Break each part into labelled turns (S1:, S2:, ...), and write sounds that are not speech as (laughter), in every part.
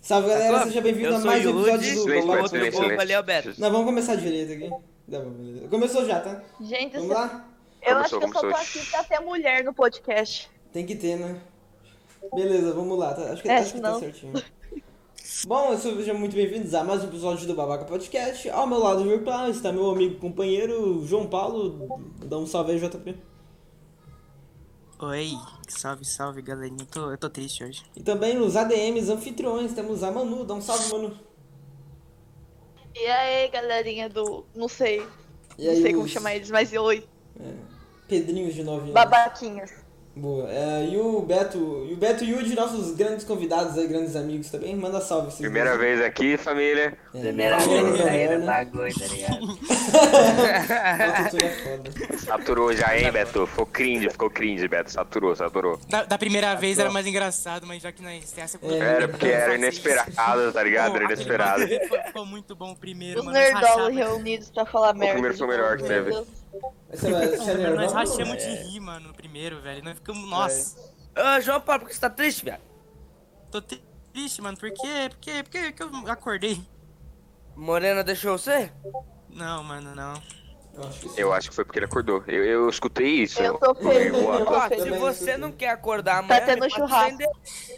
S1: Salve galera, seja bem-vindo a mais um episódio do Papo
S2: Silêncio, silêncio,
S1: Outro
S2: silêncio,
S1: Povo.
S2: silêncio. ali é o Beto.
S1: Nós vamos começar direito aqui. Tá bom, beleza. Começou já, tá?
S3: Gente,
S1: Vamos
S3: eu-
S1: lá?
S3: eu
S2: Começou,
S3: acho que eu só tô
S2: começou.
S3: aqui pra ter mulher no podcast.
S1: Tem que ter, né? Beleza, vamos lá. tá? Acho que,
S3: É,
S1: acho que tá
S3: não.
S1: certinho. Bom, eu sou- sejam muito bem-vindos a mais um episódio do Babaca Podcast. Ao meu lado virtual está meu amigo e companheiro João Paulo. Dá um salve aí, JP.
S4: Oi, salve, salve galerinha. Eu tô, eu tô triste hoje.
S1: E também nos ADMs anfitriões temos a Manu. Dá um salve, Manu.
S3: E aí, galerinha do. Não sei.
S1: E
S3: não
S1: aí,
S3: sei como
S1: os
S3: chamar eles, mas oi.
S1: Pedrinhos de 9 anos.
S3: Babaquinhas.
S1: Boa. É, e o Beto, e o Beto Yudi, nossos grandes convidados aí, grandes amigos também, manda salve. Vocês né?
S2: Primeira vez aqui, família.
S5: Primeira vez saindo da agulha, tá ligado?
S1: A cultura é foda.
S2: Saturou já, hein, Beto? Ficou cringe, ficou cringe, Beto. Saturou, saturou.
S4: Da, da primeira vez era mais engraçado, mas já que nós tem a segunda
S1: É.
S4: vez,
S2: Era porque
S4: eu
S2: era
S4: faço (laughs)
S2: inesperado,
S4: isso. Bom,
S2: tá ligado? Era
S4: a primeira
S2: inesperado.
S4: vez Ficou, ficou muito bom o primeiro,
S3: Os
S4: mano. nós
S3: nerdolas
S4: rachava-
S3: reunidos pra falar merda.
S2: primeiro foi o melhor que teve.
S3: Meu Deus.
S1: Você vai, você é
S4: Mano,
S1: nervoso?
S4: Nós rachamos de rir, mano, no primeiro, velho. Nós ficamos. Nossa,
S5: Ô, João Paulo, por que você tá triste, viado?
S4: tô tri- triste, mano. Por quê? Por quê? Por quê que eu acordei?
S5: Morena deixou você?
S4: Não, mano, não.
S1: Eu acho que sim.
S2: Eu acho que foi porque ele acordou. Eu, eu escutei isso.
S3: Eu tô feliz.
S2: Eu-
S3: Eu
S1: eu-
S3: tô
S5: Ó, se
S1: também,
S3: feliz.
S5: você
S1: eu
S5: não
S1: tô-
S5: quer acordar amanhã...
S3: tendo
S5: me pode
S3: churrasco.
S5: prender.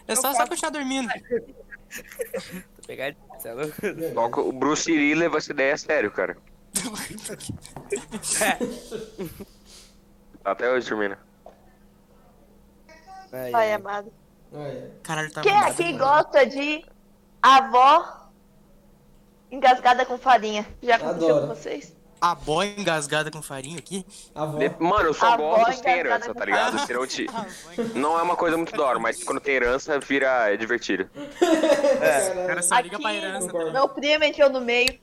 S4: É
S5: Eu
S4: só, só
S5: faço.
S4: continuar dormindo. (laughs)
S5: Tô pegadinho, você é louco?
S2: Toca- O Bruce Lee leva essa ideia a sério, cara. Tá Até hoje, Firmina.
S5: Ai,
S3: Pai
S5: ai.
S3: amado.
S1: Olha,
S4: Caralho, tá
S3: Quem
S4: muito
S3: aqui
S4: bom.
S3: gosta de avó engasgada com farinha? Já aconteceu
S1: Adoro.
S3: com vocês?
S4: A boia engasgada com farinha aqui?
S1: A avó. (laughs)
S2: De- Mano, eu só
S3: A
S2: gosto
S3: avó
S2: se tem
S3: engasgada
S2: herança,
S3: com
S2: tá ligado? Se não,
S4: (laughs)
S2: te... não é uma coisa muito da hora, mas quando tem herança, vira... é divertido.
S1: Caralho.
S4: Cara, só liga pra herança.
S1: Concordo.
S3: Meu primo entrou no meio.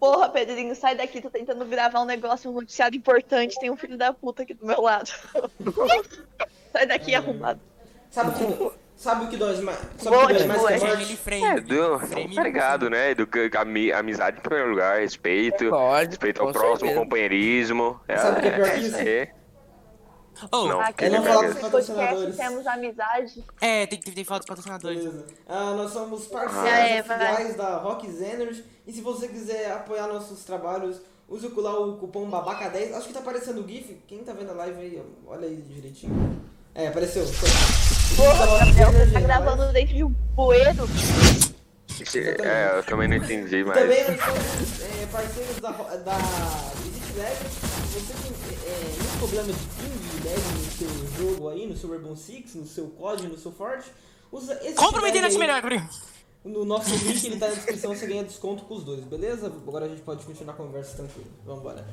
S3: Porra, Pedrinho, sai daqui, tô tentando gravar um negócio, um noticiário importante, tem um filho da puta aqui do meu lado. (laughs) sai daqui, arrumado.
S1: Sabe o que, sabe o que dói mais? Sabe o
S3: Boa,
S1: que dói
S3: tipo,
S1: mais que a
S3: é.
S4: Family
S1: morte?
S4: friend.
S2: É, do...
S4: Frame-
S2: tá ligado, né? Do... que- ami- Amizade em primeiro lugar, respeito.
S5: Pode,
S2: Respeito
S5: com
S2: ao próximo,
S5: certeza.
S2: companheirismo. É,
S1: Sabe o que é pior que isso?
S2: é,
S4: Oh,
S2: Não.
S3: Aqui
S2: É
S3: no
S2: não falar dos
S3: nosso podcast
S1: patrocinadores.
S3: temos amizade.
S4: É, tem que ter falado dos patrocinadores.
S1: Beleza. Ah, nós somos parceiros
S3: Ah, é, vai.
S1: oficiais da Rocks Energy. E se você quiser apoiar nossos trabalhos, use o- lá o cupom Babaca10. Acho que tá aparecendo o GIF. Quem tá vendo a live aí, ó, olha aí direitinho. É, apareceu.
S3: Porra,
S1: Tá
S3: Gabriel, você tá
S1: Energy,
S3: gravando dentro de um poeiro?
S2: é, eu também não entendi, mas.
S1: Também nós somos é, parceiros da, Ro- da Exit Lag. Se Você tem é, muito problema de ping e lag no seu jogo aí, no seu Rainbow Six, no seu COD, no seu Forte, usa esse
S4: Compra uma
S1: lag
S4: internet
S1: aí.
S4: melhor, Gabriel.
S1: No
S5: (laughs)
S1: nosso link, ele tá na descrição, você ganha desconto com os dois, beleza? Agora a gente pode continuar a conversa tranquilo. Vambora.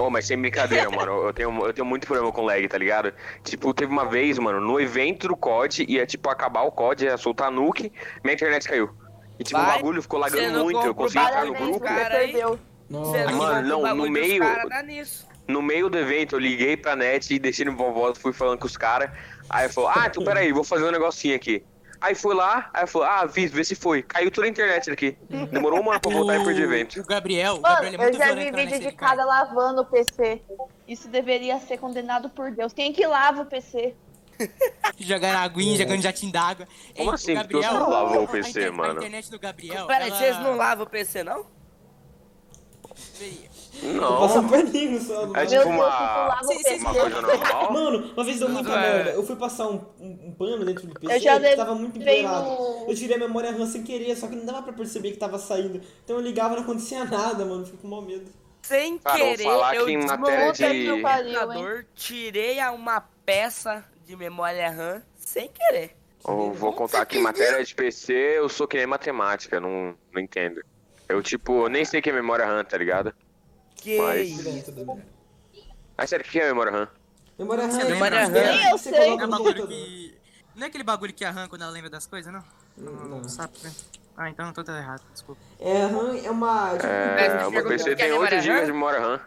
S2: Ô, mas sem
S5: (laughs)
S2: brincadeira, mano. Eu tenho, eu tenho muito problema com lag, tá ligado? Tipo, teve uma vez, mano, no evento do COD, ia, tipo, acabar o COD, ia soltar a nuke, minha internet caiu. E, tipo, o
S5: Vai.
S2: bagulho ficou
S5: Você
S2: lagando
S5: não
S2: muito, eu
S5: compra o
S4: tá
S2: consegui entrar no
S3: Parabéns,
S2: grupo.
S3: você
S5: cara, hein?
S3: perdeu.
S5: Você
S1: Nossa.
S5: não
S2: Mano,
S5: compra o
S2: não, no
S5: bagulho dos
S2: meio-
S5: cara, dá nisso.
S2: No meio do evento, eu liguei pra net e deixei no vovó, fui falando com os caras. Aí falou, ah, então peraí, vou fazer um negocinho aqui. Aí fui lá, aí falou, ah, vi, vê se foi. Caiu toda a internet aqui. Demorou uma hora pra voltar e perdi o evento.
S4: O Gabriel, o
S3: Mano,
S4: Gabriel é
S3: eu
S4: muito
S3: já
S4: violento. na
S3: vi vídeo
S4: internet,
S3: de
S4: ele, cara.
S3: cara lavando o PC. Isso deveria ser condenado por Deus. Quem que lava o PC? um.
S4: Jogando aguinha, jogando jatinho d'água.
S2: Uhum. Como
S4: Ei,
S2: assim?
S4: o Gabriel,
S2: Porque eu não lavo o
S4: a
S2: PC,
S4: inter-
S2: mano.
S4: A internet do Gabriel.
S5: Peraí,
S4: ela- é
S5: vocês não lavam o PC, não?
S1: Passa
S2: Não.
S1: paninho só.
S2: É
S3: Meu
S2: tipo
S3: Deus,
S2: uma-
S3: quem que lava
S4: Sim,
S3: o
S4: sim,
S3: PC?
S2: Uma coisa normal.
S1: Mano, uma vez deu muita
S5: É.
S1: merda. Eu fui passar um, um, um pano dentro do PC,
S3: Eu já um- levei
S1: tava muito empoeirado.
S3: no-
S1: Eu tirei a memória RAM sem querer, só que não dava pra perceber que tava saindo. Então eu ligava e não acontecia nada, mano. Fiquei com mau medo.
S5: Sem
S2: Cara, eu vou
S5: querer,
S2: falar
S5: eu
S2: que em
S5: desmontei
S2: matéria
S3: Puta que
S2: de-
S3: eu
S5: o
S3: pariu, hein?
S5: computador, tirei a uma peça de memória RAM sem querer.
S2: Eu vou contar que em matéria de PC eu sou que nem matemática, não, não entendo. Eu, tipo, nem sei o que é memória RAM, tá ligado?
S5: Que
S2: Mas-
S5: isso.
S1: Tudo bem, tudo bem.
S2: Mas sério, o que é memória RAM?
S1: Memória RAM.
S5: Memória
S1: é
S5: RAM.
S1: que
S3: Eu
S1: Você
S3: sei.
S1: coloca
S4: É um
S1: no
S4: bagulho
S1: computador.
S4: que. Não é aquele bagulho que arranca quando ela lembra das coisas, não? Não sabe, né? Ah, então eu tô tão errado, desculpa. (laughs)
S1: É, RAM é uma... tipo,
S2: É, o meu PC tem 8 GB de memória RAM.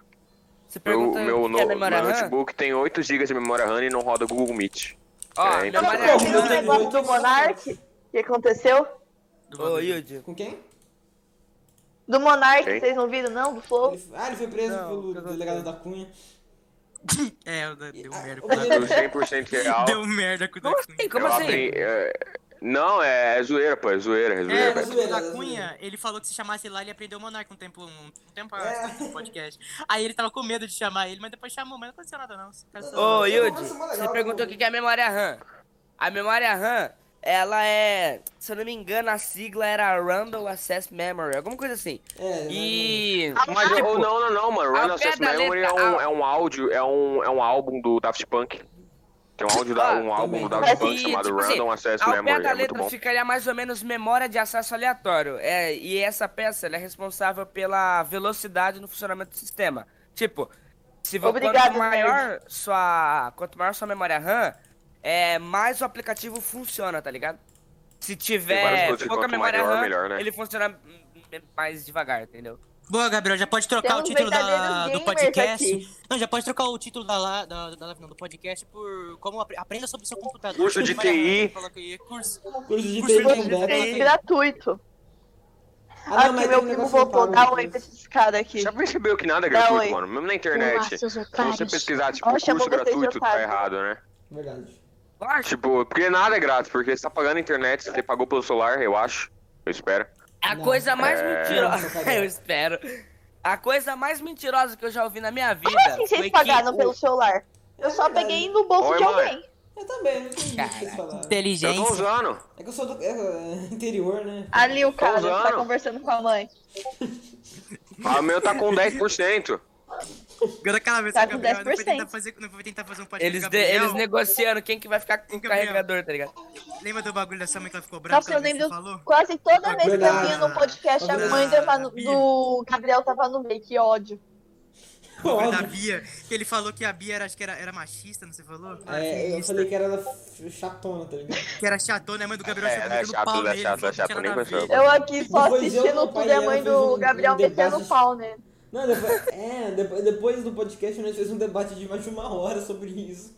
S5: Você
S2: Meu,
S5: pergunta
S2: meu,
S5: o que
S2: no-
S5: é
S2: meu
S5: memória RAM?
S2: notebook tem 8 GB de memória RAM e não roda Google Meet.
S5: Ó,
S2: É, então-
S3: Não,
S5: memória
S3: você viu o
S5: RAM...
S1: tenho
S3: negócio
S1: muito.
S3: do Monark? O que aconteceu?
S4: Do
S5: Ô,
S4: bagulho.
S5: Yudi.
S1: Com quem?
S3: Do Monark,
S2: Quem?
S3: vocês não viram, não? Do Flow?
S1: Ele- Ah, ele foi preso
S5: Não,
S1: pelo
S5: eu não
S1: delegado
S5: sei.
S1: da Cunha.
S4: É, eu- deu merda com
S1: Ah,
S4: o
S1: o
S4: Davi.
S5: (laughs)
S2: Tudo 100% real.
S4: Deu um merda com o
S5: Como
S4: Davi.
S5: assim? Como
S2: eu
S5: assim?
S2: abri. é, Não, é, é zoeira, pô, é zoeira, é zoeira,
S4: É,
S1: era
S4: no
S2: velho.
S4: filme da
S1: zoeira, era
S4: Cunha, ele falou que se chamasse lá, ele ia prender o Monarca um tempo, um, um tempo
S1: É.
S4: antes do podcast. Aí ele tava com medo de chamar ele, mas depois chamou, mas não aconteceu nada não. Esse cara só-
S1: Ô,
S5: Ô, Yudi,
S1: Nossa, mó legal,
S5: você perguntou
S1: mano.
S5: o que que é memória RAM. A memória RAM, ela é, se eu não me engano, a sigla era Rumble Access Memory, alguma coisa assim.
S1: É,
S5: E...
S2: Mas
S5: tipo,
S2: ou não, não, não, mano.
S5: ao
S2: Run
S5: pé
S2: Access
S5: da
S2: Memory é
S5: letra,
S2: um,
S5: ao-
S2: é um áudio, é um, é um álbum do Daft Punk. Tem um áudio da, um
S1: Ah,
S2: álbum do
S1: também.
S2: Daft
S5: É
S2: Punk
S5: que,
S2: chamado
S5: tipo assim,
S2: Random Access
S5: Ao pé
S2: Memory,
S5: da
S2: é muito
S5: letra
S2: bom.
S5: ficaria mais ou menos memória de acesso aleatório. É, e essa peça ela é responsável pela velocidade no funcionamento do sistema. Tipo, se vo-
S3: Obrigada,
S5: quanto maior sua. Quanto maior sua memória RAM, é, mais o aplicativo funciona, tá ligado? Se
S2: várias
S5: tiver
S2: coisas que
S5: pouca
S2: quanto
S5: memória
S2: maior,
S5: RAM,
S2: melhor, né?
S5: ele funciona hum, mais devagar, entendeu?
S4: Boa, Gabriel, já pode trocar
S3: Temos
S4: o título da,
S3: verdadeiros
S4: do
S3: gamers
S4: podcast.
S3: um aqui.
S4: Não, já pode trocar o título da, la- da, da, live, não, do podcast por como apre- aprenda sobre o seu computador.
S2: Curso de
S4: Vai lá,
S2: TI.
S4: Coloca aí, é curso.
S1: Curso de
S4: Curso
S1: TI
S4: de
S1: com
S4: TI.
S1: Beto.
S4: Tem.
S3: É gratuito.
S1: Ah, não,
S3: aqui,
S1: mas
S3: meu
S1: tem um
S3: primo
S1: negócio
S3: voltou.
S1: pago,
S3: Dá
S1: né?
S3: um oi pra esses caras aqui.
S2: Já percebeu que nada é
S3: Dá
S2: gratuito,
S3: oi.
S2: mano? Mesmo na internet. Se
S6: seus otários.
S2: você pesquisar, tipo,
S3: Ó,
S2: curso
S3: chamou vocês de
S2: gratuito, tá
S3: otário.
S2: errado, né?
S1: Verdade.
S5: Lógico.
S2: Tipo, porque nada é grátis, porque você tá pagando a internet, você pagou pelo celular, eu acho. Eu espero.
S5: A
S1: Não.
S5: coisa mais
S2: É.
S1: Nossa,
S5: mentirosa.
S1: cara.
S5: (laughs) eu espero. A coisa mais mentirosa que eu já ouvi na minha vida.
S3: Como assim
S5: foi
S3: vocês
S5: que
S3: pagaram
S5: o-
S3: pelo celular? Eu só peguei no bolso
S2: Oi,
S3: de
S2: mãe.
S3: alguém.
S1: Eu também, não entendi o que vocês falaram.
S2: Eu tô
S4: Inteligência.
S2: usando.
S1: É que eu sou do é, interior, né?
S3: Ali o cara que
S2: usando.
S3: tá conversando com a mãe.
S2: Ah, o meu tá com 10%.
S4: Cada aquela vez
S3: Tá
S4: que
S3: com
S4: o Gabriel não foi
S3: 10%.
S4: tentar fazer, não foi tentar fazer um podcast.
S5: Eles,
S4: com o
S5: de,
S4: Gabriel.
S5: eles negociando quem que vai ficar com o
S4: Gabriel.
S5: carregador, tá ligado?
S4: Lembra do bagulho da sua mãe que ela ficou brava?
S3: Nossa, eu
S4: aquela vez que
S3: lembro
S4: você falou?
S3: quase toda vez que eu
S1: É Verdade.
S3: vinha no podcast, a
S1: Verdade.
S3: mãe tava no-
S4: Bia.
S3: do Gabriel tava no meio. Que ódio.
S4: Pobre da
S1: Óbvio.
S4: Bia, que ele falou que a Bia era, acho que era, era machista, não sei falou?
S1: É, eu
S4: Feminista.
S1: falei que era f- chatona, tá ligado?
S4: Que era chatona, a mãe do Gabriel
S2: É,
S4: chegou
S2: é
S4: metendo
S2: chato,
S4: pau
S2: é
S4: nele,
S2: chato,
S4: falou
S2: é
S4: que
S2: chato,
S4: tinha
S2: nem
S4: nada a ver.
S2: percebo.
S3: Eu aqui só
S1: Depois eu,
S3: assistindo
S1: meu pai
S3: tudo e a
S1: dela
S3: mãe
S1: fez
S3: do
S1: um-
S3: Gabriel
S1: um debate
S3: metendo
S1: de-
S3: pau né? nele.
S1: Não, depois, é, depois, depois do podcast nós fizemos um debate de mais de uma hora sobre isso.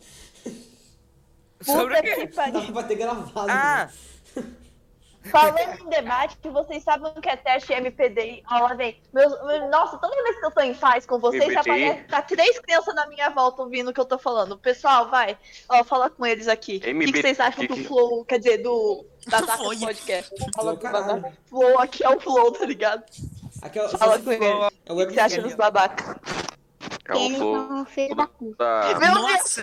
S5: Sobre
S3: Puta
S5: o quê?
S3: que pariu.
S1: Dava pra ter gravado. né?
S5: Ah,
S3: Falando em debate, que vocês sabem o que é teste MPDI. Ó, lá vem. Meus- meu- nossa, toda vez que eu tô em paz com vocês,
S2: MPDI?
S3: aparece, tá três crianças na minha volta ouvindo o que eu tô falando. Pessoal, vai. Ó, fala com eles aqui. O que,
S2: MB
S3: que vocês acham
S2: que
S3: do
S2: que-
S3: flow, quer dizer, do Batata
S4: Foi.
S3: Podcast?
S1: Fala
S3: Fala
S1: o
S3: com o
S1: caralho.
S3: Batata. Flow aqui é o flow, tá ligado?
S1: Aqui é, o-
S3: Fala com
S1: é
S3: ele. O
S1: o
S3: que que você acha
S1: webcam.
S3: dos babacas?
S2: É o flow
S6: filho da puta.
S2: da...
S3: Meu Deus!
S4: Nossa!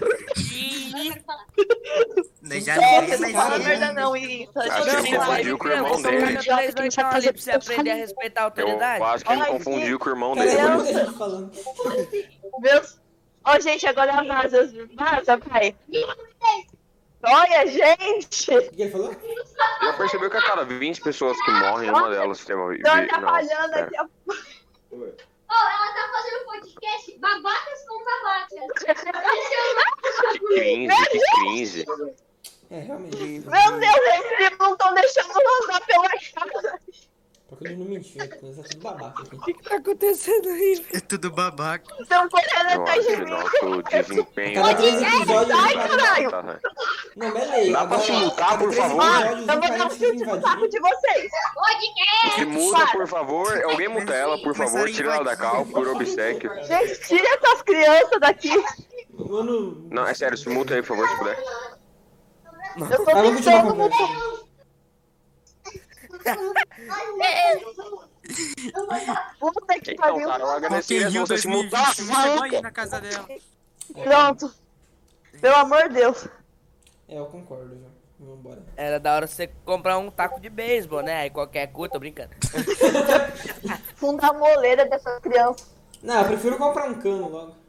S4: Não, já
S3: Sério,
S4: não,
S3: não
S4: já
S3: fala
S1: Sério?
S3: merda não, isso.
S2: Acho que
S5: Não,
S2: ele
S5: mas
S2: confundiu com o irmão
S5: criança,
S2: dele.
S5: são mais um dois
S6: Idiota, que
S5: anos
S6: tinha que fazer
S5: ali pra você
S6: pessoa
S5: aprender a
S6: falir.
S5: respeitar a autoridade.
S2: Eu acho que ele
S3: Ai,
S2: confundiu com o irmão
S1: Cara,
S2: dele.
S1: é
S3: Deus.
S1: muita gente falando.
S3: Meus... Ó, gente, agora é vaza. Vaza, vai. Olha, gente!
S1: O que ele falou?
S2: Já percebeu que a cada 20 pessoas que morrem, uma delas tem uma...
S3: Tô
S2: Não,
S3: atrapalhando
S2: é.
S3: aqui a
S6: Ó, ela tá fazendo podcast babacas com babacas.
S2: Que cringe, que cringe.
S1: É, realmente.
S3: Meu Deus, eles não estão deixando eu andar pela casa.
S1: Porque ele não mentiu, é coisa tudo babaca aqui.
S5: O que que tá acontecendo aí?
S4: é tudo babaca.
S3: Estão correndo
S2: Eu
S3: atrás de
S2: acho que
S3: mim.
S2: nosso desempenho...
S1: Cada três episódios.
S3: sai,
S1: cara.
S3: caralho.
S2: Tá, tá.
S1: Não, beleza.
S2: Dá pra
S1: agora-
S2: se mutar, por
S1: três
S2: favor?
S1: episódios,
S3: Ah, eu vou dar um
S1: parentes
S3: chute no saco
S1: invadiram.
S3: de vocês.
S5: (laughs)
S6: Podcast.
S2: Se muda, por favor. Alguém muta ela, por favor. Tira ela da cal, por obsequio.
S3: Gente, tira essas crianças daqui.
S1: Mano.
S2: Não, é sério, se muta aí, por favor, se puder.
S3: Tá Eu tô
S1: Ah, vamos continuar a
S3: tentando
S1: conversa.
S3: muito.
S5: É,
S3: Puta que
S2: Então,
S3: pariu.
S2: cara, eu agradeceria se
S4: Rio
S2: você se mudar.
S4: 2020 chegou aí na casa dela.
S3: Pronto. Pelo amor de Deus.
S1: É, eu concordo já. Vambora.
S5: Era da hora você comprar um taco de beisebol, né? Aí qualquer cu, tô brincando.
S3: Funda a moleira dessas crianças.
S1: Não, eu prefiro comprar um cano logo.
S5: (laughs)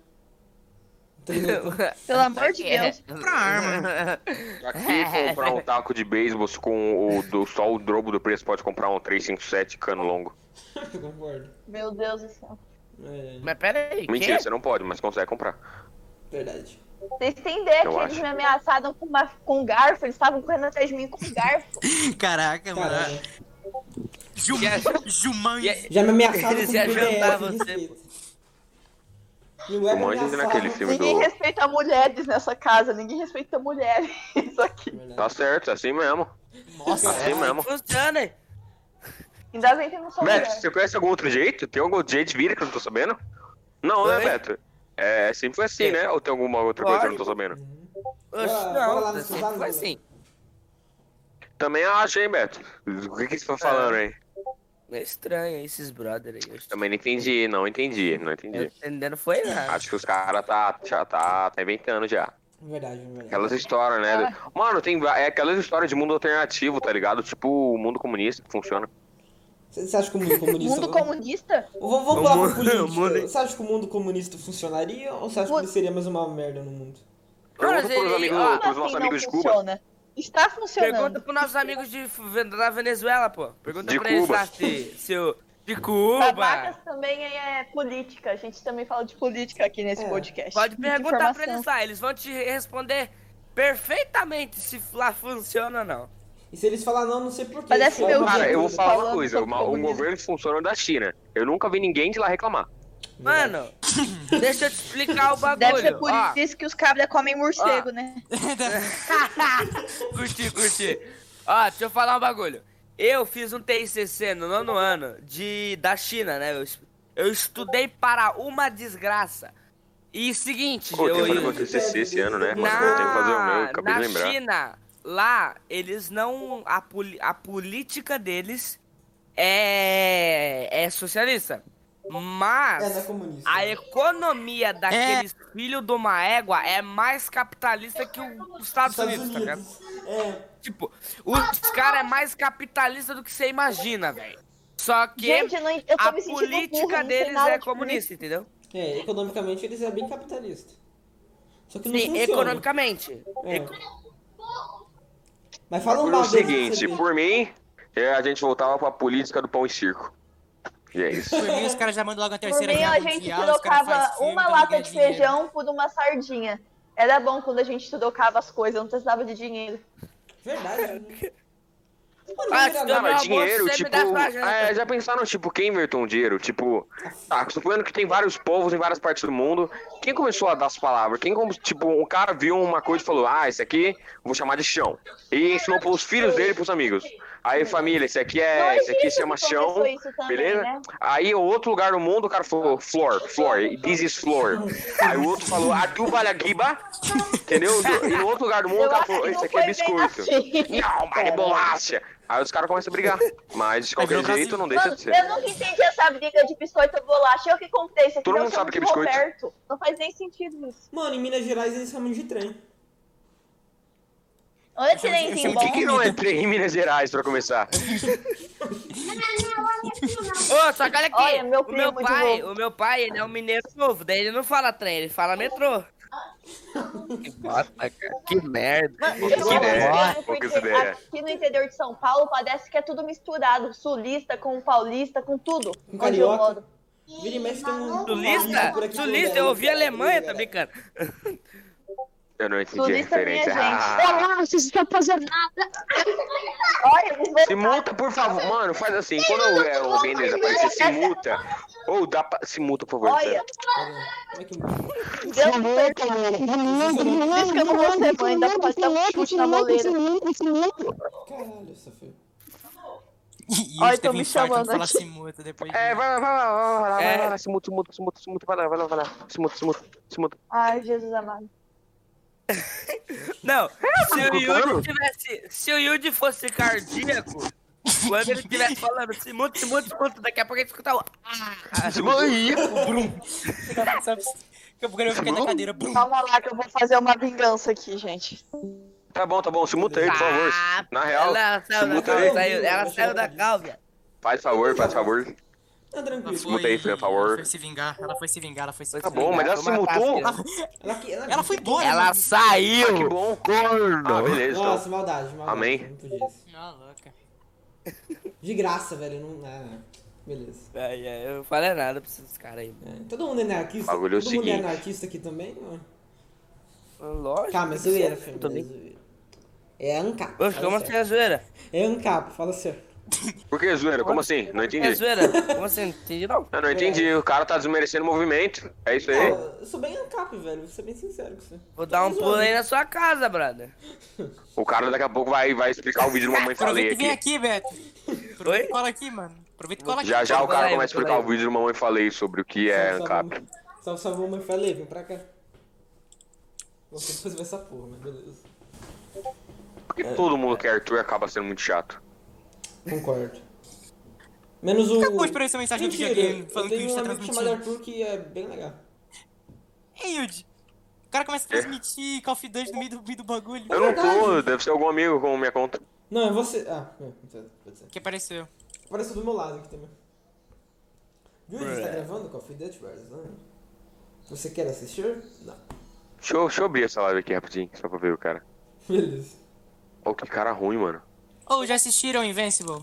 S1: Entendeu?
S3: Pelo amor de
S6: É.
S3: Deus.
S4: Pra arma.
S2: Aqui, comprar um taco de beisebol com o, do, só o drobo do preço, pode comprar um 357 cano longo.
S1: Eu concordo.
S3: Meu Deus do céu.
S1: É,
S5: Mas pera aí,
S2: Mentira,
S5: quê?
S2: você não pode, mas consegue comprar.
S1: verdade.
S3: Vocês têm ideia
S2: Eu
S3: que eles
S2: acho.
S3: me ameaçaram com, uma, com um garfo? Eles estavam correndo atrás de mim com um garfo.
S4: Caraca,
S1: Cara,
S4: É, mano. Jum,
S2: é-
S4: Jumães.
S5: E-
S1: já me ameaçaram
S5: Eles
S1: com
S5: iam
S1: PDF,
S5: jantar você,
S1: respeita. E o Web
S2: Como é que
S1: ameaçava-
S2: naquele filme?
S3: Ninguém
S2: do-
S3: respeita mulheres nessa casa. Ninguém respeita mulheres (laughs) aqui.
S1: Verdade.
S2: Tá certo, é assim mesmo.
S4: Nossa,
S2: assim mesmo.
S5: Funciona, hein?
S3: Ainda bem que eu não sou
S2: Beto,
S3: mulher.
S2: você conhece algum outro jeito? Tem algum outro jeito de vida que eu não tô sabendo? Não, né,
S5: Oi?
S2: Beto? É, sempre foi assim, né? Ou tem alguma outra coisa que eu não tô sabendo?
S5: Oxe,
S1: Ah, bora lá
S5: Não, assim,
S1: no
S5: sempre
S1: Suzano,
S5: foi
S1: Dudu.
S5: assim.
S2: Também acho, hein, Beto? O que, que você tá falando aí?
S5: É estranho esses brother aí. hoje.
S2: Também não entendi, não entendi, não
S5: Eu
S2: entendi.
S5: entendendo foi nada.
S2: Acho que os caras tá, já tá, tá inventando já.
S1: Verdade, verdade.
S2: Aquelas histórias, né? Mano, tem va- é aquelas histórias de mundo alternativo, tá ligado? Tipo o mundo comunista que funciona.
S1: Você você acha que o mundo
S2: é
S1: comunista.
S3: Mundo
S2: né?
S3: comunista?
S1: Vou, vou pular pro
S5: O mu- o
S1: político.
S5: mundo-
S1: Você acha que o mundo comunista funcionaria ou você acha que ele seria mais uma merda no mundo?
S5: Cara,
S2: Pergunta pros,
S5: ele-
S2: amigos,
S5: ó,
S2: pros
S3: Como
S2: Ah, nossos
S3: assim
S2: amigos de
S3: não
S2: Cuba.
S3: funciona? Está funcionando.
S5: Pergunta pros nossos amigos de, da Venezuela, pô. Pergunta
S2: De
S5: pra eles
S2: Cuba.
S5: lá se, se o. De Cuba!
S3: Babacas também é política. A gente também fala de política aqui nesse
S1: É.
S3: podcast.
S5: Pode
S3: De
S5: perguntar pra
S3: informação.
S5: eles lá, eles vão te responder perfeitamente se lá funciona ou não.
S1: E se eles falar não, não sei Tipo, porquê.
S3: Parece meu
S1: é
S2: Cara, eu vou falar uma
S3: Falando
S2: coisa:
S3: sobre
S2: uma- o
S3: comunismo.
S2: governo que funciona é o da China. Eu nunca vi ninguém de lá reclamar.
S5: Mano, deixa eu te explicar o bagulho.
S3: Deve ser por
S5: ó.
S3: isso que os cabras comem morcego, né?
S5: curti, curti. Ó, deixa eu falar um bagulho. Eu fiz um TICC no nono ano de, da China, né? Eu, es- eu estudei para uma desgraça. E seguinte,
S2: Pô, tem
S5: eu,
S2: que fazer
S5: eu,
S2: meu TCC esse ano, né? Mas eu tenho que fazer o meu,
S5: na,
S2: acabei de
S5: na
S2: lembrar.
S5: China, lá, eles não. A, poli- a política deles é, é socialista.
S1: É, não é
S5: Mas
S1: comunista.
S5: a economia daqueles filhos de uma égua é mais capitalista que o- os Estados
S1: Estados
S5: Unidos, tá ligado?
S1: Unidos. É,
S5: Tipo, os caras é mais capitalista do que você imagina, velho. Só que
S3: Gente, eu, não, eu tô
S5: a
S3: me sentindo burra,
S5: política
S3: não sei
S5: deles
S3: nada
S5: é
S3: de
S5: comunista, entendeu?
S1: é, economicamente eles é bem capitalista. Só que não
S5: Sim,
S1: funciona.
S5: economicamente.
S1: É.
S5: Eco-
S1: Mas fala um
S2: Por o
S1: bagulho. que
S2: seguinte,
S1: você-
S2: por mim, é, a gente voltava pra política do pão e circo. E é isso.
S4: Por
S1: (laughs)
S4: mim, os caras já mandam logo a
S3: Por
S4: terceira
S3: mim,
S4: guerra
S3: a gente
S4: mundial, os caras fazem
S3: trocava
S4: filme,
S3: uma
S4: então
S3: lata
S4: ganha
S3: de
S4: dinheiro.
S3: feijão por uma sardinha. Era bom quando a gente trocava as coisas, não precisava de dinheiro.
S1: Verdade. né? Mano,
S5: Ah,
S1: não,
S5: Não,
S2: Não,
S1: não,
S5: mas
S2: mas
S5: almoço
S2: dinheiro,
S5: sempre
S2: tipo.
S5: dá pra janta.
S2: é, já pensaram, tipo, quem inventou um dinheiro? Tipo, tá, suponho que tem vários povos em várias partes do mundo. Quem começou a dar as palavras? Quem, como- tipo, um cara viu uma coisa e falou, ah, esse aqui eu vou chamar de chão. E ensinou pros filhos dele e pros amigos. Aí, família, esse aqui
S3: Não
S2: é. Esse aqui
S3: existe
S2: se chama
S3: que
S2: chão.
S3: começou isso também,
S2: Beleza?
S3: né?
S2: Aí, o outro lugar do mundo, o cara falou, flor, flor, this is flor. Aí, o outro falou, atubalagiba, entendeu? E no outro lugar do mundo, o
S3: Eu
S2: cara
S3: acho
S2: falou,
S3: que
S2: esse
S3: não
S2: aqui
S3: foi
S2: é
S3: bem
S2: biscoito.
S3: assim.
S2: Não, mas é bolacha. Aí os caras começam a brigar. Mas de qualquer
S4: jogar
S2: jeito
S4: assim.
S2: não deixa
S3: Mano,
S2: de ser.
S3: eu nunca entendi essa briga de biscoito e bolacha. Eu que comprei isso aqui.
S2: Todo
S3: eu
S2: mundo
S3: chamo
S2: sabe que é
S3: de
S2: biscoito.
S3: Roberto. Não faz nem sentido isso.
S1: Mano, em Minas Gerais eles chamam de trem.
S3: Olha o
S4: chamo de- eu
S3: trenzinho
S4: chamo
S2: Por
S3: bom.
S4: de
S2: que, que não entrei em Minas Gerais pra começar?
S5: Ô, só que olha aqui,
S3: Olha, meu
S5: o meu
S3: primo de
S5: pai,
S3: novo.
S5: o meu pai, ele é um mineiro novo, daí ele não fala trem, ele fala metrô. Que bosta, cara. Que merda.
S3: Mano,
S2: Poucas
S3: eu não
S2: ideias,
S3: entendo
S2: é poucas
S3: porque
S2: ideias.
S3: aqui no interior de São Paulo parece que é tudo misturado. Sulista com paulista, com tudo.
S1: Com
S3: onde eu
S1: carioca.
S3: moro.
S1: Vira e mexe tem um.
S5: Sulista,
S1: por aqui,
S5: sulista,
S1: né?
S5: eu ouvi alemã, tá
S1: Galera.
S5: brincando.
S2: Eu não entendi
S3: Sulista
S2: a
S3: é minha
S2: referência.
S3: gente.
S2: Ah,
S3: Olha lá, vocês estão fazendo nada. Olha, eles vão-
S2: se multa, por favor. Mano, faz assim. Quando eu, é, alguém desaparecer, se multa. Ou dá pra... Se multa, por favor.
S3: Olha,
S1: Como é que muda?
S3: Deus me perdoe. Por isso que eu não vou ser mãe, ainda pode dar um chute na moleira.
S1: Caralho, essa foi.
S4: (laughs) E
S3: Ai,
S4: eles
S3: tô
S4: teve um
S3: me
S4: infarto,
S3: chamando
S4: fala
S3: aqui.
S4: assim muito depois.
S2: É,
S4: de-
S2: vai lá, vai lá, vai lá, vai lá,
S5: É.
S2: vai lá, se multa, se multa, se multa, se multa, vai lá, vai lá, vai lá, se multa, se multa, se multa.
S3: Ai, Jesus amado.
S5: Não, se o
S2: Claro.
S5: Yudi tivesse. Se o Yudi fosse cardíaco, quando ele estivesse
S2: (laughs)
S5: falando se muito, se muito, se muito, daqui a pouco ele escutar o. Ah,
S2: Se multa, Ih,
S4: Sabe? Daqui a pouco ele vai ficar na cadeira. brum.
S3: Calma lá que eu vou fazer uma vingança aqui, gente.
S2: Tá bom, tá bom, se multa aí, por favor. Na real,
S5: Ah, ela
S2: se
S5: saiu da
S2: multa
S5: calma,
S2: aí.
S5: saiu, ela saiu da calma.
S2: Faz favor, faz favor.
S1: Tá
S4: Ela
S1: tranquilo.
S4: foi,
S2: Escuta aí, por favor.
S4: ela foi se vingar, ela foi se vingar, ela foi se
S2: Tá
S4: vingar.
S2: bom, mas ela se multou.
S1: Ela, que-
S4: Ela foi embora.
S5: Ela
S4: né?
S2: Ah, que
S5: saiu!
S2: bom. Corno. Ah, beleza, então.
S1: Nossa, maldade, maldade.
S2: Amém.
S1: Não podia isso.
S4: Não, louca.
S1: De graça, velho. Não. Ah, beleza.
S5: Ai, ai, eu não falei nada pra esses caras aí.
S1: É, todo mundo é anarquista.
S2: Bagulho é o
S1: todo mundo é
S2: seguinte.
S1: anarquista aqui também? é? ó.
S5: Lógico.
S1: Calma, é
S5: tem que ser,
S1: zoeira, filho.
S5: tô
S1: É
S5: bem.
S1: zoeira. É ANCAP.
S5: Oxe,
S1: fala
S5: como assim
S1: sério.
S5: é zoeira?
S1: É ANCAP, fala sério.
S2: Por que zoeira? Como assim? Não
S5: É
S2: entendi.
S5: zoeira? Como assim? Não entendi não.
S2: Eu não entendi. O cara tá desmerecendo o movimento. É isso aí.
S1: Não, eu sou bem ANCAP, velho. Vou ser bem sincero com você.
S5: Vou dar um
S1: Zoeira.
S5: pulo aí na sua casa, brother.
S2: O cara daqui a pouco vai, vai explicar o vídeo do Mamãe Falei
S4: Aproveita e vem
S2: aqui.
S4: aqui, Beto. Aproveita
S5: Oi?
S4: e cola aqui, mano. Aproveita e cola aqui.
S2: Já já o
S5: Vou lá
S2: cara
S5: aí,
S2: começa a
S5: vou lá
S2: explicar o
S5: aí.
S2: vídeo do Mamãe Falei sobre o que é
S1: Salve,
S2: ANCAP.
S1: salve, mamãe. Salve, salve, mamãe. Falei, vem pra cá. Você depois vai essa porra, mas beleza.
S2: Porque todo mundo quer Arthur acaba sendo muito chato.
S1: Concordo. Menos o.
S4: Acabou de aparecer uma mensagem no
S1: Mentira,
S4: videogame
S1: Eu
S4: falando que o
S1: tenho
S4: Yuji
S1: um
S4: tá
S1: amigo chamado
S4: transmitindo.
S1: Arthur que é bem legal.
S4: Ei, Yuji! O cara começa a transmitir Call of Duty no meio do, meio do bagulho.
S2: É? Eu não tô, deve ser algum amigo com minha conta.
S1: Não, é você. Ah, é, então, pode ser.
S4: Que apareceu.
S1: Apareceu do meu lado aqui também. Júlio, você tá
S5: Bruh.
S1: gravando Call of Duty Warzone? Você quer assistir? Não. (laughs)
S2: Deixa eu, deixa eu abrir essa live aqui rapidinho, só pra ver o cara.
S1: Beleza.
S2: Ó, que cara ruim, mano.
S4: Ou já assistiram Invincible?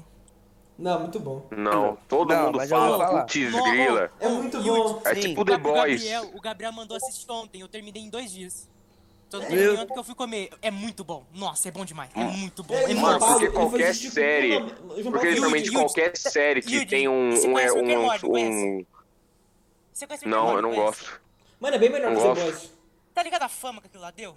S1: Não, muito bom.
S2: Não, todo
S5: Não,
S2: mundo
S5: mas eu vou
S2: fala,
S5: falar.
S2: putz,
S4: Não,
S2: grila.
S1: É
S4: Ô,
S1: muito
S4: Um Yuji,
S1: bom.
S2: É
S5: Sim.
S2: tipo
S4: O
S2: The
S4: Gab- o
S2: Boys.
S4: Gabriel, o Gabriel mandou assistir ontem, eu terminei em dois dias. Tô
S5: Meu-
S4: terminando porque eu fui comer. É muito bom. Nossa, é bom demais. É muito bom.
S1: É,
S4: É
S1: João
S2: Hum. Mano,
S4: muito
S1: Paulo,
S2: porque
S1: ele foi
S2: qualquer
S1: assistir com
S2: série.
S1: o João Paulo- João
S2: Porque
S1: Paulo-
S2: literalmente
S4: Yudi,
S2: qualquer série que
S4: Yudi,
S2: tem um.
S4: você
S2: um,
S4: conhece o
S2: um,
S4: Overlord, conhece?
S2: um-
S4: Você conhece o
S2: Não,
S4: Irmão
S2: eu não
S4: do Wes?
S2: gosto.
S1: Mano, é bem melhor
S2: Não
S1: que o The
S2: gosto.
S1: Boys.
S4: Tá ligado a fama que aquilo lá deu?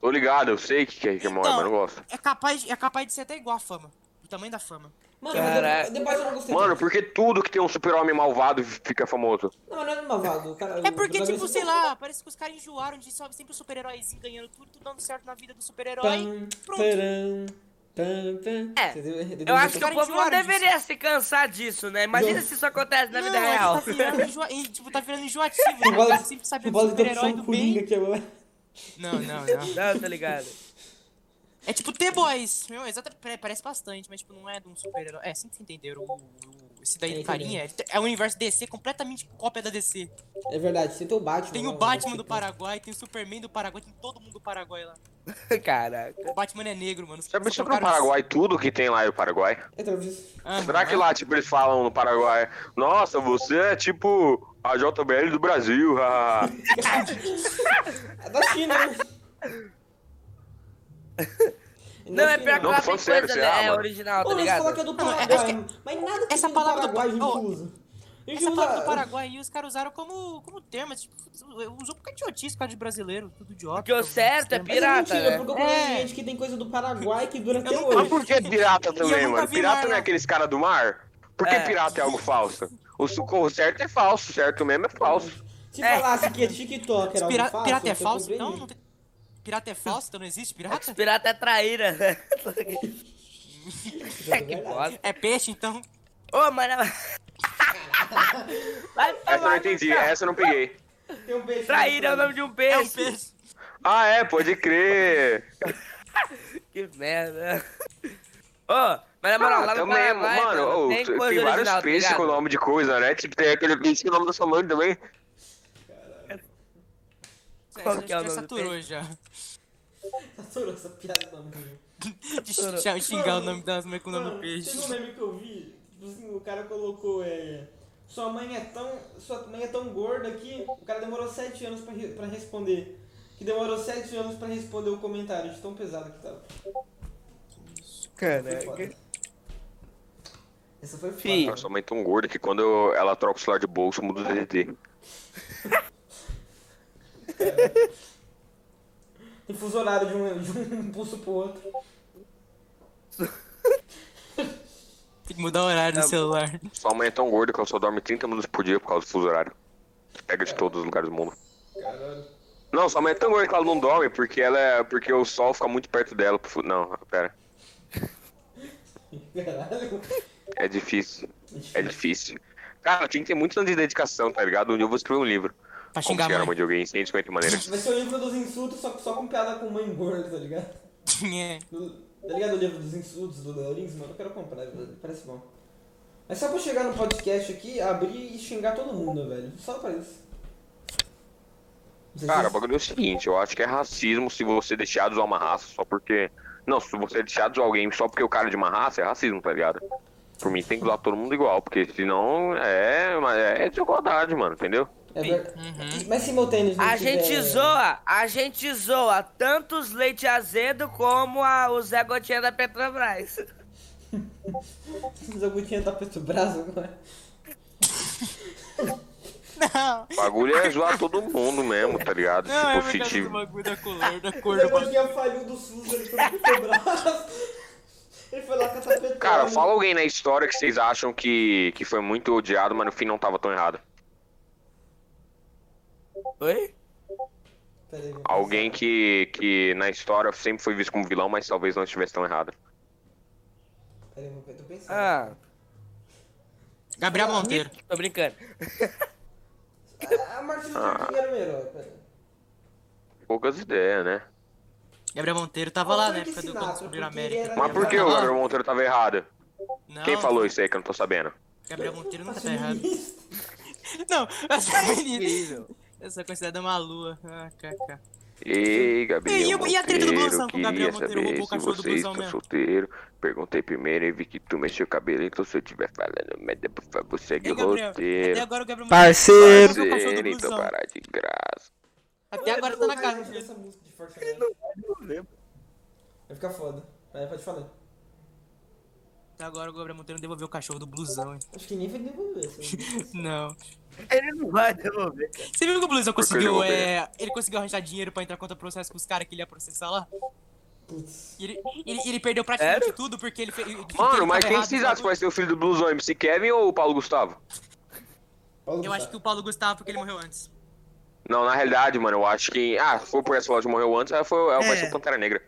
S2: Tô ligado, eu sei que
S4: Então,
S2: é que é mole, mas eu não gosto.
S4: É capaz, de- é capaz de ser até igual a fama. O tamanho da fama.
S1: Mano, mas The-
S5: Caraca.
S1: The Boys eu não gostei.
S2: Mano,
S1: tanto.
S2: porque tudo que tem um super-homem malvado fica famoso.
S1: Não, mas não é malvado. o Cara,
S4: É porque,
S1: o-
S4: tipo, sei lá, parece que os caras enjoaram de só sempre o super-heróizinho ganhando tudo, tudo dando certo na vida do super-herói.
S1: Pam,
S4: Pronto.
S1: taram, pam, pam.
S5: É,
S1: Entendeu? Entendeu?
S5: Eu acho que o
S4: Cara,
S5: povo não
S4: enjoaram
S5: deveria se cansar disso, né? Imagina
S1: Não.
S5: se isso acontece na
S4: Não,
S5: vida
S4: é que
S5: real.
S4: Tá virando, enjoa... e, tipo, tá virando enjoativo. né?
S1: Bola-
S4: O cara sempre sabe do
S1: bola de
S4: super-herói
S1: opção
S4: do
S1: um coringa
S4: bem.
S1: que eu...
S4: Não, não, não.
S5: Não, tá ligado? (laughs)
S4: É tipo The Boys. Meu, exatamente, pare- parece bastante, mas tipo, não é de um super-herói. É, sempre entenderam. O, o- esse daí
S1: É,
S4: do carinha é, é o universo DC, completamente cópia da DC.
S1: É verdade, você tem o Batman.
S4: Tem
S1: lá,
S4: o
S1: né?
S4: Batman do Paraguai, tem o Superman do Paraguai, tem todo mundo do Paraguai lá.
S5: Caraca.
S4: O Batman é negro, mano. Os-
S2: Já pensou que no
S4: trocaram as-
S2: Paraguai tudo que tem lá é o Paraguai?
S1: É, talvez.
S4: Ah,
S2: Será
S4: mano.
S2: que lá, tipo, eles falam no Paraguai, nossa, você é tipo a JBL do Brasil, haha."
S1: É da China, né?
S5: Não, é pior que
S2: Não,
S5: lá
S2: tô
S5: tem
S2: falando sério,
S5: coisa,
S2: sei lá,
S5: né? É
S2: mano.
S5: original, tá
S1: Ô, você
S5: ligado?
S1: falou que é do
S4: Não, é-
S1: Paraguai, mas nada que
S4: essa
S1: tem do
S4: palavra do-
S1: Paraguai a gente
S4: Ô,
S1: usa. A gente
S4: Essa palavra do
S1: usa-
S4: Paraguai aí os caras usaram como, como termo, mas, tipo, usou por causa de idiotice, por causa de brasileiro, tudo idiota.
S5: Porque o certo é
S4: Mas
S1: Mas é
S5: pirata,
S1: mentira,
S5: né?
S1: porque eu conheço
S4: É.
S1: gente que tem coisa do Paraguai que dura até
S4: nunca
S2: Mas
S1: hoje.
S2: por que pirata também,
S4: nunca
S2: mano?
S4: vi
S2: Pirata
S4: mar
S2: não é
S4: lá.
S2: aqueles caras do mar? Por que
S5: É.
S2: pirata é algo falso? O, su- o certo é falso, o certo mesmo é falso.
S1: Se
S5: É.
S1: falasse que é TikTok era
S4: Pira-
S1: algo falso,
S4: pirata é
S1: eu
S4: falso?
S1: comprei.
S4: Então, não tem... Pirata é falso? Então não existe pirata?
S5: Pirata é traíra, né? (laughs)
S1: Já é
S5: que
S1: verdade.
S5: bosta.
S4: É peixe, então?
S5: Ô, mas... (laughs) Vai tomar
S2: Essa É eu não
S5: no
S2: entendi,
S5: cu.
S2: essa eu não peguei.
S1: Tem um beijo.
S5: Traíra é o nome de um
S4: É um
S5: peixe.
S4: peixe.
S2: Ah, é, pode crer.
S5: Que merda. Ô, mas na moral, lá
S2: Ah,
S5: no
S2: também,
S5: Paraguai,
S2: mano, ô,
S5: tem
S2: tem,
S5: coisa
S2: vários
S5: original, tá
S2: peixes
S5: ligado?
S2: com nome de coisa, né? Tipo, tem aquele peixe com o nome da sua mãe também.
S5: Qual
S4: Essa
S5: que
S4: já
S5: é o nome do
S4: saturou
S5: (laughs)
S4: já.
S1: Saturou essa piada da mãe.
S4: De xingar- xingar o nome das mães com o nome do
S1: Mano,
S4: peixe.
S1: Teve um meme que eu vi, tipo assim, o cara colocou é. Sua mãe é tão. Sua mãe é tão gorda que o cara demorou 7 anos pra, re- pra responder. Que demorou 7 anos pra responder o comentário, de tão pesado que tava.
S5: É,
S1: Foi foda.
S5: Caraca.
S1: Essa foi foda.
S5: Fih.
S2: Nossa, sua mãe é tão gorda que quando eu- ela troca o celular de bolso, muda o DDD.
S1: Tem fuso horário de um, de um (laughs) pulso pro outro.
S4: Tem que mudar o horário do
S5: Tá bom.
S4: celular. (laughs)
S2: Sua mãe é tão gorda que ela só dorme 30 minutos por dia por causa do fuso horário. Pega
S5: É.
S2: de todos os lugares do mundo.
S1: Caralho.
S2: Não, sua mãe é tão gorda que ela não dorme porque ela é. porque o sol fica muito perto dela. pro fu- Não, pera.
S1: Caralho.
S2: É difícil. É difícil. Cara, tem que ter muito anos de dedicação, tá ligado? Um dia eu vou escrever um livro.
S4: Pra
S2: Como
S4: xingar
S2: chegar
S4: a
S2: a mãe
S4: mãe.
S2: de alguém em 150 maneiras.
S1: Vai ser o livro dos insultos, só, só com piada com mãe gorda, tá ligado?
S4: É.
S1: Do, tá ligado o livro dos insultos do Léo Lins, mano? Eu quero comprar, velho. Parece bom. É só pra chegar no podcast aqui, abrir e xingar todo mundo, velho. Só pra isso. Não sei
S2: Cara, o
S1: se...
S2: bagulho é o seguinte, eu acho que é racismo se você deixar de usar uma raça só porque. Não, se você deixar de usar alguém só porque o cara é de uma raça, é racismo, tá ligado? Por mim tem que usar todo mundo igual, porque senão é, é desigualdade, mano, entendeu?
S1: é ver... Mas né? se meu tênis não
S5: A
S1: tiver-
S5: gente zoa, a gente zoa tanto os leite azedo como a, o Zé Gotinha da Petrobras.
S1: Se o Gutinha tá preto braço agora.
S4: Não,
S2: O bagulho é zoar todo mundo mesmo, tá ligado?
S4: não é
S2: tipo,
S4: por
S2: se
S4: causa do
S2: te-
S4: bagulho da cor, da
S1: é O
S4: cor do bagulho.
S1: Gutinha falhou do SUS, ele foi preto braço. Ele foi lá catar petróleo.
S2: (laughs) Cara, fala alguém na história que vocês acham que, que foi muito odiado, mas no fim não tava tão errado.
S5: Oi?
S1: Peraí, vamos
S2: Alguém que, que na história sempre foi visto como vilão, mas talvez não estivesse tão errado.
S1: pensar. Peraí, vou- tô pensando.
S5: Ah,
S4: Gabriel Monteiro.
S5: tô brincando.
S1: A, a Martin Luther King era um herói, peraí.
S2: Poucas ideias, né?
S4: Gabriel Monteiro tava lá na época do
S1: Sinatra,
S4: quando descobriram a
S1: porque ele
S4: América.
S1: era
S2: Mas por que o Gabriel Monteiro tava errado?
S4: Não,
S2: Quem falou isso aí que eu não tô sabendo?
S4: Gabriel Monteiro nunca tá
S1: (laughs)
S4: errado.
S1: Feminista.
S4: Não, (laughs) essa menina.
S5: Incrível.
S4: Essa considerada uma lua. Ah, kkk.
S2: Ei, Gabriel
S4: E a- e a treta do
S2: Monteiro,
S4: blusão com o
S2: queria
S4: Gabriel Monteiro?
S2: saber
S4: Roubou o
S2: se
S4: cachorro do
S2: você
S4: blusão
S2: está
S4: mesmo.
S2: solteiro. Perguntei primeiro e vi que tu mexeu o cabelo, então se eu estiver falando merda, por favor, segue
S4: Ei,
S2: o
S4: Gabriel. Até
S2: roteiro.
S4: agora o Gabriel
S7: Parceiro.
S4: Monteiro. roubou o cachorro do
S2: Parceiro, então
S4: blusão.
S2: parar de graça.
S4: Até agora tá na
S1: Vai
S4: casa
S1: fazer
S4: dele.
S1: essa música de Fortnite. Vai ficar foda. Vai, pode falar.
S4: Até agora o Gabriel Monteiro não devolveu o cachorro do blusão, hein? (laughs)
S1: Acho que nem vai devolver. assim.
S4: Não.
S5: Ele não vai devolver. cara.
S4: Você viu que o blusão
S2: Porque
S4: conseguiu,
S2: ele roubei.
S4: é, ele conseguiu arranjar dinheiro pra entrar contra o processo com os caras que ele ia processar lá?
S1: Putz.
S4: E ele, ele, ele perdeu praticamente
S5: Sério?
S4: tudo porque ele fez. ele- ele
S2: Mano,
S4: tava
S2: mas
S4: tá
S2: quem
S4: errado,
S2: que vocês acham que
S4: sabe?
S2: vai ser o filho do blusão? MC Kevin ou o Paulo Gustavo?
S1: Paulo
S4: Eu acho que o Paulo Gustavo, porque ele morreu antes.
S2: Não, na realidade, mano, eu acho que. Ah, se for por essa loja morreu antes, aí foi, vai
S4: É.
S2: ser o Pantera Negra.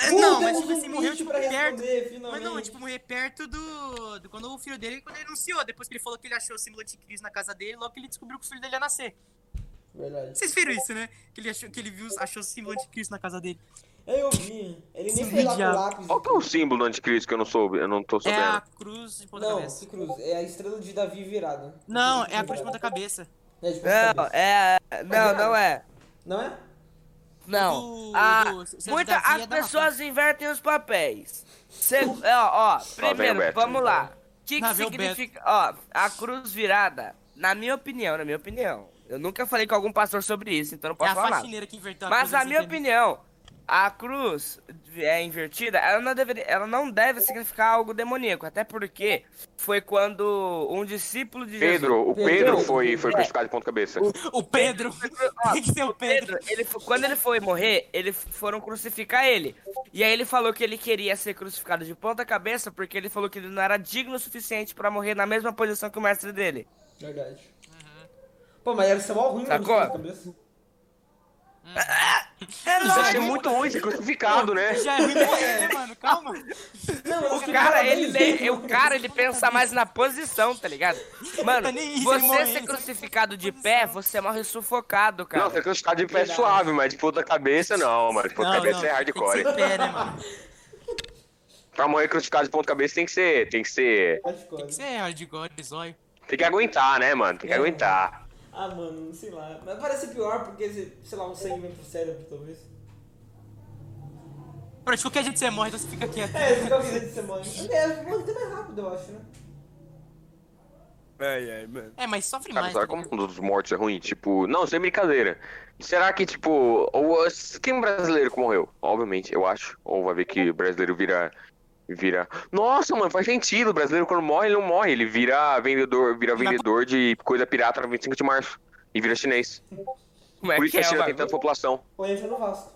S4: É,
S1: Puta,
S4: não, mas
S1: temos
S4: tipo assim,
S1: um
S4: morreu
S1: vídeo
S4: tipo,
S1: pra
S4: perto.
S1: responder, finalmente.
S4: Mas não, tipo, morrer perto do. do quando o filho dele, quando ele anunciou, depois que ele falou que ele achou o símbolo de Cristo na casa dele, logo que ele descobriu que o filho dele ia nascer.
S1: Verdade.
S4: Vocês viram isso, né? Que ele achou que ele viu, achou o símbolo de Cristo na casa dele.
S1: Eu vi. Ele nem
S4: Esse
S1: foi lá com
S4: vídeo é-
S1: o lápis.
S2: Qual que é o símbolo do anticristo que eu não soube? Eu não tô
S4: É a
S2: sabendo.
S4: cruz de ponta
S1: Não,
S4: cabeça.
S1: esse cruz. É a estrela de Davi virada.
S4: Não, é a cruz de ponta cabeça.
S1: É, de ponta
S5: Não,
S1: cabeça.
S5: é. Não, não é.
S1: Não é?
S5: Não.
S4: Do-
S5: A,
S4: do- se é
S5: muita,
S4: da Zia,
S5: as
S4: dá uma
S5: pessoas invertem os papéis. Segu- ó, ó,
S2: vem o
S5: primeiro,
S2: Beto.
S5: vamos lá. O que,
S4: Lá Ah,
S5: que
S4: vem o
S5: significa. Ó, a cruz virada, na minha opinião, na minha opinião. Eu nunca falei com algum pastor sobre isso, então não
S4: É
S5: posso
S4: a
S5: falar. nada.
S4: faxineira que inverteu a
S5: Mas
S4: cruz,
S5: a
S4: você
S5: minha
S4: entende?
S5: opinião, a cruz é invertida, ela não, deveria, ela não deve significar algo demoníaco, até porque foi quando um discípulo de Jesus.
S2: Pedro, o Pedro
S1: Pedro.
S2: foi, foi
S5: É.
S2: crucificado de ponta cabeça.
S4: O
S2: (laughs)
S4: Pedro. (laughs) Tem que ser o Pedro.
S5: Pedro, ele, fo- quando ele foi morrer, eles foram crucificar ele. E aí ele falou que ele queria ser crucificado de ponta cabeça porque ele falou que ele não era digno o suficiente pra morrer na mesma posição que o mestre dele.
S1: Verdade.
S4: Uhum.
S1: Pô, mas era ser mó ruim
S5: Sacou?
S1: cruz de ponta cabeça.
S5: É
S2: Deve ser muito ruim ser crucificado, né?
S4: Já é ruim morrer, né, mano? Calma.
S1: Não, eu acho que
S5: O cara,
S1: era
S5: ele,
S1: dois
S5: nem-
S1: vezes.
S5: o cara, ele pensa mais na posição, tá ligado? Mano,
S4: Tá nem isso, ele morre,
S5: você
S4: ele
S5: ser
S4: só
S5: crucificado
S4: pensa
S5: de
S4: na
S5: pé,
S4: posição.
S5: você morre sufocado,
S2: Não, ser
S5: cara.
S2: crucificado de pé é suave, mas de ponta cabeça não, mano. De ponta
S4: Não,
S2: cabeça
S4: não.
S2: é
S4: Tem que ser
S2: hardcore.
S4: pé, né, mano?
S2: Pra morrer crucificado de ponta cabeça tem que ser. Tem que ser.
S1: Hardcore.
S4: Isso é hardcore, zóio.
S2: Tem que aguentar, né, mano? Tem que
S1: É.
S2: aguentar.
S1: Ah, mano, sei lá. Mas parece pior porque, sei lá, um sangue vem pro cérebro, talvez.
S4: Pra de qualquer jeito você morre, então você fica quieto.
S1: É, esse é o vídeo de semana. (laughs) É, morre até mais rápido, eu acho, né?
S5: Ai, ai, mano.
S4: É, mas sofre
S2: Cara,
S4: mais.
S2: sabe
S4: tá
S2: como
S4: ligado?
S2: um dos mortos é ruim? Tipo, não, sem brincadeira. Será que, tipo, ou, quem brasileiro que morreu? Obviamente, eu acho. Ou vai ver que o brasileiro vira. Vira. Nossa, mano, faz sentido. O brasileiro quando morre, ele não morre. Ele vira vendedor, vira
S4: Mas-
S2: vendedor de coisa pirata no 25 de março. E vira chinês.
S5: Como é
S2: Por isso
S5: que
S2: que a
S5: é o
S2: China tem tanta
S5: bagulho?
S2: população.
S1: Ou entra no Vasco.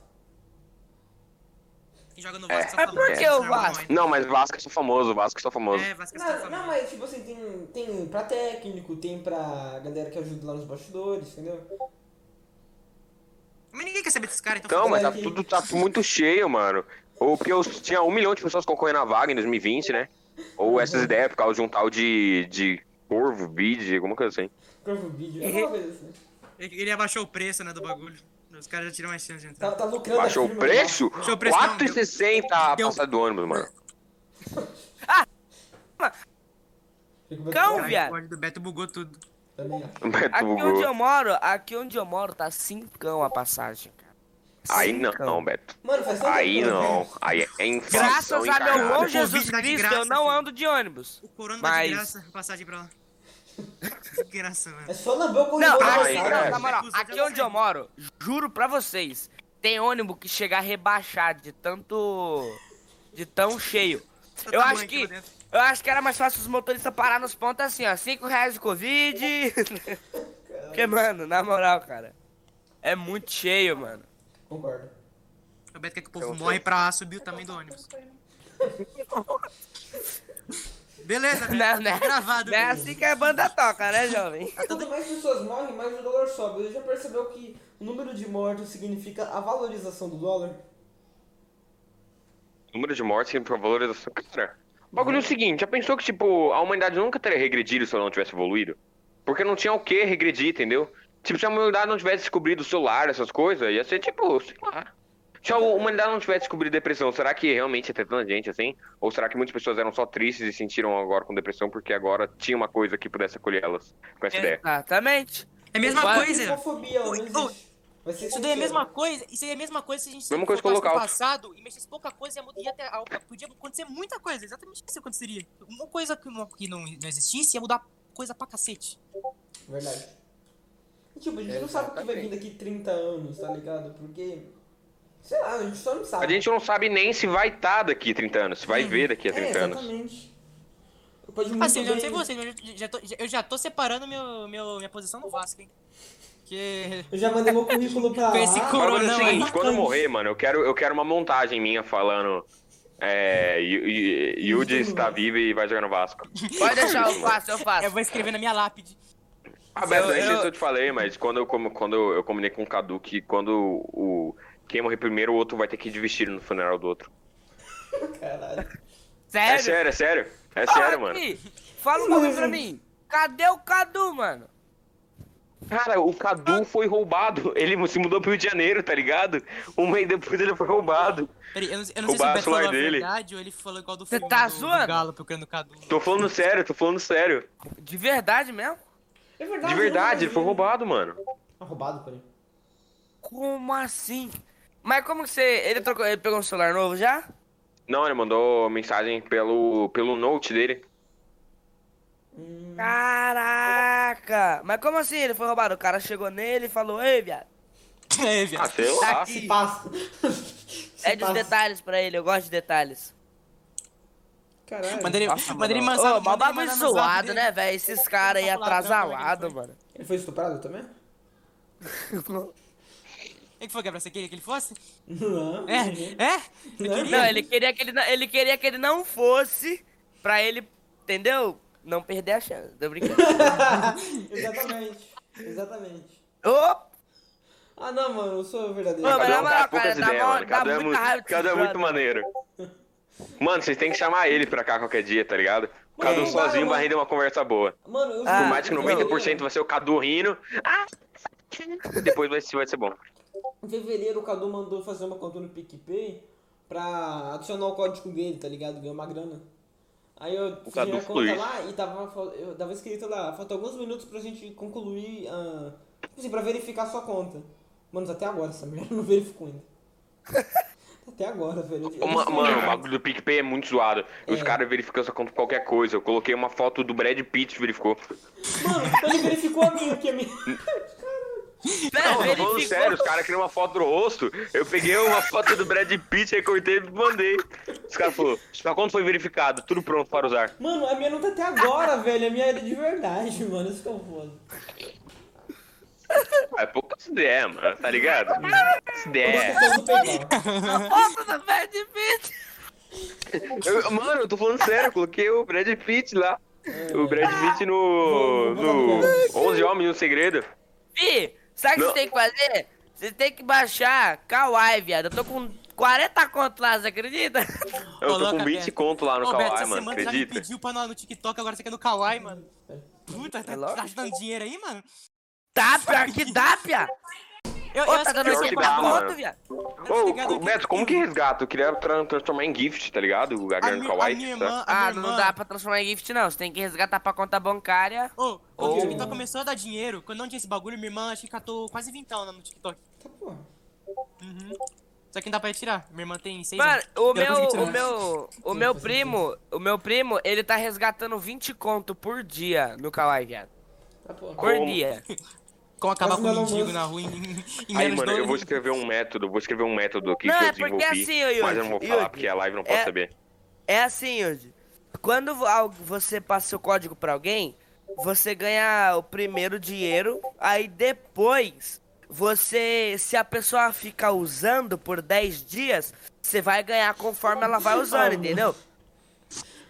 S4: Quem joga no
S2: É.
S4: Vasco
S5: É
S4: tá
S5: porque
S4: famoso,
S5: o
S4: né?
S5: Vasco-
S2: Não, mas Vasco é só famoso, Vasco é só famoso.
S4: É, Vasco tá
S1: Não, não,
S4: famoso.
S1: mas tipo assim, tem, tem pra técnico, tem pra galera que ajuda lá nos bastidores, entendeu?
S4: Mas ninguém quer saber desse cara, então.
S2: Então, mas tá
S1: Verdade.
S2: tudo tá muito cheio, mano. Ou porque eu tinha um milhão de pessoas concorrendo à vaga em 2020, né? Ou essas ideias por causa de um tal de. de corvo, bid, alguma coisa assim.
S1: Prova o vídeo, é uma coisa assim.
S4: Ele ele abaixou o preço, né, do bagulho. Os caras já tiram mais chance de
S1: Tá,
S4: entrar.
S1: tá lucrando a
S2: Baixou o
S1: firma
S2: preço?
S4: Baixou o preço, não,
S2: 4,60 a
S5: um
S4: deu-
S2: passada do
S5: (laughs)
S2: ônibus, mano.
S1: lá. Fica botando-
S5: Cão,
S4: Caralho, O
S5: viado.
S4: código do Beto bugou tudo.
S1: Também acho.
S2: Beto
S5: Aqui onde eu
S2: bugou.
S5: moro, aqui onde eu moro, tá cincão a passagem, cara.
S2: Aí
S5: Cincão.
S2: não, Beto.
S1: Mano, faz tanto
S2: Aí
S1: tempo que eu
S2: não. Aí é inflação
S5: Graças a meu bom
S2: encarnada.
S4: longe-
S5: Jesus
S4: Covid dá de
S5: Cristo,
S4: graça,
S5: eu não
S4: filho.
S5: ando de ônibus.
S4: O Corona dá
S5: Mas-
S4: de graça a
S1: (laughs)
S4: passagem pra lá. Desgraça,
S1: vi.
S4: mano.
S1: É só na boca o
S5: Não,
S1: corredor,
S5: aqui,
S2: aí,
S1: cara.
S5: não,
S2: é.
S5: na moral,
S4: Inclusive,
S5: aqui
S4: eu
S5: onde eu
S4: sei.
S5: moro, juro pra vocês, tem ônibus que chega a rebaixar de tanto. de tão cheio.
S4: Tá
S5: Eu
S4: tamanho
S5: acho que.
S4: aqui lá dentro.
S5: Eu acho que era mais fácil os motoristas parar nos pontos assim, ó. 5 reais de Covid. (laughs) Porque, mano, na moral, cara. É muito cheio, mano.
S1: Concordo. (laughs)
S4: O Beto quer que o povo morre pra subir o tamanho do ônibus. Beleza,
S5: Não,
S4: velho.
S5: né?
S4: Gravado.
S5: Não é
S4: velho.
S5: assim que a banda toca, né, jovem?
S1: Quanto mais pessoas morrem, mais o dólar sobe. Você já percebeu que o número de mortos significa a valorização do dólar?
S2: Número de mortes sempre por valorização. Cara, o bagulho é o seguinte: já pensou que, tipo, a humanidade nunca teria regredido se ela não tivesse evoluído? Porque não tinha o que regredir, entendeu? Tipo, se a humanidade não tivesse descobrido o celular, essas coisas, ia ser tipo, sei lá. Se a humanidade não tivesse descobrido depressão, será que realmente ia ter tanta gente assim? Ou será que muitas pessoas eram só tristes e sentiram agora com depressão porque agora tinha uma coisa que pudesse acolher elas com
S5: É.
S2: essa ideia?
S5: Exatamente.
S4: É a mesma
S5: Vai.
S4: coisa.
S1: Homofobia, ela não
S4: Ô, ô,
S1: existe. Vai ser
S4: Isso daí é a
S1: sentido.
S4: mesma coisa. Isso daí é a mesma coisa se a gente
S2: Mesma coisa
S4: voltasse
S2: que o
S4: no
S2: Holocausto.
S4: passado e mexesse pouca coisa ia, mudar- ia ter, a- podia acontecer muita coisa. Exatamente isso que aconteceria. Uma coisa que não, que não, não existisse ia mudar coisa pra cacete.
S1: é Verdade. E, tipo, a gente não sabe o que vai vir daqui 30 anos, tá ligado? Porque. Sei lá, a gente só não sabe.
S2: A gente não sabe nem se vai estar daqui 30 anos, se vai ver daqui a 30
S1: é,
S2: anos.
S1: Exatamente. Pode
S5: Hum.
S1: muito
S4: Assim, eu não sei
S1: bem-
S4: vocês, mas eu já tô, já- eu já tô separando meu, meu, minha posição no Vasco, hein? Que.
S1: Eu já mandei
S4: (laughs)
S1: meu currículo pra
S4: Com
S1: lá.
S4: esse cu-
S2: Agora é o
S4: Coronão,
S2: seguinte,
S4: hein?
S2: quando eu morrer, mano, eu quero, eu quero uma montagem minha falando. É. Yu- Yu- Yudi está vivo e vai jogar no
S5: (laughs)
S2: Vasco.
S5: Pode deixar, eu faço, eu faço.
S4: Eu vou escrever na minha lápide.
S2: Ah, Beto,
S5: Eu-
S2: nem sei
S5: eu-
S2: se eu te falei, mas quando eu, como- quando eu, eu combinei com o Cadu que quando o. Quem morrer primeiro, o outro vai ter que ir de vestido no funeral do outro.
S1: Caralho.
S2: É
S5: Sério?
S2: sério, é sério. É
S5: Porra,
S2: sério, mano.
S5: aqui, Fala um bagulho pra mim. Cadê o Cadu, mano?
S2: Cara, o Cadu foi roubado. (laughs) Ele se mudou pro Rio de Janeiro, tá ligado? Um mês depois ele foi roubado.
S4: Peraí, eu não, eu não sei se
S2: Roubar
S4: o
S2: o
S4: Beto falou a
S2: celular dele.
S4: verdade ou ele falou igual do
S5: Você
S4: filme
S5: tá
S4: do,
S5: zoando?
S4: do Galo procurando o Cadu. (laughs)
S2: Tô falando sério, tô falando sério.
S5: De verdade mesmo?
S1: É verdade. eu
S2: De
S1: não
S2: verdade, ele
S1: imagino.
S2: foi roubado, mano.
S1: Ah, roubado, peraí.
S5: Como assim? Mas como que você. Ele, trocou, ele pegou um celular novo já?
S2: Não, ele mandou mensagem pelo, pelo note dele.
S5: Caraca! Mas como assim? Ele foi roubado? O cara chegou nele e falou: Ei, viado.
S4: É, viado.
S2: Ah, sei lá.
S5: Aqui.
S1: Se
S2: (laughs)
S1: passa.
S5: É
S1: Se
S5: dos
S1: passa.
S5: detalhes pra ele, eu gosto de detalhes.
S1: Caralho.
S4: Manda ele, manda ele
S5: Ô,
S4: mandar-
S5: mal
S4: manda ele
S5: bagulho
S4: mandar no zap
S5: zoado,
S4: dele.
S5: né, velho? Esses caras aí
S4: Vou falar, não,
S5: atrasalado,
S4: não,
S5: mano.
S1: Ele foi estuprado também?
S4: O que foi, Gabriel? Você queria que ele fosse?
S1: Não.
S5: Uhum.
S4: É? É?
S1: Não.
S4: Eu queria.
S5: Não, ele queria que ele não, ele queria que ele não fosse pra ele, entendeu? Não perder a chance. Tô
S2: (laughs)
S5: brincando.
S1: (laughs) Exatamente. Exatamente.
S5: Ô,
S1: Ah, não, mano, eu sou verdadeiro.
S5: Ô, mas
S2: Cada
S5: na
S2: um
S5: moral,
S2: tá com
S5: cara,
S2: poucas
S5: dá
S2: ideias,
S5: mó-
S2: mano.
S5: dá
S2: Cada um
S5: muita
S2: é muito,
S5: raiva desses
S2: cada um é muito
S5: brother.
S2: maneiro. Mano, vocês têm que chamar ele pra cá qualquer dia, tá ligado? O
S1: Mano,
S2: Cadu
S1: não dá,
S2: sozinho
S1: mano.
S2: vai render uma conversa boa.
S1: Mano, eu
S5: Ah,
S2: é- Por mais que
S1: não.
S2: 90% vai ser o Cadu rindo. Ah, (laughs) depois vai, ser- vai ser bom.
S1: Em fevereiro, o Cadu mandou fazer uma conta no PicPay pra adicionar o código dele, tá ligado? Ganhar uma grana. Aí eu fiz
S2: Cadu
S1: a conta
S2: Luiz.
S1: lá e tava, fal- eu, tava escrito lá, falta alguns minutos pra gente concluir, ah, tipo assim, pra verificar sua conta. Mano, até agora essa merda (laughs) não verificou ainda. até agora, velho. Eu- eu
S2: Ma-
S1: não-
S2: mano, o bagulho do PicPay é muito zoado. E Os
S1: É.
S2: caras verificam só conta qualquer coisa. Eu coloquei uma foto do Brad Pitt, verificou.
S1: Mano, ele verificou a minha aqui, a minha.
S5: velho,
S2: Não, eu tô falando
S5: verificou.
S2: sério, os caras criam uma foto do rosto. Eu peguei uma foto do Brad Pitt, recortei e mandei. Os caras falaram, sua conta foi verificada, tudo pronto para usar.
S1: Mano, a minha não tá até agora, velho. A minha era de verdade, (laughs) mano. Isso que eu foda.
S2: É poucas ideias, mano, tá ligado? Poucas ideias.
S5: A foto do é Brad Pitt.
S2: Eu- mano, eu tô falando sério, eu coloquei o Brad Pitt lá. O Brad Pitt no. no 11 Homens e um Segredo.
S5: Fih, sabe o que
S2: Não.
S5: você tem que fazer? Você tem que baixar Kawaii, viado. Eu tô com 40 conto lá, você
S2: (laughs)
S5: acredita?
S2: Eu tô
S4: louca,
S2: com 20
S4: Beto.
S2: conto lá no
S4: Ô, Beto,
S2: Kawaii,
S4: essa
S2: mano,
S4: semana tá já me
S2: acredita?
S4: pediu pra nós no TikTok, agora você quer no Kawaii, mano. Puta, tá,
S5: É lógico.
S4: tá ajudando dinheiro aí, mano?
S5: Tá, pior que dá, pia.
S4: Eu,
S5: Ô, tá dando
S2: pior que
S5: 50
S2: dá, mano.
S5: conto, viado.
S4: Tá
S2: Ô, co- Beto, como que resgata? Eu queria tra- transformar em gift, tá ligado? A
S4: a,
S2: grana do
S4: mi- a minha
S2: Kawaii. tá?
S4: irmã, a
S5: Ah,
S4: minha
S5: não
S4: irmã...
S5: dá pra transformar em gift, não. Você tem que resgatar pra conta bancária.
S4: Ô, quando
S5: Ô.
S4: o TikTok começou a dar dinheiro, quando não tinha esse bagulho, minha irmã acho que catou quase vintão lá no TikTok.
S1: Tá, porra.
S4: Uhum. Só que não dá pra retirar. Minha irmã tem seis
S5: Mano,
S4: anos.
S5: o
S4: Eu não
S5: meu,
S4: consigo
S5: o
S4: tirar.
S5: meu, o meu primo, o meu primo, ele tá resgatando 20 conto por dia no Kawaii, viado.
S1: Tá, porra.
S5: Por
S2: Como?
S5: dia.
S4: Como acabar
S1: Quase
S4: com o
S1: Elon
S4: mendigo
S1: Musk.
S4: na rua em, em em
S2: Aí,
S4: menos
S2: mano, eu
S4: dois-
S2: vou escrever um método, vou escrever um método aqui
S5: Não,
S2: que eu
S5: é porque
S2: desenvolvi,
S5: assim, ô, Yuri,
S2: mas eu não vou
S5: Yuri,
S2: falar, porque a live não pode
S5: é-
S2: saber.
S5: É assim, Yudi. Quando vo- al- você passa o código pra alguém, você ganha o primeiro dinheiro, aí depois você, se a pessoa fica usando por 10 dias, você vai ganhar conforme ela vai usando, entendeu?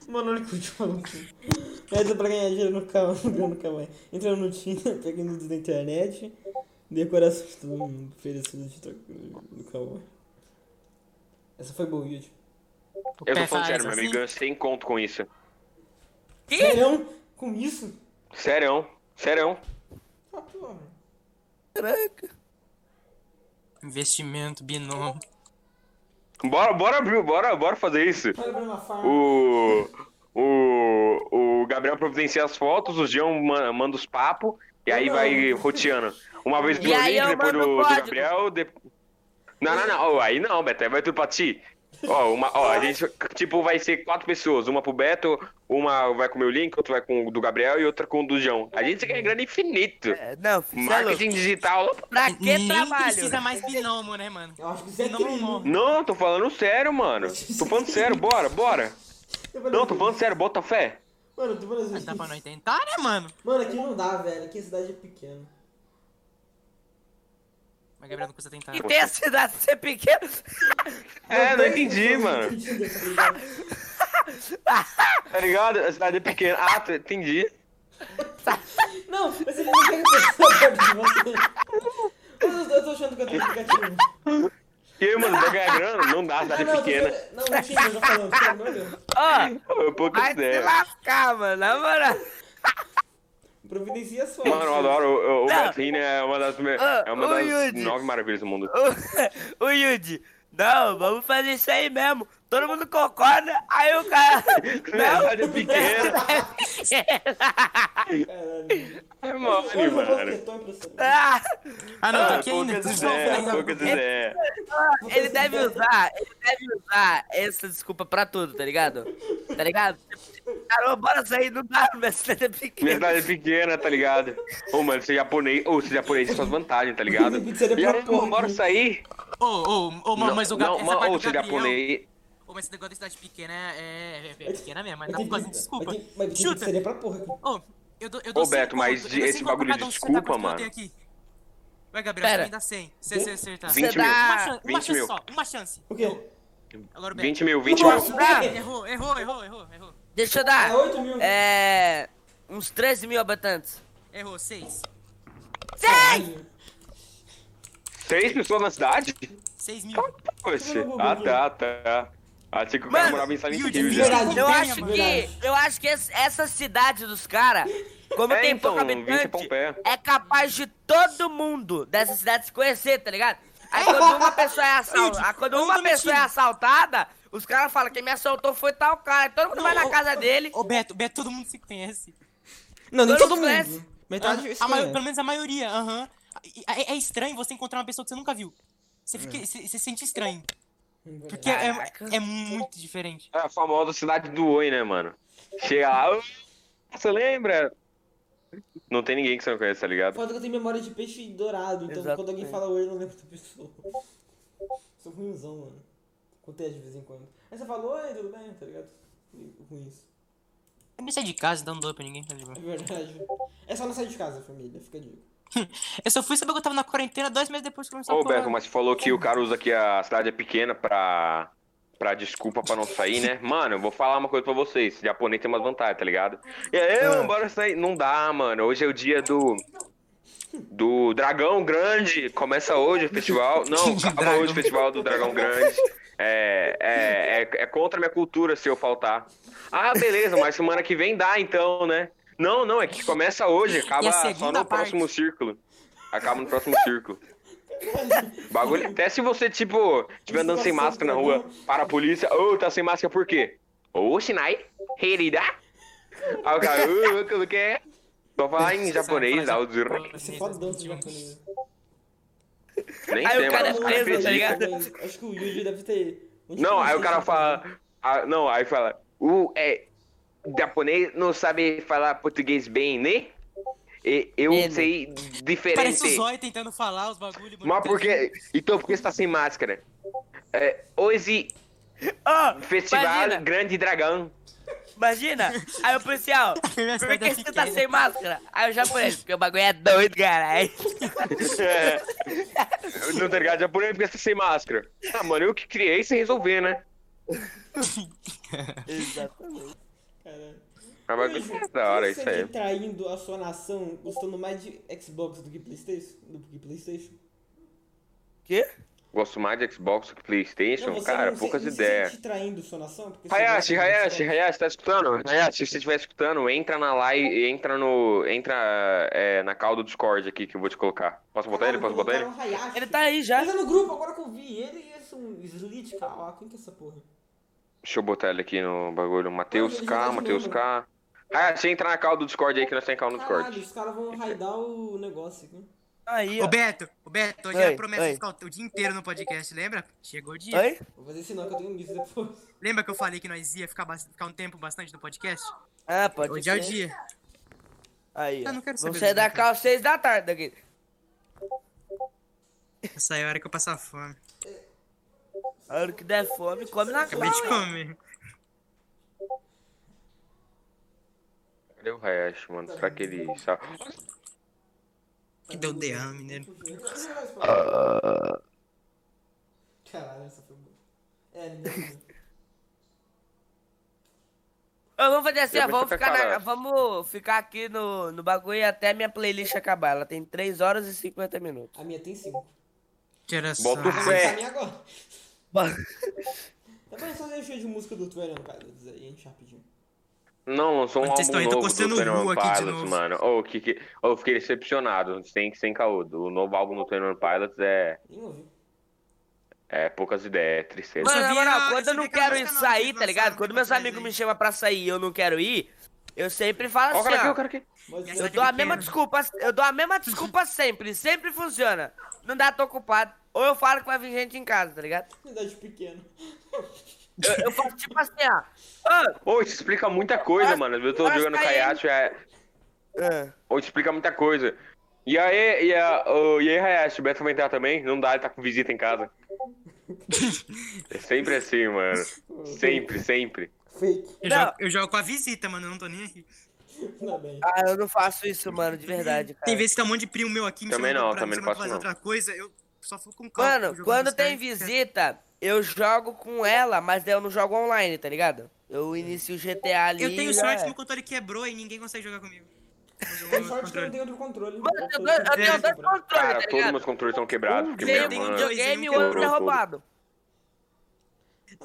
S1: Mano, olha o que eu te falo. Entra pra ganhar dinheiro (laughs) no Kawaii. No Kawaii. Entrando no Tinder, (laughs) pegando tudo da internet. Decoração de todo mundo. Oferecendo de troco no Kawaii. Essa foi boa, Yuji.
S2: Eu tô falando sério, meu amigo, eu sem conto com isso.
S1: Sério? é um, Com isso?
S2: Sério, sério.
S1: Ah, porra.
S5: Caraca.
S4: Investimento,
S5: (laughs)
S4: binômio.
S2: Bora, bora abrir, bora, bora fazer isso.
S1: Olha pra uma farm.
S2: O, o, o Gabriel providencia as fotos, o Jean ma- manda os papos, e aí vai roteando. Uma vez pro
S5: E aí
S2: Link,
S5: eu
S2: depois do,
S5: mando o
S2: do
S5: código.
S2: Gabriel. de- Não, não, não. Ó, aí não, Beto, aí vai tudo pra ti. Ó, uma, ó, a gente, tipo, vai ser quatro pessoas. Uma pro Beto, uma vai com o meu link, outra vai com o do Gabriel e outra com o do João. A gente ganha grana infinito.
S5: É, não, filho, cê é louco.
S2: Marketing digital.
S5: Pra
S4: Nem
S5: que é trabalho?
S4: precisa mais binômio, né, mano?
S1: Eu acho que isso é
S4: Não,
S1: crime.
S4: não.
S2: Não, tô falando sério, mano. Tô falando sério, bora, bora.
S1: Eu falei,
S2: Não, tô falando sério, bota fé.
S1: Mano, tô falando
S4: Mas dá pra
S1: assim.
S4: nós tentar, né, mano?
S1: Mano, aqui não dá, velho. Aqui a cidade é pequena.
S4: Mas Gabriel não precisa tentar.
S5: E tem a cidade ser pequena.
S2: É, não entendi, mano. Tá ligado? A cidade é pequena. Ah, tu- entendi.
S1: Não, mas ele não quer (laughs) que eu Mas eu tô achando que eu tô explicativo.
S2: E aí, mano, vai ganhar grana? Não dá, a cidade é
S1: Ah, (laughs) não,
S2: pequena.
S1: Eu tô... Não, não é tinha, eu já falando. Pelo amor de Deus.
S5: Ó,
S2: Eu pouco
S5: vai se
S2: ideia.
S5: lascar, mano. Na
S2: (laughs)
S5: moral.
S1: Providencia só.
S2: Mano, eu adoro. O, o
S5: Não.
S2: Betinho é uma das, me-
S5: Ah,
S2: é uma
S5: ô,
S2: das
S5: Yudi.
S2: nove maravilhas do mundo.
S5: O, o Yudi. Não, vamos fazer isso aí mesmo. Todo mundo concorda, aí o
S2: (laughs)
S5: cara.
S2: A cidade é pequena.
S1: Caralho.
S2: É
S1: Hoje
S2: mole,
S1: eu vou
S2: mano.
S1: tentar impressionar.
S5: (laughs) Ah,
S4: Ah, não, tá
S2: Ah,
S4: aqui ainda.
S2: poucas ideias, poucas ideias.
S5: ele deve usar, ele deve usar essa desculpa pra tudo, tá ligado? Tá ligado? Caramba, bora sair do dá, minha cidade é
S2: Minha
S5: pequena.
S2: cidade é pequena, tá ligado? Ô, mano, ser japonês. Ô, ser japonês tem suas vantagens, tá ligado?
S1: Pizzaria
S2: E
S1: pra
S2: aí,
S1: porra,
S2: mano, bora
S1: né?
S2: sair.
S4: Ô, ô, ô,
S2: Não,
S4: mano, mas o Gabriel.
S2: não,
S4: Essa
S2: mano,
S4: parte
S2: Ô,
S4: do
S2: ser
S4: Gabriel.
S2: japonês.
S4: Ô, mas esse negócio da cidade pequena é, é, é
S1: Eu te-
S4: pequena mesmo,
S1: Mas
S4: mas dá
S1: tem-
S4: por causa de
S1: mas
S4: desculpa.
S1: tem- Mas tem
S4: Chuta.
S1: pizzaria pra porra aqui.
S4: Ô, eu dou, eu
S2: Ô,
S4: dou cem
S2: Beto, mas
S4: conto, eu dou
S2: esse
S4: cem conto pra
S2: bagulho de
S4: cada um, você tá
S2: desculpa,
S4: quanto que eu
S2: mano.
S4: tenho aqui? Vai, Gabriel,
S5: Pera.
S4: você me dá 100. Se você acertar.
S2: 20
S5: Você
S2: mil.
S4: Uma
S5: dá.
S4: chance, uma
S2: 20
S4: chance
S2: mil.
S4: só, uma chance.
S1: O quê?
S4: Agora o Beto.
S2: 20 mil, 20 mil.
S1: Nossa,
S5: dá.
S1: velho.
S4: Errou, errou, errou, errou, errou.
S5: Deixa eu
S1: É
S5: dar.
S1: 8 mil.
S5: É. Uns 13 mil habitantes.
S4: Errou, 6.
S1: Caralho.
S2: Seis pessoas na cidade?
S4: 6 mil.
S2: Tá. Poxa.
S1: Eu não vou
S2: Ah,
S1: ver.
S2: tá, tá. Achei que o cara
S5: Mano,
S2: morava em Silent
S4: e o
S2: Hill né?
S4: de
S2: já.
S1: verdade?
S5: Eu
S4: Tem,
S5: acho
S4: mano.
S5: que, eu acho que esse- essa cidade dos caras, como
S2: É,
S5: tem
S2: então,
S5: pouco
S2: 20 é
S5: habitante,
S2: Pompeia.
S5: é capaz de todo mundo dessa cidade se conhecer, tá ligado? Aí quando uma pessoa é
S4: Dude,
S5: assaltada, quando
S4: eu
S5: uma
S4: tô
S5: pessoa é
S4: mentindo.
S5: assaltada, os caras falam quem me assaltou foi tal cara. Aí Todo mundo
S4: Não,
S5: vai na
S4: ô,
S5: casa dele.
S4: Ô, Beto, Beto, todo mundo se conhece.
S1: Não, nem
S5: Todo
S1: todo
S5: classe.
S1: mundo.
S4: Ah,
S5: Tá
S1: Metade
S4: a maior- pelo
S1: esquerda.
S4: menos a maioria, aham. E- É, é estranho você encontrar uma pessoa que você nunca viu. Você, fica, você, você se sente estranho. Porque é,
S5: É. Caraca.
S4: é muito diferente.
S2: É a famosa cidade do Oi, né, mano? Chega lá, "Ô, você lembra? Não tem ninguém que você não conhece, tá ligado?
S1: É Foda que eu tenho memória de peixe dourado, então
S5: Exatamente.
S1: quando alguém fala oi, eu não lembro da pessoa. Sou ruimzão, mano. Acontece de vez em quando. Aí você fala, oi, tudo bem, tá ligado? E Ruim isso.
S4: Eu me saí de casa, então não dou pra ninguém, tá de boa.
S1: É verdade. É só não sair de casa, família, fica a
S4: (laughs)
S1: dica.
S4: Eu só fui saber que eu tava na quarentena dois meses depois que começou
S2: Ô,
S4: a corona.
S2: Beto, mas você falou que o cara usa que a cidade é pequena pra, pra desculpa pra não
S4: (laughs)
S2: sair, né? Mano, eu vou falar uma coisa pra vocês. Japonês tem umas vantagens, tá ligado? E aí,
S4: Ah.
S2: mano, bora sair. Não dá, mano. Hoje é o dia do. Do Dragão Grande. Começa hoje
S4: (laughs)
S2: o festival. Não, acaba hoje o festival do Dragão Grande. É, é, é, é contra a minha cultura se eu faltar. Ah, beleza, mas semana que vem dá então, né? Não, não, é que começa hoje, acaba só
S4: segunda
S2: no
S4: parte?
S2: próximo círculo. Acaba no próximo círculo. Bagulho, até se você, tipo, estiver andando sem máscara na rua, para a polícia, ô, tá sem máscara por quê? Ô, Shinai, herida. Aí o cara, ô, o que- o que é? Só falar em
S4: Você
S2: japonês,
S4: sabe
S2: dá
S4: falar
S2: o zero.
S1: Você é fodão esse japonês.
S2: Nem
S5: Aí o
S2: tem,
S5: cara
S2: mano.
S5: é
S2: o
S5: preso, tá
S2: acredita.
S5: ligado?
S1: Mas Acho que o Yuji deve ter. Onde
S2: Não,
S1: que
S2: aí o
S1: você
S2: cara
S1: já
S2: fala.
S1: tá?
S2: ah, não, aí fala. O é. Japonês não sabe falar português bem, né? E- eu
S5: Ele.
S2: sei
S4: Parece o
S2: diferente.
S4: Zóio tentando falar os bagulhos.
S2: Mas por que. Então por que você tá sem máscara? É, hoje,
S5: Ó,
S2: festival né?
S5: imagina,
S2: Grande Dragão.
S5: imagina. Aí o policial,
S4: Minha
S5: por
S4: cidade é
S5: que você tá
S4: pequena.
S5: sem máscara? Aí o japonês, porque o bagulho é doido, caralho.
S2: É. Não tá ligado? Japonês porque você tá sem máscara. Ah, mano, eu que criei sem resolver, né?
S5: Exatamente.
S1: Cara.
S2: Ah, Mas vai
S1: Hoje,
S2: gostar "É da hora
S1: quem
S2: isso
S1: seria
S2: aí.
S1: traindo a sua nação gostando mais de Xbox do que Playstation? Do que Playstation?
S5: Quê?
S2: Gosto mais de Xbox do que Playstation,
S1: Não, você
S2: cara,
S1: não se-
S2: poucas
S1: não se
S2: ideias.
S1: sente traindo sua nação? Porque você
S2: Hayashi,
S1: gosta de
S2: Hayashi,
S1: Xbox?
S2: Hayashi, tá escutando? Hayashi, se você estiver escutando, entra na live, entra no. Entra é, na call do Discord aqui que eu vou te colocar. Posso botar ele? Posso botar ele?
S1: Colocaram o Ah, Hayashi.
S5: Ele tá aí já.
S1: Ele tá no grupo agora que eu vi. Ele e esse um Slit, cara. Quem que é essa porra?
S2: Deixa eu botar ele aqui no bagulho. Matheus
S1: Ele tá
S2: K,
S1: joga de
S2: Matheus
S1: novo.
S2: K. Hayashi, entra na call do Discord aí que nós temos call no
S1: Caralho,
S2: Discord.
S1: os caras vão raidar o negócio aqui.
S5: Aí,
S4: Ô
S5: ó.
S4: Beto, ô Beto, hoje
S5: Oi,
S4: era promessa
S5: oi.
S4: de ficar o dia inteiro no podcast, lembra? Chegou o dia.
S5: Oi?
S1: Vou fazer sinal que eu tenho missa depois.
S4: Lembra que eu falei que nós ia ficar, bas- ficar um tempo bastante no podcast?
S5: Ah, pode
S4: hoje é o
S5: ser.
S4: dia.
S5: Aí, ó.
S4: Eu não quero saber
S5: Vamos sair
S4: do
S5: da
S4: Beto.
S5: calça às seis da tarde daqui.
S4: Essa é a hora que eu passo a fome.
S5: A hora que der fome, come na
S4: Acabei de
S5: calça.
S4: comer.
S2: Cadê o Hayashi, mano? Será que
S1: Tá
S2: ele. sabe?
S4: Que deu derrame né? nele.
S1: Caralho, essa foi boa. É, ninguém.
S5: Ô, Vamos fazer assim,
S2: Eu
S5: ó.
S2: vou
S5: Vamos
S2: ficar
S5: ficar, na-
S2: caralho.
S5: vamos ficar aqui no, no bagulho até minha playlist acabar. Ela tem 3 horas e 50 minutos.
S1: A minha tem cinco.
S4: Que era só.
S2: Bota o
S1: Vocês
S2: pé.
S1: sabem agora. Tá pensando em cheio de música do Twitter, cara? A gente rapidinho.
S2: Não, lançou um
S4: Vocês então estão
S2: álbum
S4: aí, tô coçando o
S2: novo do Twenty
S4: tá Ru
S2: One
S4: aqui de novo.
S2: Pilots, mano. Ô, que, que... ô, eu fiquei decepcionado, sem, sem caô. O novo álbum do Twenty One Pilots é,
S1: Nem ouvi.
S2: é poucas ideias, é tristeza.
S5: Mano,
S4: só
S5: na
S4: vi
S5: moral,
S4: a-
S5: quando
S4: só
S5: eu não
S4: vi aquela
S5: quero ir
S4: música nova que
S5: sair,
S4: eles
S5: tá ligado?
S4: lançaram
S5: Quando
S4: um
S5: meus
S4: tempo atrás
S5: amigos
S4: aí.
S5: me chamam pra sair e eu não quero ir, eu sempre falo
S2: Ó, o cara aqui,
S5: assim,
S2: ó, o
S5: ó.
S2: cara aqui.
S1: Mas
S4: Essa
S5: Eu
S4: aqui
S5: dou a
S4: que
S5: mesma
S4: quebra.
S5: desculpa, eu dou a mesma desculpa sempre, sempre funciona. Não dá, tô ocupado. Ou eu falo que vai vir gente em casa, tá ligado?
S1: oportunidade pequena.
S5: Eu, eu faço tipo assim, ó. "Ô,
S2: Ô, isso explica muita coisa,
S5: Nossa,
S2: mano. Eu tô
S5: nossa,
S2: jogando
S5: tá aí,
S2: Kayashi, é...
S5: ah,
S2: Ô, isso explica muita coisa. E aí, e, a, ô, e aí, Hayashi, o Beto vai entrar também? Não dá, ele tá com visita em casa. é sempre assim, mano. Sempre, sempre.
S1: Fake.
S4: Eu
S5: Não.
S4: jogo, eu jogo com a visita, mano. Eu não tô nem aqui.
S1: Ainda bem.
S5: Ah, eu não faço isso, mano, de verdade, cara.
S4: Tem vezes que tá um monte de primo meu aqui me
S2: É. Também
S4: chamando
S2: não,
S4: pra,
S2: também
S4: me
S2: não
S4: chamando pra
S2: faço
S4: fazer
S2: não.
S4: outra coisa. Eu só fico com calma.
S5: Mano, quando tem visita, eu jogo com ela, mas daí eu não jogo online, tá ligado? Eu inicio o GTA ali.
S4: Eu tenho
S5: já
S4: sorte
S5: é.
S4: que meu controle quebrou e ninguém consegue jogar (laughs) comigo. Eu jogo
S1: Tem
S4: no
S1: É sorte que eu
S4: controle. (laughs)
S1: não tenho outro controle.
S5: Mano, eu, tenho dois- eu tenho dois controles,
S2: Cara,
S5: tá
S2: todos
S5: ligado?
S2: meus controles estão quebrados, porque
S5: Tem
S2: minha
S5: um de
S4: tenho
S2: mãe...
S4: dois.
S5: videogame e o
S4: quebrou
S5: outro é
S2: tudo.
S5: roubado.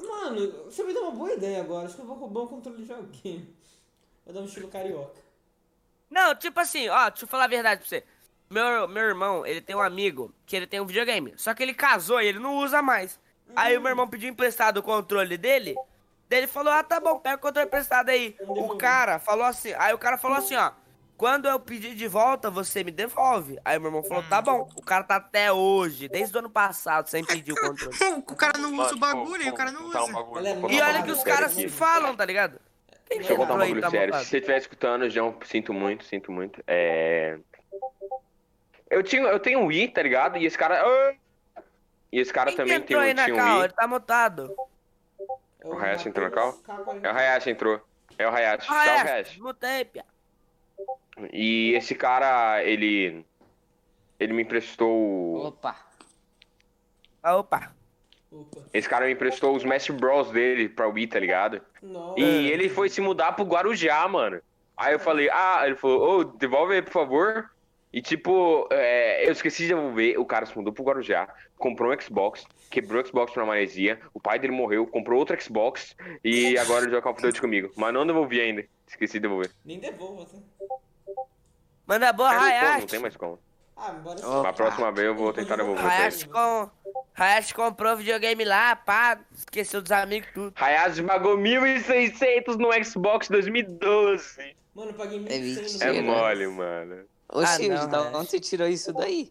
S1: Mano, você me deu uma boa ideia agora. Acho que eu vou roubar um controle de alguém. Vou dar um estilo carioca.
S5: Não, tipo assim, ó, deixa eu falar a verdade pra você. Meu, meu irmão, ele tem um amigo que ele tem um videogame. Só que ele casou e ele não usa mais. Aí o meu irmão pediu emprestado o controle dele. Daí ele falou, ah, tá bom, pega o controle emprestado aí. O cara falou assim, aí o cara falou assim, ó. Quando eu pedir de volta, você me devolve. Aí meu irmão falou, tá bom. O cara tá até hoje, desde o ano passado, sem pedir o controle.
S4: O cara não usa o bagulho e o cara não
S2: Tá um
S4: usa.
S2: bagulho.
S1: Galera,
S2: Vou
S5: E
S2: contar um
S5: é olha que
S2: bagulho
S5: os
S2: sério
S5: caras se
S2: aqui.
S5: falam, tá ligado? Quem
S2: Deixa eu contar um
S5: entrou aí,
S2: bagulho
S5: tá
S2: sério. Se
S5: montado?
S2: você estiver escutando, João, sinto muito, sinto muito. É. Eu, tinha, eu tenho um Wii, tá ligado? E esse cara. Ah! E esse cara
S5: Quem
S2: também tem,
S5: entrou aí
S2: um-
S5: na
S2: tinha um
S5: cal?
S2: Wii.
S5: Ele tá mutado.
S1: É
S2: O Hayashi entrou na
S1: Matheus
S2: É o
S1: K40.
S2: Hayashi entrou. É o Hayashi.
S5: Ah,
S2: Tá o
S5: é,
S2: Hayashi.
S5: mutei, pia.
S2: E esse cara, ele. Ele me emprestou.
S5: Opa. Ah, opa.
S1: Opa.
S2: Esse cara me emprestou os Smash Bros dele pra Wii, tá ligado?
S1: Nossa.
S2: E ele foi se mudar pro Guarujá, mano. Aí eu falei, ah, ele falou, ô, devolve aí, por favor. E tipo, é, eu esqueci de devolver, o cara se mudou pro Guarujá, comprou um Xbox, quebrou o Xbox pra maresia, o pai dele morreu, comprou outro Xbox e agora ele joga Call of Duty comigo. Mas não devolvi ainda, esqueci de devolver.
S1: Nem devolvo, tá?
S5: Manda boa,
S2: Mas não, tem- não
S5: Ah, Hayashi.
S2: tem mais como.
S1: Ah, bora sim.
S2: Mas a próxima vez eu vou tentar devolver. pra ele.
S5: Hayashi, com... Hayashi comprou videogame lá, pá, esqueceu dos amigos, tudo.
S2: Hayashi pagou 1.600 no Xbox 2012.
S1: Mano, eu paguei
S7: É
S1: 1.100 no
S2: É
S7: Sim, né?
S1: meu.
S2: mole, mano.
S7: Ô,
S5: Ah,
S7: Shield,
S5: não,
S7: da
S5: né?
S7: onde você tirou isso daí?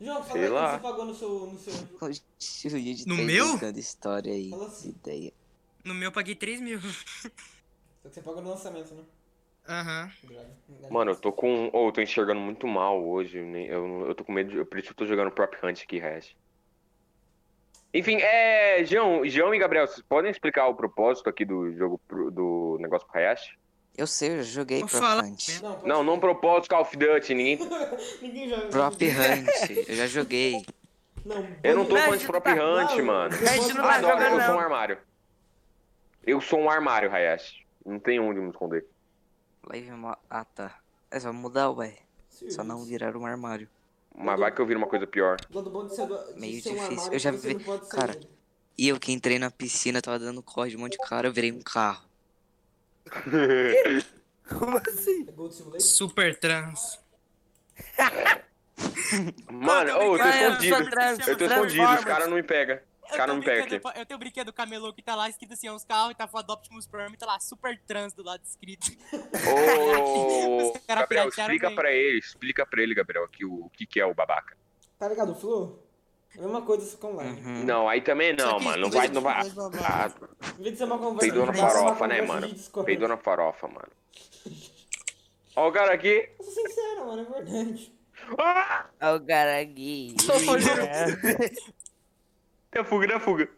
S1: João, fala
S2: Sei
S1: aí
S2: lá.
S1: quanto você pagou no seu... No seu...
S7: Ô, Shield,
S4: No
S7: tá
S4: meu?
S7: inventando história aí.
S1: Fala assim.
S7: Ideia.
S4: No meu eu paguei 3 mil. (laughs)
S1: Só que você pagou no lançamento, né?
S4: Aham.
S1: Droga.
S2: Mano, eu tô com. Ou eu tô enxergando muito mal hoje. Eu, nem- eu, eu tô com medo. de- Eu, por isso que eu tô jogando Prop Hunt aqui, Hash. Enfim, é. João, João e Gabriel, vocês podem explicar o propósito aqui do jogo pro- do negócio pro Hayashi?
S7: Eu sei, eu joguei
S4: Vou
S7: Prop
S4: falar
S7: Hunt.
S4: mesmo.
S1: Não, pode-
S2: Não, não propósito Call of Duty, ninguém.
S1: Ninguém joga.
S7: Prop Hunt, eu já joguei.
S1: Não,
S2: Eu não tô
S5: Mas
S2: falando de
S5: isso
S2: Prop
S5: tá-
S2: Hunt,
S1: Não,
S2: mano.
S1: eu
S5: A gente
S1: posso
S5: não
S1: falar
S5: tá
S2: Adoro, um
S5: jogando,
S2: eu sou
S5: não.
S2: um armário. Eu sou um armário, Hayashi. Não tem onde me esconder.
S7: Live mo- Ah, tá. É só mudar, ué. Só
S1: Serious.
S7: não virar um armário.
S2: Mas vai que eu viro uma coisa pior.
S1: Lado bom de ser, do- de
S7: Meio
S1: ser um
S7: difícil.
S1: armário
S7: Eu já
S1: que você
S7: vi-
S1: não pode sair.
S7: cara. E eu que entrei na piscina, tava dando corda, um monte de cara, eu virei um carro.
S5: Como assim?
S1: É Gold Simulator?
S4: Super trans.
S2: Mano, ô, eu tô
S5: Ah, eu sou
S2: escondido.
S5: trans,
S2: Eu tô
S5: sou
S2: escondido, os
S5: transformer.
S2: caras não me pegam. Os caras não me pegam aqui.
S4: brinquedo- Eu tenho o brinquedo camelô que tá lá escrito assim, é uns carros, e tá falando Optimus Prime, tá lá super trans do lado escrito.
S2: Ô,
S4: Os caras
S2: Gabriel,
S4: piratearam
S2: explica
S4: bem.
S2: pra ele, explica pra ele, Gabriel, aqui o, o que que é o babaca.
S1: Tá ligado o Flow? É a mesma coisa só que online.
S7: Uhum.
S2: Hum. Não, aí também
S4: Só
S2: não,
S4: que
S2: mano. Não
S4: isso
S2: vai,
S4: é
S2: não vai.
S4: mais babaca.
S2: Ah,
S1: Em vez de ser uma conversa
S2: Peidou na
S1: de bar, é uma
S2: farofa, né,
S1: conversa de
S2: mano?
S1: Discord.
S2: peidou na farofa, mano. Ó o cara aqui.
S1: Eu sou sincero, mano, é verdade.
S2: Ah!
S5: Olha o cara gay.
S2: É fuga, não é fuga.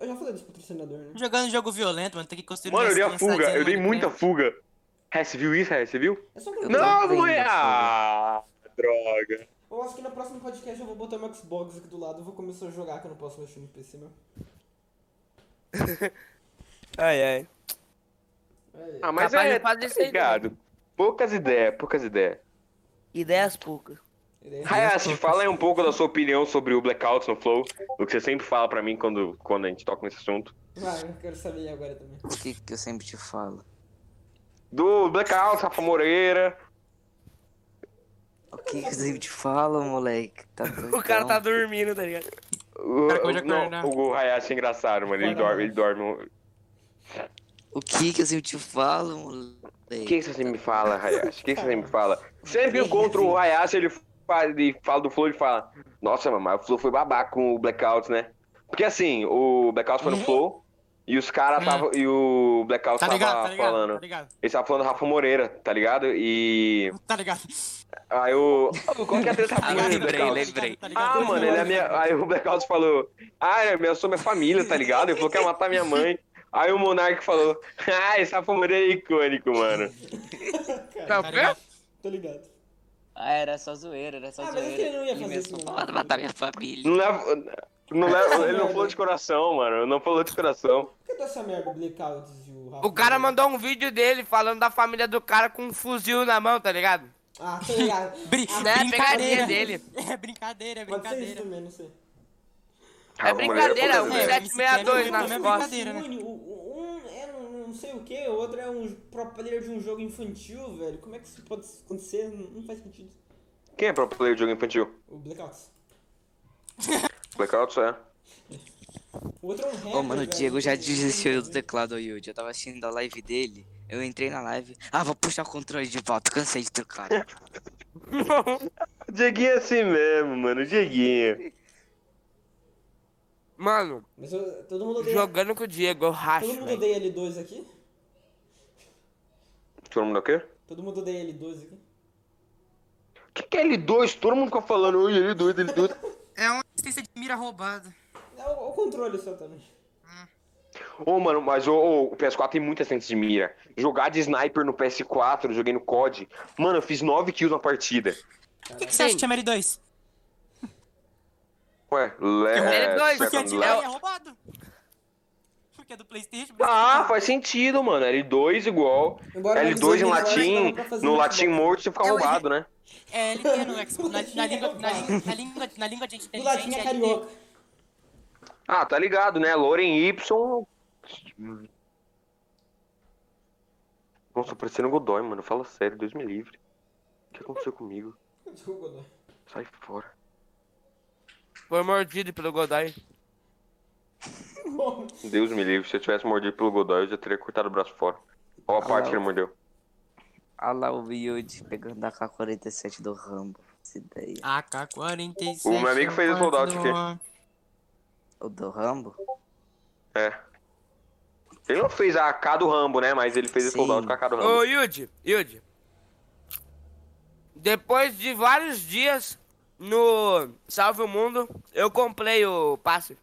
S1: Eu já falei desse patrocinador, né?
S4: Jogando jogo violento, mano, tem que construir
S2: Mano, eu dei a
S4: minhas
S2: fuga.
S4: lançadinhas
S2: Eu dei
S4: no
S2: muita
S4: Minecraft.
S2: fuga. Ré, você viu isso, Ré? Você viu?
S1: É só
S7: Eu
S1: um
S2: Não,
S7: vendo
S2: não é.
S7: a fuga.
S2: Ah, droga.
S1: Eu acho que no próximo podcast eu vou botar meu Xbox aqui do lado e vou começar a jogar, que eu não posso mexer no PC, meu.
S5: Ai, ai.
S1: É,
S2: Ah, mas
S5: Capaz
S2: é.
S5: não fazer isso aí,
S2: Obrigado. Poucas ideias, poucas ideias.
S5: Ideias poucas.
S1: ele é-
S2: Hayashi, fala aí um pouco da sua opinião sobre o Blackout no Flow, o que você sempre fala pra mim quando, quando a gente toca nesse assunto.
S1: Vai, eu quero saber agora também.
S7: O que que eu sempre te falo?
S2: Do Blackout, Rafa Moreira.
S7: O que que eu sempre te falo, moleque? Tá
S5: (laughs) O cara tá dormindo, tá ligado?
S2: O,
S4: Cara, hoje né?
S2: o- não,
S4: acordar.
S2: o Hayashi é engraçado, mano. Ele
S1: Acordar.
S2: dorme, um, ele dorme.
S7: O que que eu sempre te falo, moleque?
S2: O que você me fala, Hayashi? O que você me fala? Sempre que eu encontro o Hayashi, ele fala, ele fala do Flow e fala: Nossa, mano, mas o Flow foi babaca com o Blackout, né? Porque assim, o Blackout foi no
S4: Uhum.
S2: Flow e os caras
S4: Hum.
S2: tava E o Blackout
S4: Tá
S2: tava
S4: ligado, tá ligado,
S2: falando.
S4: tá ligado,
S2: Ele tava falando do Rafa Moreira, tá ligado? E.
S4: tá ligado.
S2: Aí o. Qual que é a treta
S7: Ah,
S2: boa do
S7: lembrei,
S2: Blackout?
S7: lembrei.
S4: Tá ligado,
S2: Ah, mano, ele é minha. Aí o Blackout falou: Ah, eu ameaçou minha família, tá ligado? Ele falou que ia matar minha mãe. Aí o Monark falou: Ah, esse Rafa Moreira é icônico, mano.
S4: tá ligado.
S1: Tô ligado.
S7: Ah, era só zoeira, era só
S1: Ah, mas
S7: zoeira.
S1: ele não ia
S7: E
S1: fazer
S7: mesmo
S1: isso, não.
S7: falando, matar minha família.
S2: Não leva. Não leva ele não falou de coração, mano. Não falou de coração.
S1: Por que tá essa merda do Blackouts e o Rafa?
S5: O cara mandou um vídeo dele falando da família do cara com um fuzil na mão, tá ligado?
S1: Ah, tô ligado.
S4: Brin-
S1: Ah,
S5: Né?
S4: brincadeira (laughs)
S5: Pegadinha dele.
S4: É brincadeira, é
S1: Pode ser isso
S4: brincadeira.
S1: também, não sei.
S5: É brincadeira,
S2: Rafa Moreira,
S4: é, é,
S5: 1762
S4: é, é
S5: nas
S4: brincadeira.
S5: costas.
S4: Brincadeira, né?
S1: Um, um um é um não sei o que, o outro é um pro player de um jogo infantil, velho. Como é que isso pode acontecer? Não não faz sentido.
S2: Quem é pro player de jogo infantil?
S1: O Blackouts.
S2: Blackout é.
S1: O outro é um
S7: Ô,
S1: rapper,
S7: mano, o
S1: velho.
S7: Diego já
S1: Não sei
S7: desistiu
S1: o
S7: do
S1: que é.
S7: teclado, ô Yudi. Eu tava assistindo a live dele. Eu entrei na live. Ah, vou puxar o controle de volta. Cansei de trocar.
S2: O Dieguinho é assim mesmo, mano. O Dieguinho.
S5: Mano,
S1: Mas eu- todo mundo odeia.
S5: jogando com o Diego, eu
S1: Todo
S5: racho,
S1: mundo
S5: velho.
S1: odeia L2 aqui?
S2: Todo mundo é o quê?
S1: Todo mundo odeia L2 aqui?
S2: O que, que é L2? Todo mundo fica falando, oi, L2, L2.
S4: É uma assistência de mira roubada.
S1: É o, o controle só também.
S2: Ô, mano, mas ô, ô, o PS4 tem muita senso de mira. Jogar de sniper no PS4, eu joguei no COD. Mano, eu fiz 9 kills na partida.
S4: O que, que você acha que chama L2?
S2: Ué, tá le...
S5: L2,
S4: Porque
S2: second
S5: Second
S4: atirar
S5: Life.
S4: é roubado. Porque é do Playstation. por isso que
S2: Ah,
S4: é
S2: faz sentido, mano. L2 igual.
S1: Embora
S2: L2 em
S1: L2
S2: latim,
S1: dá pra fazer
S2: no
S1: muito
S2: latim
S1: bom.
S2: morto, você fica
S4: É,
S2: roubado, né?
S4: É LT no Xbox. Na, na, língua, na, língua- na língua de- na língua de
S1: Do
S4: inteligente.
S1: latim é
S4: LT.
S1: carioca.
S2: Ah, tá ligado, né? Loren Y. Nossa, tô parecendo Godoy, mano. Fala sério, Deus me livre. O que aconteceu comigo?
S1: (laughs) Desculpa, né?
S2: Sai fora.
S5: Foi mordido pelo Godoy.
S1: Bom,
S2: Deus me livre. Se eu tivesse mordido pelo Godoy, eu já teria cortado o braço fora. Olha a parte que ele mordeu.
S7: Olha lá o Yudi pegando a K-47 do Rambo. Essa ideia.
S4: AK-47.
S2: O meu amigo fez o soldado aqui.
S7: O do Rambo?
S2: É. Ele não fez a AK do Rambo, né? Mas ele fez esse
S7: Sim.
S2: soldado com a AK do Rambo.
S5: Ô, Yudi, Yudi. Depois de vários dias no Salve o Mundo, eu comprei o passe.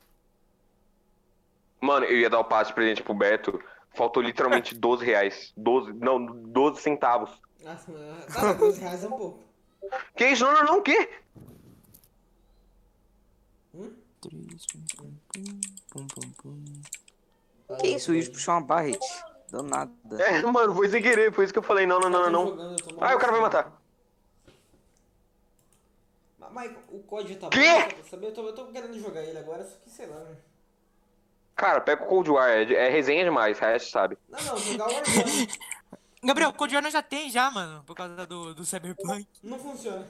S2: Mano, eu ia dar o passe de presente pro Beto.
S1: (laughs)
S2: Faltou literalmente 12 reais. 12, não, 12 centavos.
S1: nossa, mano, tá com os reais é um pouco.
S2: Que isso? Não, não, não, o quê? Tá
S7: Que isso, o Yuri puxou uma barret. Danada.
S2: É, mano, foi sem querer, por isso que eu falei, não, não, não, não, não. Ah, o cara vai matar.
S1: Ma- Mas o código tá
S2: Quê?
S1: bom, sabe? Eu tô, eu tô querendo jogar ele agora, só que sei lá, né?
S2: Cara, pega o Cold War, é, é resenha demais, Hash sabe.
S1: Não, não, jogar o Warzone
S4: Gabriel, o Code Veronica já tem já, mano, por causa do, do Cyberpunk.
S1: não funciona.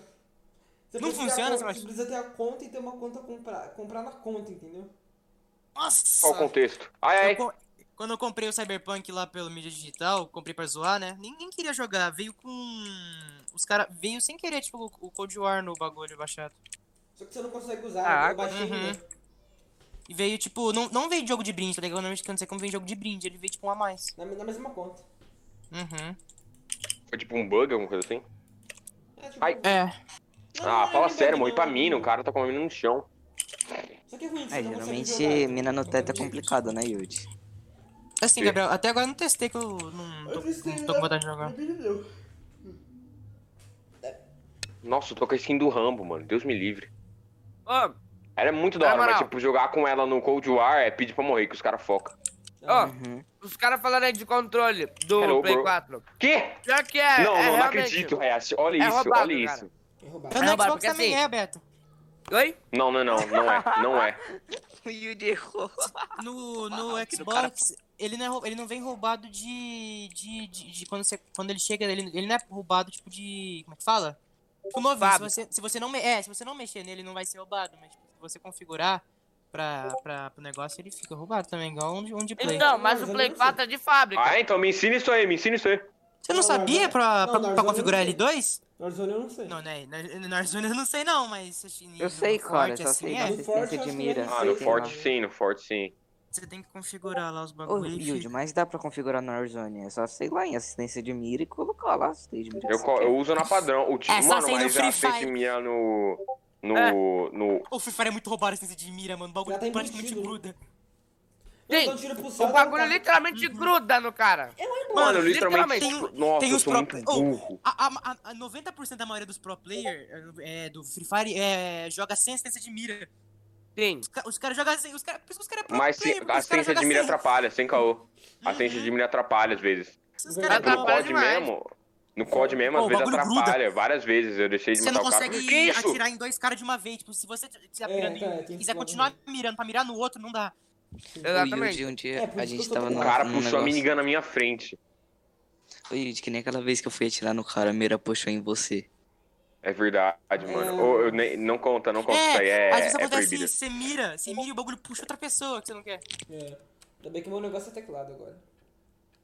S1: Você precisa ter
S4: Não
S1: a
S4: funciona,
S1: conta-
S4: Sebastião?
S1: Você precisa ter a conta e ter uma conta comprar, comprar na conta, entendeu?
S4: Nossa!
S1: Ah.
S2: Qual o contexto? Ai,
S4: Eu
S2: ai.
S4: co- É, Quando eu comprei o Cyberpunk lá pelo mídia digital, comprei pra zoar, né? Ninguém queria jogar, veio com. Os caras. Veio sem querer, tipo, o- o Cold War no bagulho baixado.
S1: Só que você não consegue usar,
S5: Ah,
S1: eu baixei né?
S4: uhum.
S1: ainda.
S4: E veio, tipo, não, não veio jogo de brinde, tá ligado? Normalmente eu não sei como vem jogo de brinde, ele veio tipo um a mais.
S1: Na, na mesma conta.
S4: Uhum.
S2: Foi tipo um bug, alguma coisa assim?
S1: É, tipo,
S2: Ai.
S4: É.
S1: não, não,
S2: Ah,
S1: não,
S2: fala
S1: não,
S2: sério,
S1: não,
S2: morri pra
S1: não.
S2: mina, o cara tá com a mina no chão.
S1: Só que é ruim, você
S7: É,
S1: não consegue
S7: geralmente
S1: jogar.
S7: mina no teto é complicado, né, Yuri?
S4: Assim,
S2: Sim.
S4: Gabriel, até agora eu não testei que eu não tô, não
S1: né?
S4: tô com vontade de jogar.
S2: Nossa, eu tô com a skin do Rambo, mano, Deus me livre.
S5: Ó,
S2: Ela é muito da
S5: Na
S2: hora, mas
S5: moral.
S2: tipo, jogar com ela no Cold War é pedir pra morrer, que os caras focam.
S5: ó,
S7: Uhum.
S5: os caras falando aí de controle do
S2: Hello,
S5: Play
S2: bro.
S5: 4.
S2: Quê?
S5: Pior que é. é
S2: não, não, não
S5: realmente-
S2: acredito, Hash. Olha
S5: É
S2: isso,
S5: roubado,
S2: olha
S5: cara.
S2: isso.
S1: É roubado.
S4: Eu no
S5: roubado,
S4: Xbox
S5: porque
S4: também
S5: assim-
S4: é, Beto.
S7: (laughs)
S5: Oi?
S2: Não, não, não, não é, não é.
S7: O Yuri errou.
S4: No, no
S7: Aqui no é cara-
S4: Xbox, ele não, é, rou- ele não vem roubado de. de, de, de quando, você, quando ele chega, ele, ele não é roubado tipo de. Como é que fala? Tipo, movido. Se
S5: Fábrica.
S4: você, se você não, me- é, se você não mexer nele, não vai ser roubado. Mas tipo, se você configurar pra, pra, pro negócio, ele fica roubado também, igual um de, um de play.
S5: Então, mas o
S1: Não,
S5: Play
S1: não sei.
S5: 4 é de fábrica.
S2: Ah, então me ensina isso aí, me ensina isso aí.
S4: você não
S1: Não,
S4: sabia
S1: Warzone-
S4: pra,
S1: não,
S4: pra, pra
S1: Warzone
S4: configurar
S1: eu não sei.
S4: L2?
S1: Warzone eu não sei.
S4: Não, né? Na, na Warzone eu não sei não, mas. assim,
S7: Eu
S4: no
S7: sei, cara,
S4: Forte,
S7: só
S4: assim,
S7: sei da
S4: é.
S1: No Forte,
S7: assistência
S1: acho
S7: de
S1: que
S7: mira.
S1: não
S2: Ah, no
S1: Sei.
S2: Forte sim, no Forte sim.
S4: Você tem que configurar lá os
S7: Ô,
S4: bagulhos.
S7: Yuri, mas dá pra configurar no Warzone. É só, sei lá, em assistência de mira e colocar lá a assistência de mira.
S2: Eu, co- eu uso na padrão. O tipo,
S4: É, só
S2: mano,
S4: sei no
S2: mas
S4: Free
S2: a frente
S4: Fire.
S2: minha no. No.
S5: É.
S2: no.
S4: O Free Fire é muito roubado a assistência de mira, mano. O bagulho
S1: Já tá
S4: praticamente
S1: embutido, né?
S4: gruda.
S1: Eu
S5: Gente,
S1: dou um tiro pro
S5: o
S1: céu,
S5: bagulho
S1: cara. Uhum.
S5: literalmente gruda no cara.
S2: Mano, literalmente.
S4: literalmente, tem
S2: tipo,
S4: um-
S2: Nossa,
S4: tem
S2: eu
S4: os
S2: sou muito
S4: próprios- Oh.
S2: burro.
S4: A, a, a- a 90% da maioria dos pro player é, do Free Fire é, joga sem assistência de mira.
S5: Sim.
S4: Os, ca- os caras jogam sem. Os cara, por isso que os caras é pro
S2: Mas
S4: player,
S2: se,
S4: porque
S2: a
S4: os caras assim.
S2: assistência de
S4: jogam
S2: mira
S4: sem.
S2: atrapalha, sem caô. A assistência de mira atrapalha às vezes.
S4: Se os caras
S2: No
S5: Atrapalha
S4: não-
S2: COD
S5: demais.
S2: mesmo. No COD mesmo, às
S4: Pô, o
S2: vezes
S4: bagulho gruda.
S2: atrapalha. Várias vezes eu deixei de
S4: Você
S2: matar
S4: não
S2: o cara. Que
S4: consegue
S2: isso?
S4: atirar em dois caras de uma vez. Tipo, se você estiver
S1: É,
S4: mirando
S1: tá,
S4: e
S1: tem que
S4: quiser
S1: jogar
S4: continuar
S1: mesmo.
S4: mirando pra mirar no outro, não dá.
S7: O Yuri,
S5: Exatamente.
S7: um dia
S1: É, por
S7: a
S1: isso que
S7: gente
S1: eu tô
S7: tava
S1: com
S7: no.
S2: O cara
S7: num
S2: puxou a
S7: negócio.
S2: minigun na minha frente.
S7: Ô, Yuri, que nem aquela vez que eu fui atirar no cara, a mira puxou em você.
S2: É verdade, mano.
S1: É.
S2: Ô, eu nem- não conta, não conta. isso aí é,
S4: às vezes
S2: é
S4: acontece
S2: proibido.
S4: isso. Você mira, você mira e o bagulho puxa outra pessoa que você não quer.
S1: É. Ainda bem que o meu negócio é teclado agora.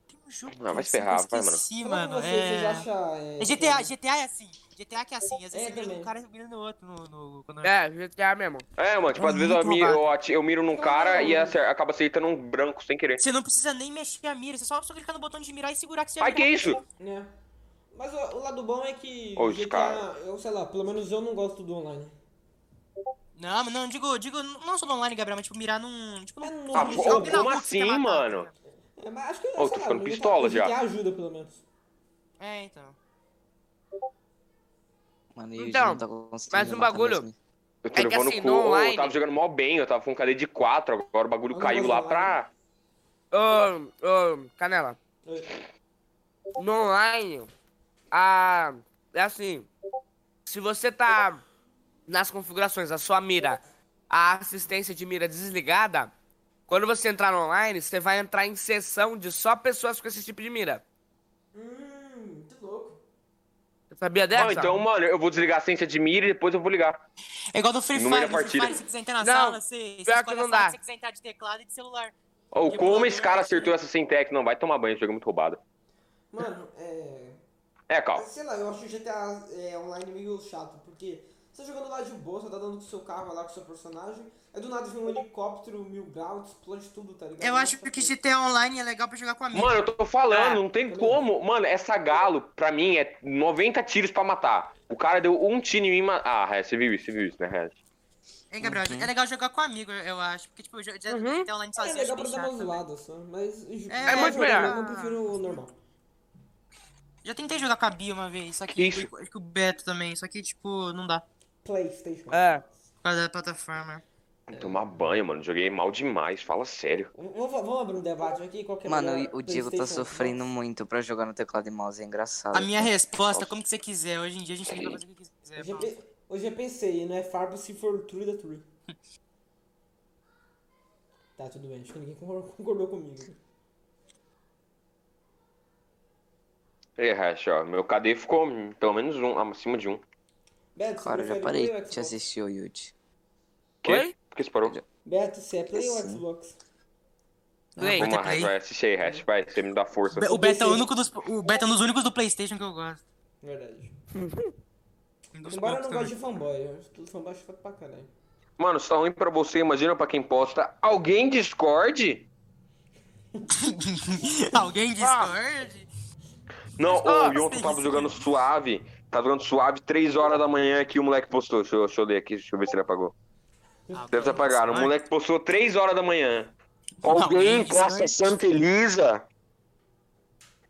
S4: Tem um jogo.
S2: Não, vai
S4: que
S2: se ferrar,
S4: eu
S2: vai, mano.
S4: esqueci,
S1: Fala
S4: mano.
S1: com vocês,
S4: é...
S1: vocês acham, é,
S4: É GTA, GTA é assim. GTA que é assim. Às vezes
S1: É,
S4: você mira
S1: também.
S4: num cara e mira no outro. No, no, quando...
S5: É, GTA mesmo.
S2: É, mano, tipo,
S4: É
S2: às vezes eu
S4: muito
S2: miro,
S4: roubado.
S2: eu ati- eu miro num cara e acer- acaba acertando um branco sem querer.
S4: Você não precisa nem mexer a mira, você só, só clicar no botão de mirar e segurar que você já tá.
S2: Ai,
S4: mirou.
S2: que isso?
S1: É. Mas o, o lado bom é que
S2: Ô,
S1: GTA,
S2: cara.
S1: eu sei lá, pelo menos eu não gosto do online.
S4: Não, mas não, digo, digo, não só no online, Gabriel, mas tipo, mirar num. Tipo,
S1: É,
S4: num.
S1: não.
S4: num
S2: Ah,
S1: Não,
S2: pô,
S1: não,
S4: shopping na
S2: como
S4: rua que você quer
S2: assim,
S4: matar.
S2: mano?
S1: É, mas acho que
S2: Ô,
S1: sei
S2: tô
S1: lá,
S2: ficando
S1: o GTA
S2: pistola
S1: o GTA
S2: já.
S1: ajuda pelo menos.
S4: É, então.
S7: Mano, Yuri
S5: Então,
S7: não tá conseguindo
S5: mas um
S7: matar
S5: bagulho.
S7: mesmo.
S2: Eu tô
S5: É que
S2: levando
S5: assim,
S2: cu.
S5: no
S2: Ô,
S5: online-
S2: Eu tava jogando mó bem, eu tava com um KD de 4, agora o bagulho
S1: Eu não
S2: caiu
S1: gosto
S2: lá
S1: do
S2: pra.
S5: Ô, ô, Canela,
S1: Oi.
S5: no online, a, é assim, se você tá nas configurações, a sua mira, a assistência de mira desligada, quando você entrar no online, você vai entrar em sessão de só pessoas com esse tipo de mira.
S1: Hum, que louco.
S5: Você sabia dessa?
S2: Ah, então, mano, eu vou desligar a ciência de mira e depois eu vou ligar.
S4: É igual no Free
S2: Número
S4: Fire,
S2: da
S4: no Free
S2: partida.
S4: Fire, se quiser entrar na
S5: Não,
S4: sala, você, você
S5: pior que
S4: escolhe
S5: não
S4: a sala
S5: dá.
S4: que você quiser entrar de teclado e de celular.
S2: Ô,
S4: Que
S2: como
S4: bagulho
S2: esse
S4: é
S2: cara acertou essa sem tech? Não, vai tomar banho, esse jogo é muito roubado.
S1: Mano, é.
S2: É, Cal.
S1: mas Sei lá, eu acho o GTA é, online meio chato, porque você tá jogando lá de boa, você tá dando com o seu carro lá com o seu personagem, aí do nada vem um helicóptero, mil graus, explode tudo, tá ligado?
S4: Eu acho
S1: Nossa,
S4: que GTA Online é legal pra jogar com a mira.
S2: Mano, eu tô falando,
S5: Ah,
S2: não tem
S1: beleza.
S2: como. Mano, essa galo, pra mim, é 90 tiros pra matar. O cara deu um tiro em mim. ma- Ah, é, você viu isso, você viu isso, né, Red?
S4: Hein, Gabriel?
S2: uhum.
S4: É legal jogar com amigo, eu acho. Porque, tipo, já- já-
S5: Uhum.
S4: GTA Online
S1: É
S4: sozinho.
S1: legal
S4: acho
S1: pra
S4: bem
S1: dar uma
S4: chato. né?
S1: zoada só, mas.
S4: É,
S5: é muito melhor.
S1: Eu prefiro o normal.
S4: Já tentei jogar com a Bia uma vez, só que
S2: Isso.
S4: tipo, acho que o Beto também, só que, tipo, não dá.
S2: um
S1: PlayStation.
S5: É.
S4: Por causa da plataforma.
S2: Tomar banho, mano. Joguei mal demais, fala sério.
S1: V- Vamos, vamos abrir um debate aqui, qual que é
S7: Mano,
S1: melhor,
S7: o Diego tá
S1: PlayStation ou
S7: sofrendo
S1: Xbox?
S7: muito pra jogar no teclado e mouse, é engraçado.
S4: A minha resposta, como que você quiser. Hoje em dia a gente liga pra fazer
S1: Eu
S4: o que quiser.
S1: já,
S4: Paulo.
S1: pe... eu já pensei, não é farpa se for true da
S7: (laughs)
S1: true. tá, tudo bem, acho que ninguém concor- concordou comigo.
S2: Ei, Rash, ó. Meu KD ficou hum, pelo menos um, acima de um.
S1: Beto,
S7: Claro,
S1: você
S7: eu
S1: prefere
S7: já parei
S1: Play ou
S7: de
S1: Xbox?
S7: assistir o Yuji.
S2: Quê?
S5: Oi?
S2: Por que você parou?
S1: Beto, você é Play ou
S7: Sim.
S1: Xbox?
S5: Play.
S2: Vamos lá,
S4: Play.
S2: Rash, vai assiste aí, Rash. Vai, você me dá força.
S4: Be- O
S1: PC.
S4: Beto é o único dos, o Beto é um dos únicos do Playstation que eu gosto.
S1: Verdade.
S4: Um dos
S1: Embora eu não
S4: poucos
S1: goste
S4: também.
S1: de fanboy, eu acho tudo fanboy chato pra caralho.
S2: Mano, só ruim pra você, imagina pra quem posta. Alguém discorde?
S4: (laughs) Alguém discorde?
S2: Não,
S4: Ah,
S2: o Yonto
S4: sim,
S2: tava
S4: sim.
S2: jogando suave. Tava jogando suave, 3 horas da manhã aqui o moleque postou. Deixa eu, deixa eu ler aqui, deixa eu ver se ele apagou. Deve ter apagado. O moleque postou 3 horas da manhã.
S4: Alguém
S2: Alguém
S4: discorde?
S2: posta Santa Elisa?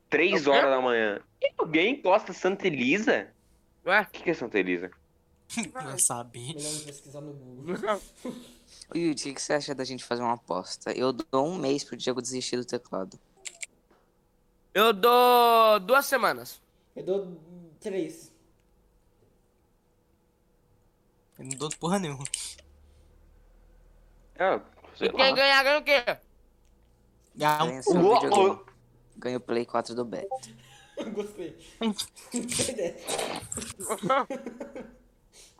S2: 3 horas da manhã. Alguém posta Santa Elisa?
S5: Ué?
S2: O que que é Santa Elisa?
S4: (laughs) Vai saber.
S1: Melhor não pesquisar no Google.
S7: Ô, Yuji, o que que você acha da gente fazer uma aposta? Eu dou um mês pro Diego desistir do teclado.
S5: Eu dou duas semanas.
S1: Eu dou três.
S4: Eu não dou porra nenhuma.
S2: É, sei lá.
S5: Quem ganhar ganha o quê?
S4: Ah, um-
S7: Ganha seu
S2: Uou,
S7: videogame.
S2: uou.
S7: Ganha o Play 4 do Beto.
S1: Eu (laughs) gostei. (laughs)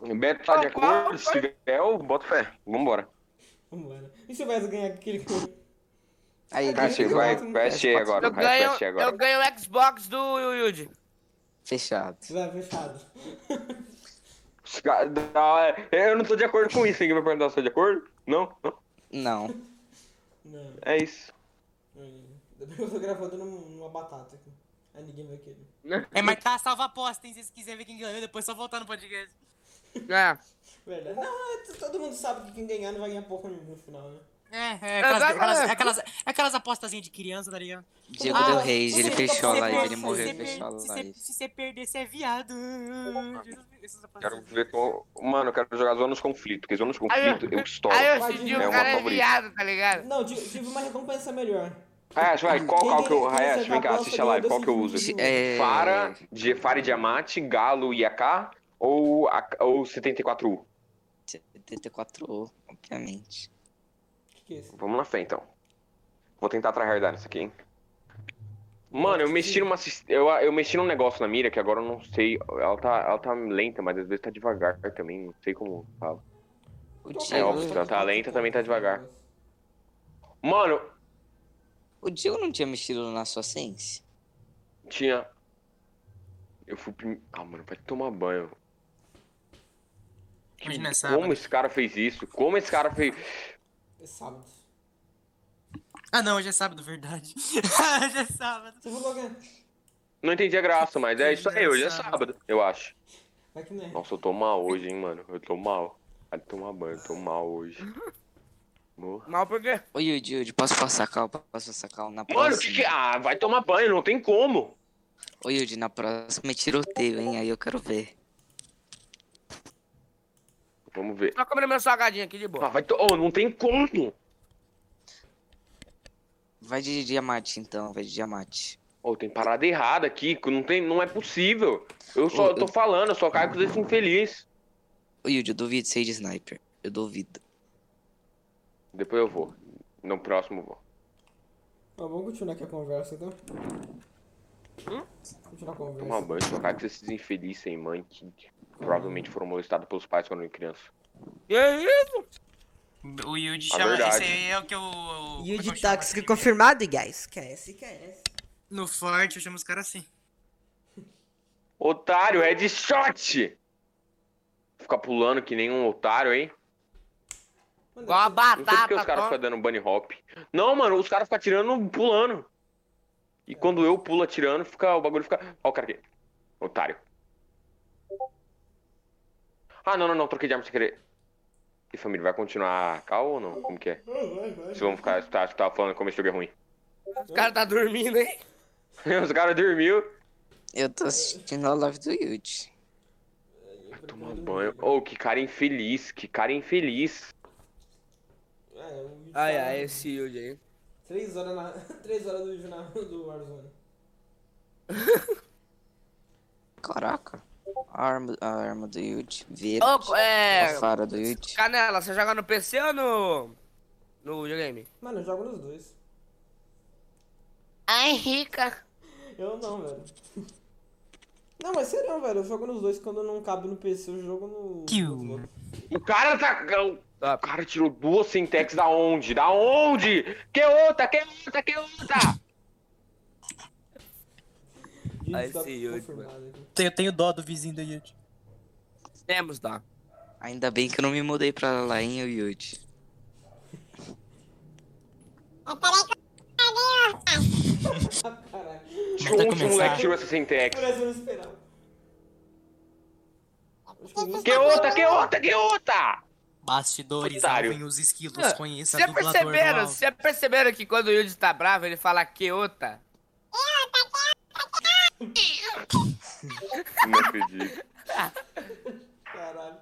S2: O Beto tá de acordo, se tiver, eu boto fé. Vambora.
S1: Vambora. E se o Beto ganhar aquele
S7: Aí,
S1: Vai,
S7: Diego,
S1: vai,
S2: Tá, vai, chega agora.
S5: Eu
S2: Vai, vai,
S5: ganho,
S2: vai um agora.
S5: eu ganho o Xbox do
S2: (laughs)
S5: Yuji.
S7: Fechado.
S1: Vai, fechado. (laughs)
S2: Os caras- da hora. Eu não tô de acordo com isso. Ninguém vai perguntar se eu tô de acordo? Não? Não?
S7: Não.
S1: Não, não.
S2: É isso.
S1: Ainda bem que eu tô gravando num- numa batata aqui. Aí ninguém vai querer.
S4: É, mas tá salva a aposta, hein? Se vocês quiserem ver quem ganhou, depois é só voltar no podcast.
S5: É.
S1: Verdade. Não, é, t- todo mundo sabe que quem ganhar não vai ganhar porra nenhuma no final, né?
S4: É, é aquelas,
S5: vai,
S4: aquelas,
S5: vai.
S4: aquelas, aquelas apostazinhas de criança, tá ligado?
S7: Diego
S4: Ah,
S7: deu rage,
S4: você-
S7: ele
S4: se
S7: fechou a
S4: você
S7: live,
S4: per-
S7: ele
S4: se
S7: morreu,
S4: você per-
S7: fechou a
S4: se você-
S7: live.
S4: Se você perder, você é viado. Essas
S2: Quero um
S4: apostazinhas.
S2: ver com. Mano, eu quero jogar Zona de Conflito, porque Zona de
S5: Aí
S2: Conflito eu estouro.
S5: eu decidi,
S1: É
S5: o
S1: uma
S5: cara é
S2: favorita.
S5: viado, tá ligado?
S1: Não, ti- tive uma recompensa melhor.
S2: Hayash, vai, Ah, qual, qual que eu.
S1: Quem- quem-
S2: Hayash,
S1: quem
S2: vem cá,
S1: aposta
S2: assiste a
S1: ganha
S2: live,
S1: dois
S2: qual que eu uso?
S1: centímetros.
S7: É...
S2: Fara, de, Fara e Diamante, Galo e AK ou, a, ou 74U?
S7: 74O, obviamente.
S1: Que que é isso?
S2: Vamos na fé então. Vou tentar tryhardar nisso aqui, hein? Mano, eu mexi numa. sis- Eu, eu mexi num negócio na mira que agora eu não sei. Ela tá, ela tá lenta, mas às vezes tá devagar também. Não sei como fala.
S7: O
S2: É
S7: Diego,
S2: óbvio, tá lenta, também tá devagar. Mano,
S7: o Diego não tinha mexido na sua sense?
S2: tinha. Eu fui. prim- Ah, mano, vai tomar banho.
S4: Imagina essa.
S2: Como esse cara fez isso? Como esse cara fez.
S1: É sábado.
S4: Ah, não, hoje é sábado, verdade. (laughs) hoje é sábado.
S1: Você falou que é?
S2: Não entendi a graça, mas é isso aí. Hoje é
S4: Engraçado.
S2: sábado, eu acho.
S1: Vai que não é.
S2: Nossa, eu tô mal hoje, hein, mano. Eu tô mal. Vai tomar banho, eu tô mal hoje. Morra.
S5: Mal por quê?
S7: Ô, Yuji, Yuji, posso passar calma? Posso passar calma na próxima?
S2: Mano, o que que. Ah, vai tomar banho, não tem como.
S7: Ô, Yuji, na próxima é tiroteio, hein? Aí eu quero ver.
S2: Vamos ver.
S5: Só Tá comendo meu salgadinho aqui de
S2: Ah,
S5: boa.
S2: vai to... oh, não tem como.
S7: Vai de diamante, então. Vai de diamante.
S2: Oh, tem parada errada aqui, que não, tem... não é possível. Eu só
S7: Ô,
S2: tô
S7: eu-
S2: falando, eu só caio com esse infeliz.
S7: Ô, Yuji, eu duvido ser de sniper. Eu duvido.
S2: Depois eu vou. No próximo eu vou.
S1: Mas Tá vamos continuar aqui a conversa, então.
S2: Hum?
S1: Continuar a
S2: Tomar
S1: conversa.
S2: banho, só caio com esses infelizes sem mãe que provavelmente foram molestados pelos pais quando eu era criança.
S5: E isso?
S4: O Yuji
S2: A
S4: chama.
S2: verdade.
S4: Esse aí é o que eu.
S8: E o
S4: como é
S8: de
S4: que eu chamo
S8: táxi
S4: aqui?
S8: confirmado, guys. KS, KS.
S4: No Forte, eu chamo os caras assim.
S2: Otário, headshot! Ficar pulando que nem um otário, hein?
S1: Mano,
S5: Igual uma
S2: Não sei porque os
S5: batata,
S2: caras
S5: tá?
S2: ficam dando bunny hop. Não, mano, os caras ficam atirando pulando. E quando eu pulo atirando, fica, o bagulho fica. Ó, o cara aqui. Otário. Ah, não, não, não, troquei de arma sem querer. E família, vai continuar cal ou não? Como que é?
S1: Vai, vai,
S2: Vocês vão ficar. Você tá- você tava falando como esse jogo é ruim. (laughs)
S5: Os caras tá dormindo, hein?
S2: os caras dormiu.
S7: Eu tô assistindo a live do Yuji.
S1: vai.
S2: Tomando banho. Oh, que cara infeliz, que cara infeliz.
S1: Ah, é, o Yuji
S5: Ai,
S1: tá-
S5: ai, esse Yuji aí.
S1: 3 horas, na... (laughs) três horas do, jornal do Warzone.
S7: Caraca. A arma, a arma do Yuji. Verde.
S5: Ô, é...
S7: A fara do Yuji.
S5: Canela, você joga no PC ou no... No videogame?
S1: Mano, eu jogo nos dois.
S5: Ai, rica.
S1: Eu não, velho. Tipo, (laughs) Não, mas sério, velho. Eu jogo nos dois. Quando não cabe no PC, eu jogo no.
S4: Kill.
S1: nos outros.
S2: O cara tá. O
S5: Tá.
S2: cara tirou duas sintex da onde? Da onde? Que outra? Que outra? Que outra?
S1: Gente,
S5: Aí
S1: tá
S5: sim, eu-
S1: confirmado aqui.
S4: Eu tenho dó do vizinho do Yuji.
S5: Temos, dá.
S7: Ainda bem que eu não me mudei pra lá, hein, o Yuji.
S1: Ah, Caralho.
S2: Onde o
S4: tá começando.
S2: um moleque tirou essa sintex?
S1: Parece que eu não esperava. Acho que eu-
S2: Que outra? Que outra? Que outra?
S4: Bastidores,
S2: Otário. Ah,
S4: alvem os esquilos, conheça
S5: Vocês
S4: a dublador do
S5: perceberam,
S4: alvo.
S5: vocês perceberam que quando o Yuji tá bravo, ele fala que outra?
S2: Não acredito.
S1: Caralho.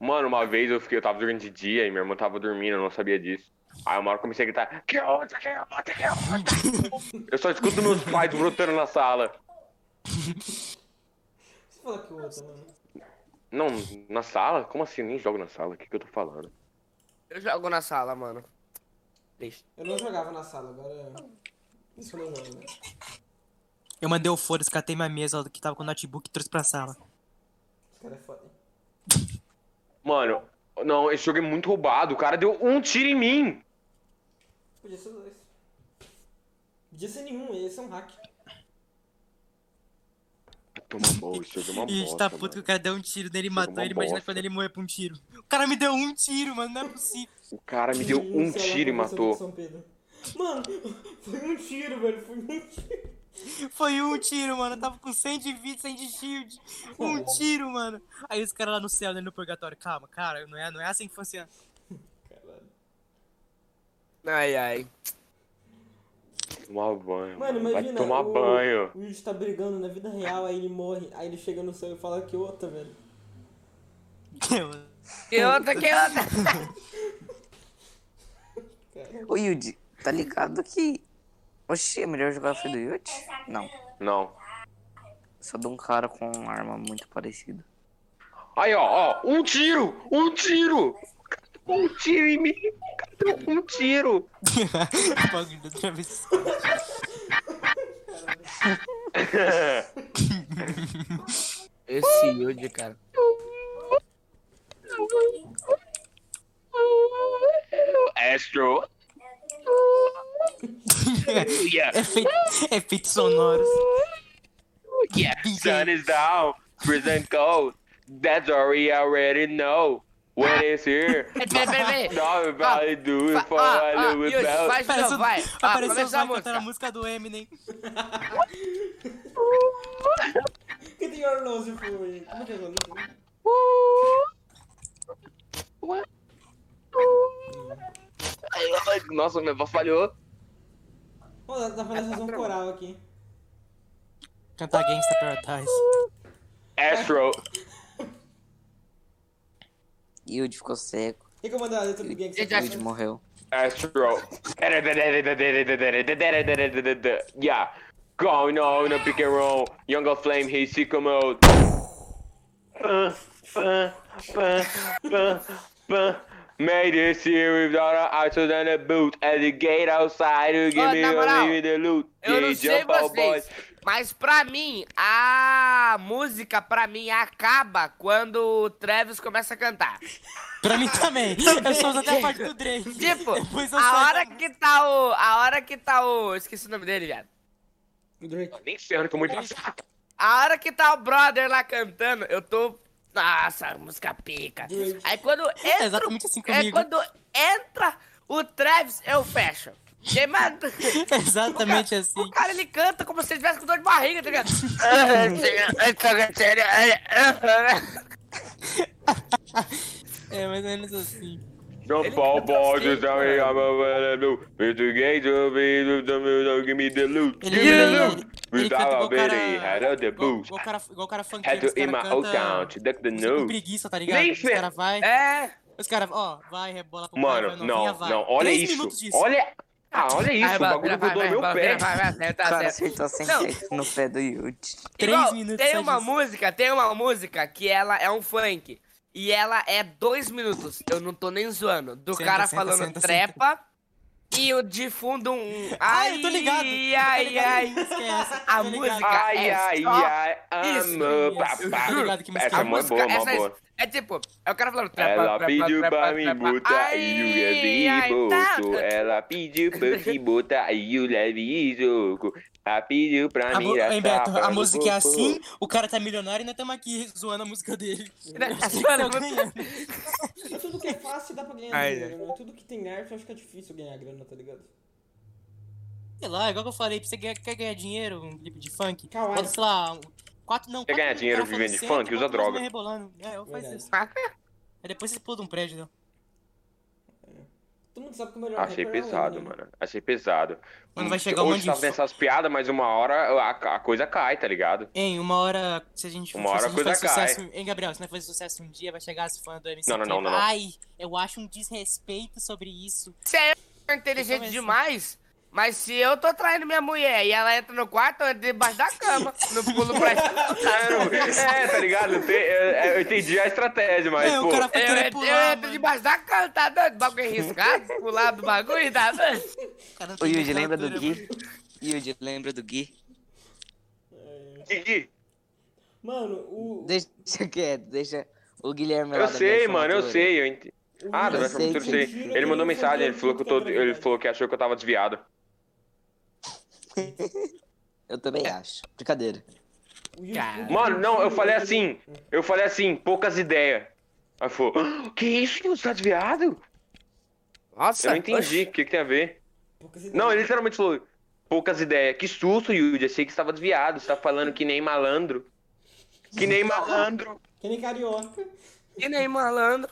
S2: Mano, uma vez eu fiquei, eu tava jogando de dia e minha irmã tava dormindo, eu não sabia disso. Aí uma hora eu comecei a gritar, que outra, que outra, que outra. eu só escuto meus pais brotando na sala.
S1: Você fala que outra, mano.
S2: Não, na sala? Como assim? Nem jogo na sala, o que, que eu tô falando?
S5: Eu jogo na sala, mano. Triste.
S1: Eu não jogava na sala, agora. Isso eu não jogo, né?
S4: Eu mandei o fora, escatei minha mesa que tava com o notebook e trouxe pra sala.
S1: Os caras é foda. hein?
S2: Mano, não, esse jogo é muito roubado, o cara deu um tiro em mim.
S1: Podia ser dois. Podia ser nenhum, esse é um hack.
S2: Toma boa, esse jogo é
S4: E
S2: uma
S4: a gente tá
S2: bosta,
S4: puto que o
S2: mano.
S4: cara deu um tiro nele, matou
S2: uma
S4: ele, imagina
S2: bosta.
S4: quando ele morrer pra um tiro. O cara me deu um tiro, mano, não é possível.
S2: O cara me deu um
S1: sei lá,
S2: tiro e
S1: como você
S2: matou.
S1: São Pedro. Mano, (laughs) foi um tiro, velho. Foi um tiro.
S4: Foi um tiro, mano, eu tava com 100 de vida, 100 de shield. Um tiro, mano. Aí os caras lá no céu, né, no purgatório, calma, cara, não é, não é assim que funciona. (laughs)
S1: Caralho.
S5: Ai, ai.
S2: Tomar
S1: Mano,
S2: banho. mano.
S1: imagina.
S2: Vai tomar
S1: o,
S2: banho.
S1: O Yuji tá brigando na vida real, aí ele morre. Aí ele chega no céu e fala que outra, velho.
S5: Que outra, que outra?
S7: Ô, Yuji, tá ligado que... Oxi, é melhor jogar foi do Yuji? Não.
S2: Não.
S7: Só de um cara com uma arma muito parecida.
S2: Aí, ó, ó, um tiro! Um tiro! O cara deu Um tiro em mim! O cara deu um tiro!
S4: Bagulho da travessa.
S5: Esse Yuji, cara.
S2: (laughs) Astro! yeah,
S4: Efeito- Efeitos sonoros.
S2: yeah, sun is down, present gold. That's all we already know. When it's (laughs) here,
S5: Peraí, peraí, peraí.
S2: now everybody do
S5: Fa-
S2: it for
S5: Ó,
S2: a
S5: ó,
S2: little
S5: Yuji,
S2: belt.
S5: faz de
S4: Parece
S5: novo,
S4: o-
S5: Então, vai. Ó,
S4: Apareceu o
S5: começa a
S4: Zay cantando a
S5: música.
S4: música do Eminem.
S1: Que tem your nose foi. Como que é o nome?
S2: Nossa, minha voz falhou.
S1: Pô, tá
S5: Ah,
S1: fazendo fazer um coral aqui.
S4: Cantar Gangsta Paradise.
S2: Astro!
S7: Yuji ficou cego.
S1: Tem como mandar a letra do Gangsta?
S7: Yuji
S5: (laughs)
S7: morreu.
S2: Astro. Yeah. Going on a pick and roll. Younger Flame, he's sicko mode. Pã, pã, pã, pã, pã. Made this here without an answer than a boot. At the gate outside, you give
S5: Ó,
S2: me
S5: na moral,
S2: a the loot.
S5: Eu não
S2: Yeah,
S5: sei
S2: jump
S5: vocês,
S2: out, boys.
S5: mas pra mim, a música pra mim acaba quando o Travis começa a cantar.
S4: Pra mim
S5: (laughs)
S4: também. Eu só uso até a parte do Drake. (laughs)
S5: Tipo,
S4: Depois eu
S5: a
S4: saio
S5: hora
S4: da-
S5: que tá o. A hora que tá o. Esqueci o nome dele, viado.
S2: Nem ferro, que eu muito fraco.
S5: A hora que tá o brother lá cantando, eu tô. Nossa, música pica. Aí
S4: (laughs)
S5: quando entra.
S4: exatamente assim
S5: É
S4: comigo.
S5: quando entra o Travis, eu fecho. Quem manda-
S4: É Exatamente assim.
S5: O cara ele canta como se ele tivesse com dor de barriga, tá ligado?
S7: É,
S5: é
S4: É mais ou menos assim.
S2: Jump
S5: Ele
S2: out,
S5: canta
S2: boys.
S5: assim,
S2: It's out here, I'm a loot. With the gate, you'll be the- the- the- give me the loot.
S4: Ele, é
S2: Give me the
S4: ele,
S2: loot.
S4: ele, ele canta
S2: Without
S4: igual
S2: a
S4: o cara...
S2: bitty, had out the
S4: Igual,
S2: boots.
S4: igual o cara, igual o cara funkeiro,
S2: Had
S4: que os
S2: to eat
S4: cara
S2: my old town
S4: canta...
S2: to duck the
S4: música com
S2: news.
S4: preguiça, tá ligado?
S2: Nem
S4: Os cara vai...
S5: É.
S4: Os caras, ó, vai, rebola pro cara,
S2: Mano,
S4: vai,
S2: não,
S4: novinha, vai.
S2: não, olha
S4: Três
S2: isso.
S4: minutos disso.
S2: Olha. Ah, olha isso,
S5: Vai,
S2: o bagulho
S5: vai,
S2: rodou
S5: vai,
S2: meu
S5: vai,
S2: pé.
S5: vai, vai, vai, tá
S7: O cara
S5: certo.
S7: acertou sem
S5: Não.
S7: jeito no pé do Yud.
S4: Três
S5: Igual,
S4: minutos
S5: Tem
S4: só
S5: uma
S4: disso.
S5: música, tem uma música que ela é um funk. E ela é dois minutos, eu não tô nem zoando. Do
S4: Senta,
S5: cara
S4: senta,
S5: falando
S4: senta,
S5: trepa e o de fundo um.
S4: Ah,
S5: Ai,
S4: eu tô ligado.
S5: Ai,
S4: eu tô Tá ligado,
S5: ai.
S4: Esquece, eu tô
S5: A
S4: ligado.
S5: música-
S2: Ai,
S5: É
S2: ai,
S5: só
S2: ai,
S4: isso,
S2: amor,
S4: isso.
S2: papá.
S4: Tá ligado que me
S2: Essa
S5: A
S2: é mó
S5: música
S2: boa,
S5: é
S2: mó
S5: só
S2: boa.
S5: isso. É tipo, é o cara falando trepa,
S2: Ela
S5: trepa,
S2: pediu
S5: trepa,
S2: pra me
S5: trepa.
S2: botar e o
S5: Ai, ai,
S2: leve
S5: tá.
S2: boto. Ela pediu pra eu me botar e o leve jogo. Ela pediu pra
S4: A, mu-
S2: me
S4: hein, Beto, a
S2: assar
S4: música é
S2: pro-
S4: assim, o cara tá milionário e nós estamos aqui zoando a música dele.
S5: Mano,
S4: Tá ganhando.
S1: Mas tudo que é fácil dá pra ganhar
S5: Ai,
S1: dinheiro, né? Tudo que tem arte eu acho que é difícil ganhar grana, tá ligado?
S4: Sei lá, igual que eu falei, pra você ganhar, quer ganhar dinheiro, um clipe de funk,
S1: Kawaii.
S4: bota, sei lá, um- quatro, não,
S2: Quer ganhar
S4: quatro
S2: dinheiro
S4: cara falando
S2: vivendo de
S4: senta,
S2: funk?
S4: bota
S2: Usa
S4: mais
S2: droga.
S4: um rebolando. É, eu faço
S1: Verdade.
S4: isso. Aí depois você pula um prédio, né?
S1: Todo mundo sabe que o melhor rapper
S2: Achei
S1: é o
S2: pesado,
S1: Eminem.
S2: mano. Achei pesado.
S4: Mano, vai chegar um monte
S2: Hum, Hoje tá
S4: de
S2: tava
S4: fo-
S2: nessas piadas, mas uma hora a, a coisa cai, tá ligado?
S4: Hein, uma hora, se a gente,
S2: Uma
S4: se
S2: hora
S4: a
S2: a
S4: gente
S2: coisa
S4: faz sucesso, hein, Gabriel, se nós fazer sucesso um dia, vai chegar as fãs do MC
S2: Não, não, não,
S4: Kevin,
S2: não, não.
S4: Ai, eu acho um desrespeito sobre isso.
S5: (laughs) Você é
S4: Eu
S5: inteligente
S4: também sou.
S5: demais, mas se eu tô traindo minha mulher e ela entra no quarto, eu entro debaixo da cama, no pulo pra
S2: É, (laughs) não-
S5: (laughs)
S2: é, tá ligado? Eu, te- eu- eu entendi a estratégia, mas,
S4: É, o
S2: pô. é,
S4: cara foi
S5: Eu,
S4: querer
S5: entro- eu
S4: pular,
S5: entro
S4: mano.
S5: é, debaixo da cama, tá doido? Bagulho riscado, pular do bagulho, tá doido?
S4: O cara não
S7: Ô
S4: tem
S7: Yud,
S4: nem
S7: lembra do
S4: altura, mano.
S7: Gui? Yud, lembra do Gui?
S2: Gui,
S1: Mano, o.
S7: Deixa quieto, deixa o Guilherme lá
S2: eu
S7: da
S2: sei,
S7: minha
S2: mano, eu
S7: formatura.
S2: sei. Eu ent... Ah, da
S7: eu
S2: minha
S7: sei
S2: formatura, eu
S7: que-
S2: sei.
S1: Mentira,
S2: Ele
S1: eu
S2: mandou
S1: não
S2: mensagem, ele
S1: sabia
S2: falou que eu
S1: que eu
S2: tô.
S1: tava
S2: Ele
S1: ligado.
S2: falou que achou que eu tava desviado.
S7: Eu também acho. (laughs) Brincadeira.
S1: o Yuri-
S5: Cara.
S1: um
S2: Mano, não, eu
S1: né?
S2: falei assim. Eu falei assim, poucas ideias. Aí falou, "Ah, que isso, você tá desviado?
S5: Nossa,
S2: Eu não entendi, o que, que tem a ver?
S1: Poucas ideias.
S2: Não, ele literalmente falou, poucas ideias. Que susto, Yudi, achei que você tava desviado. Você tá falando que nem malandro. Que nem malandro.
S1: Que nem carioca.
S5: E nem malandro.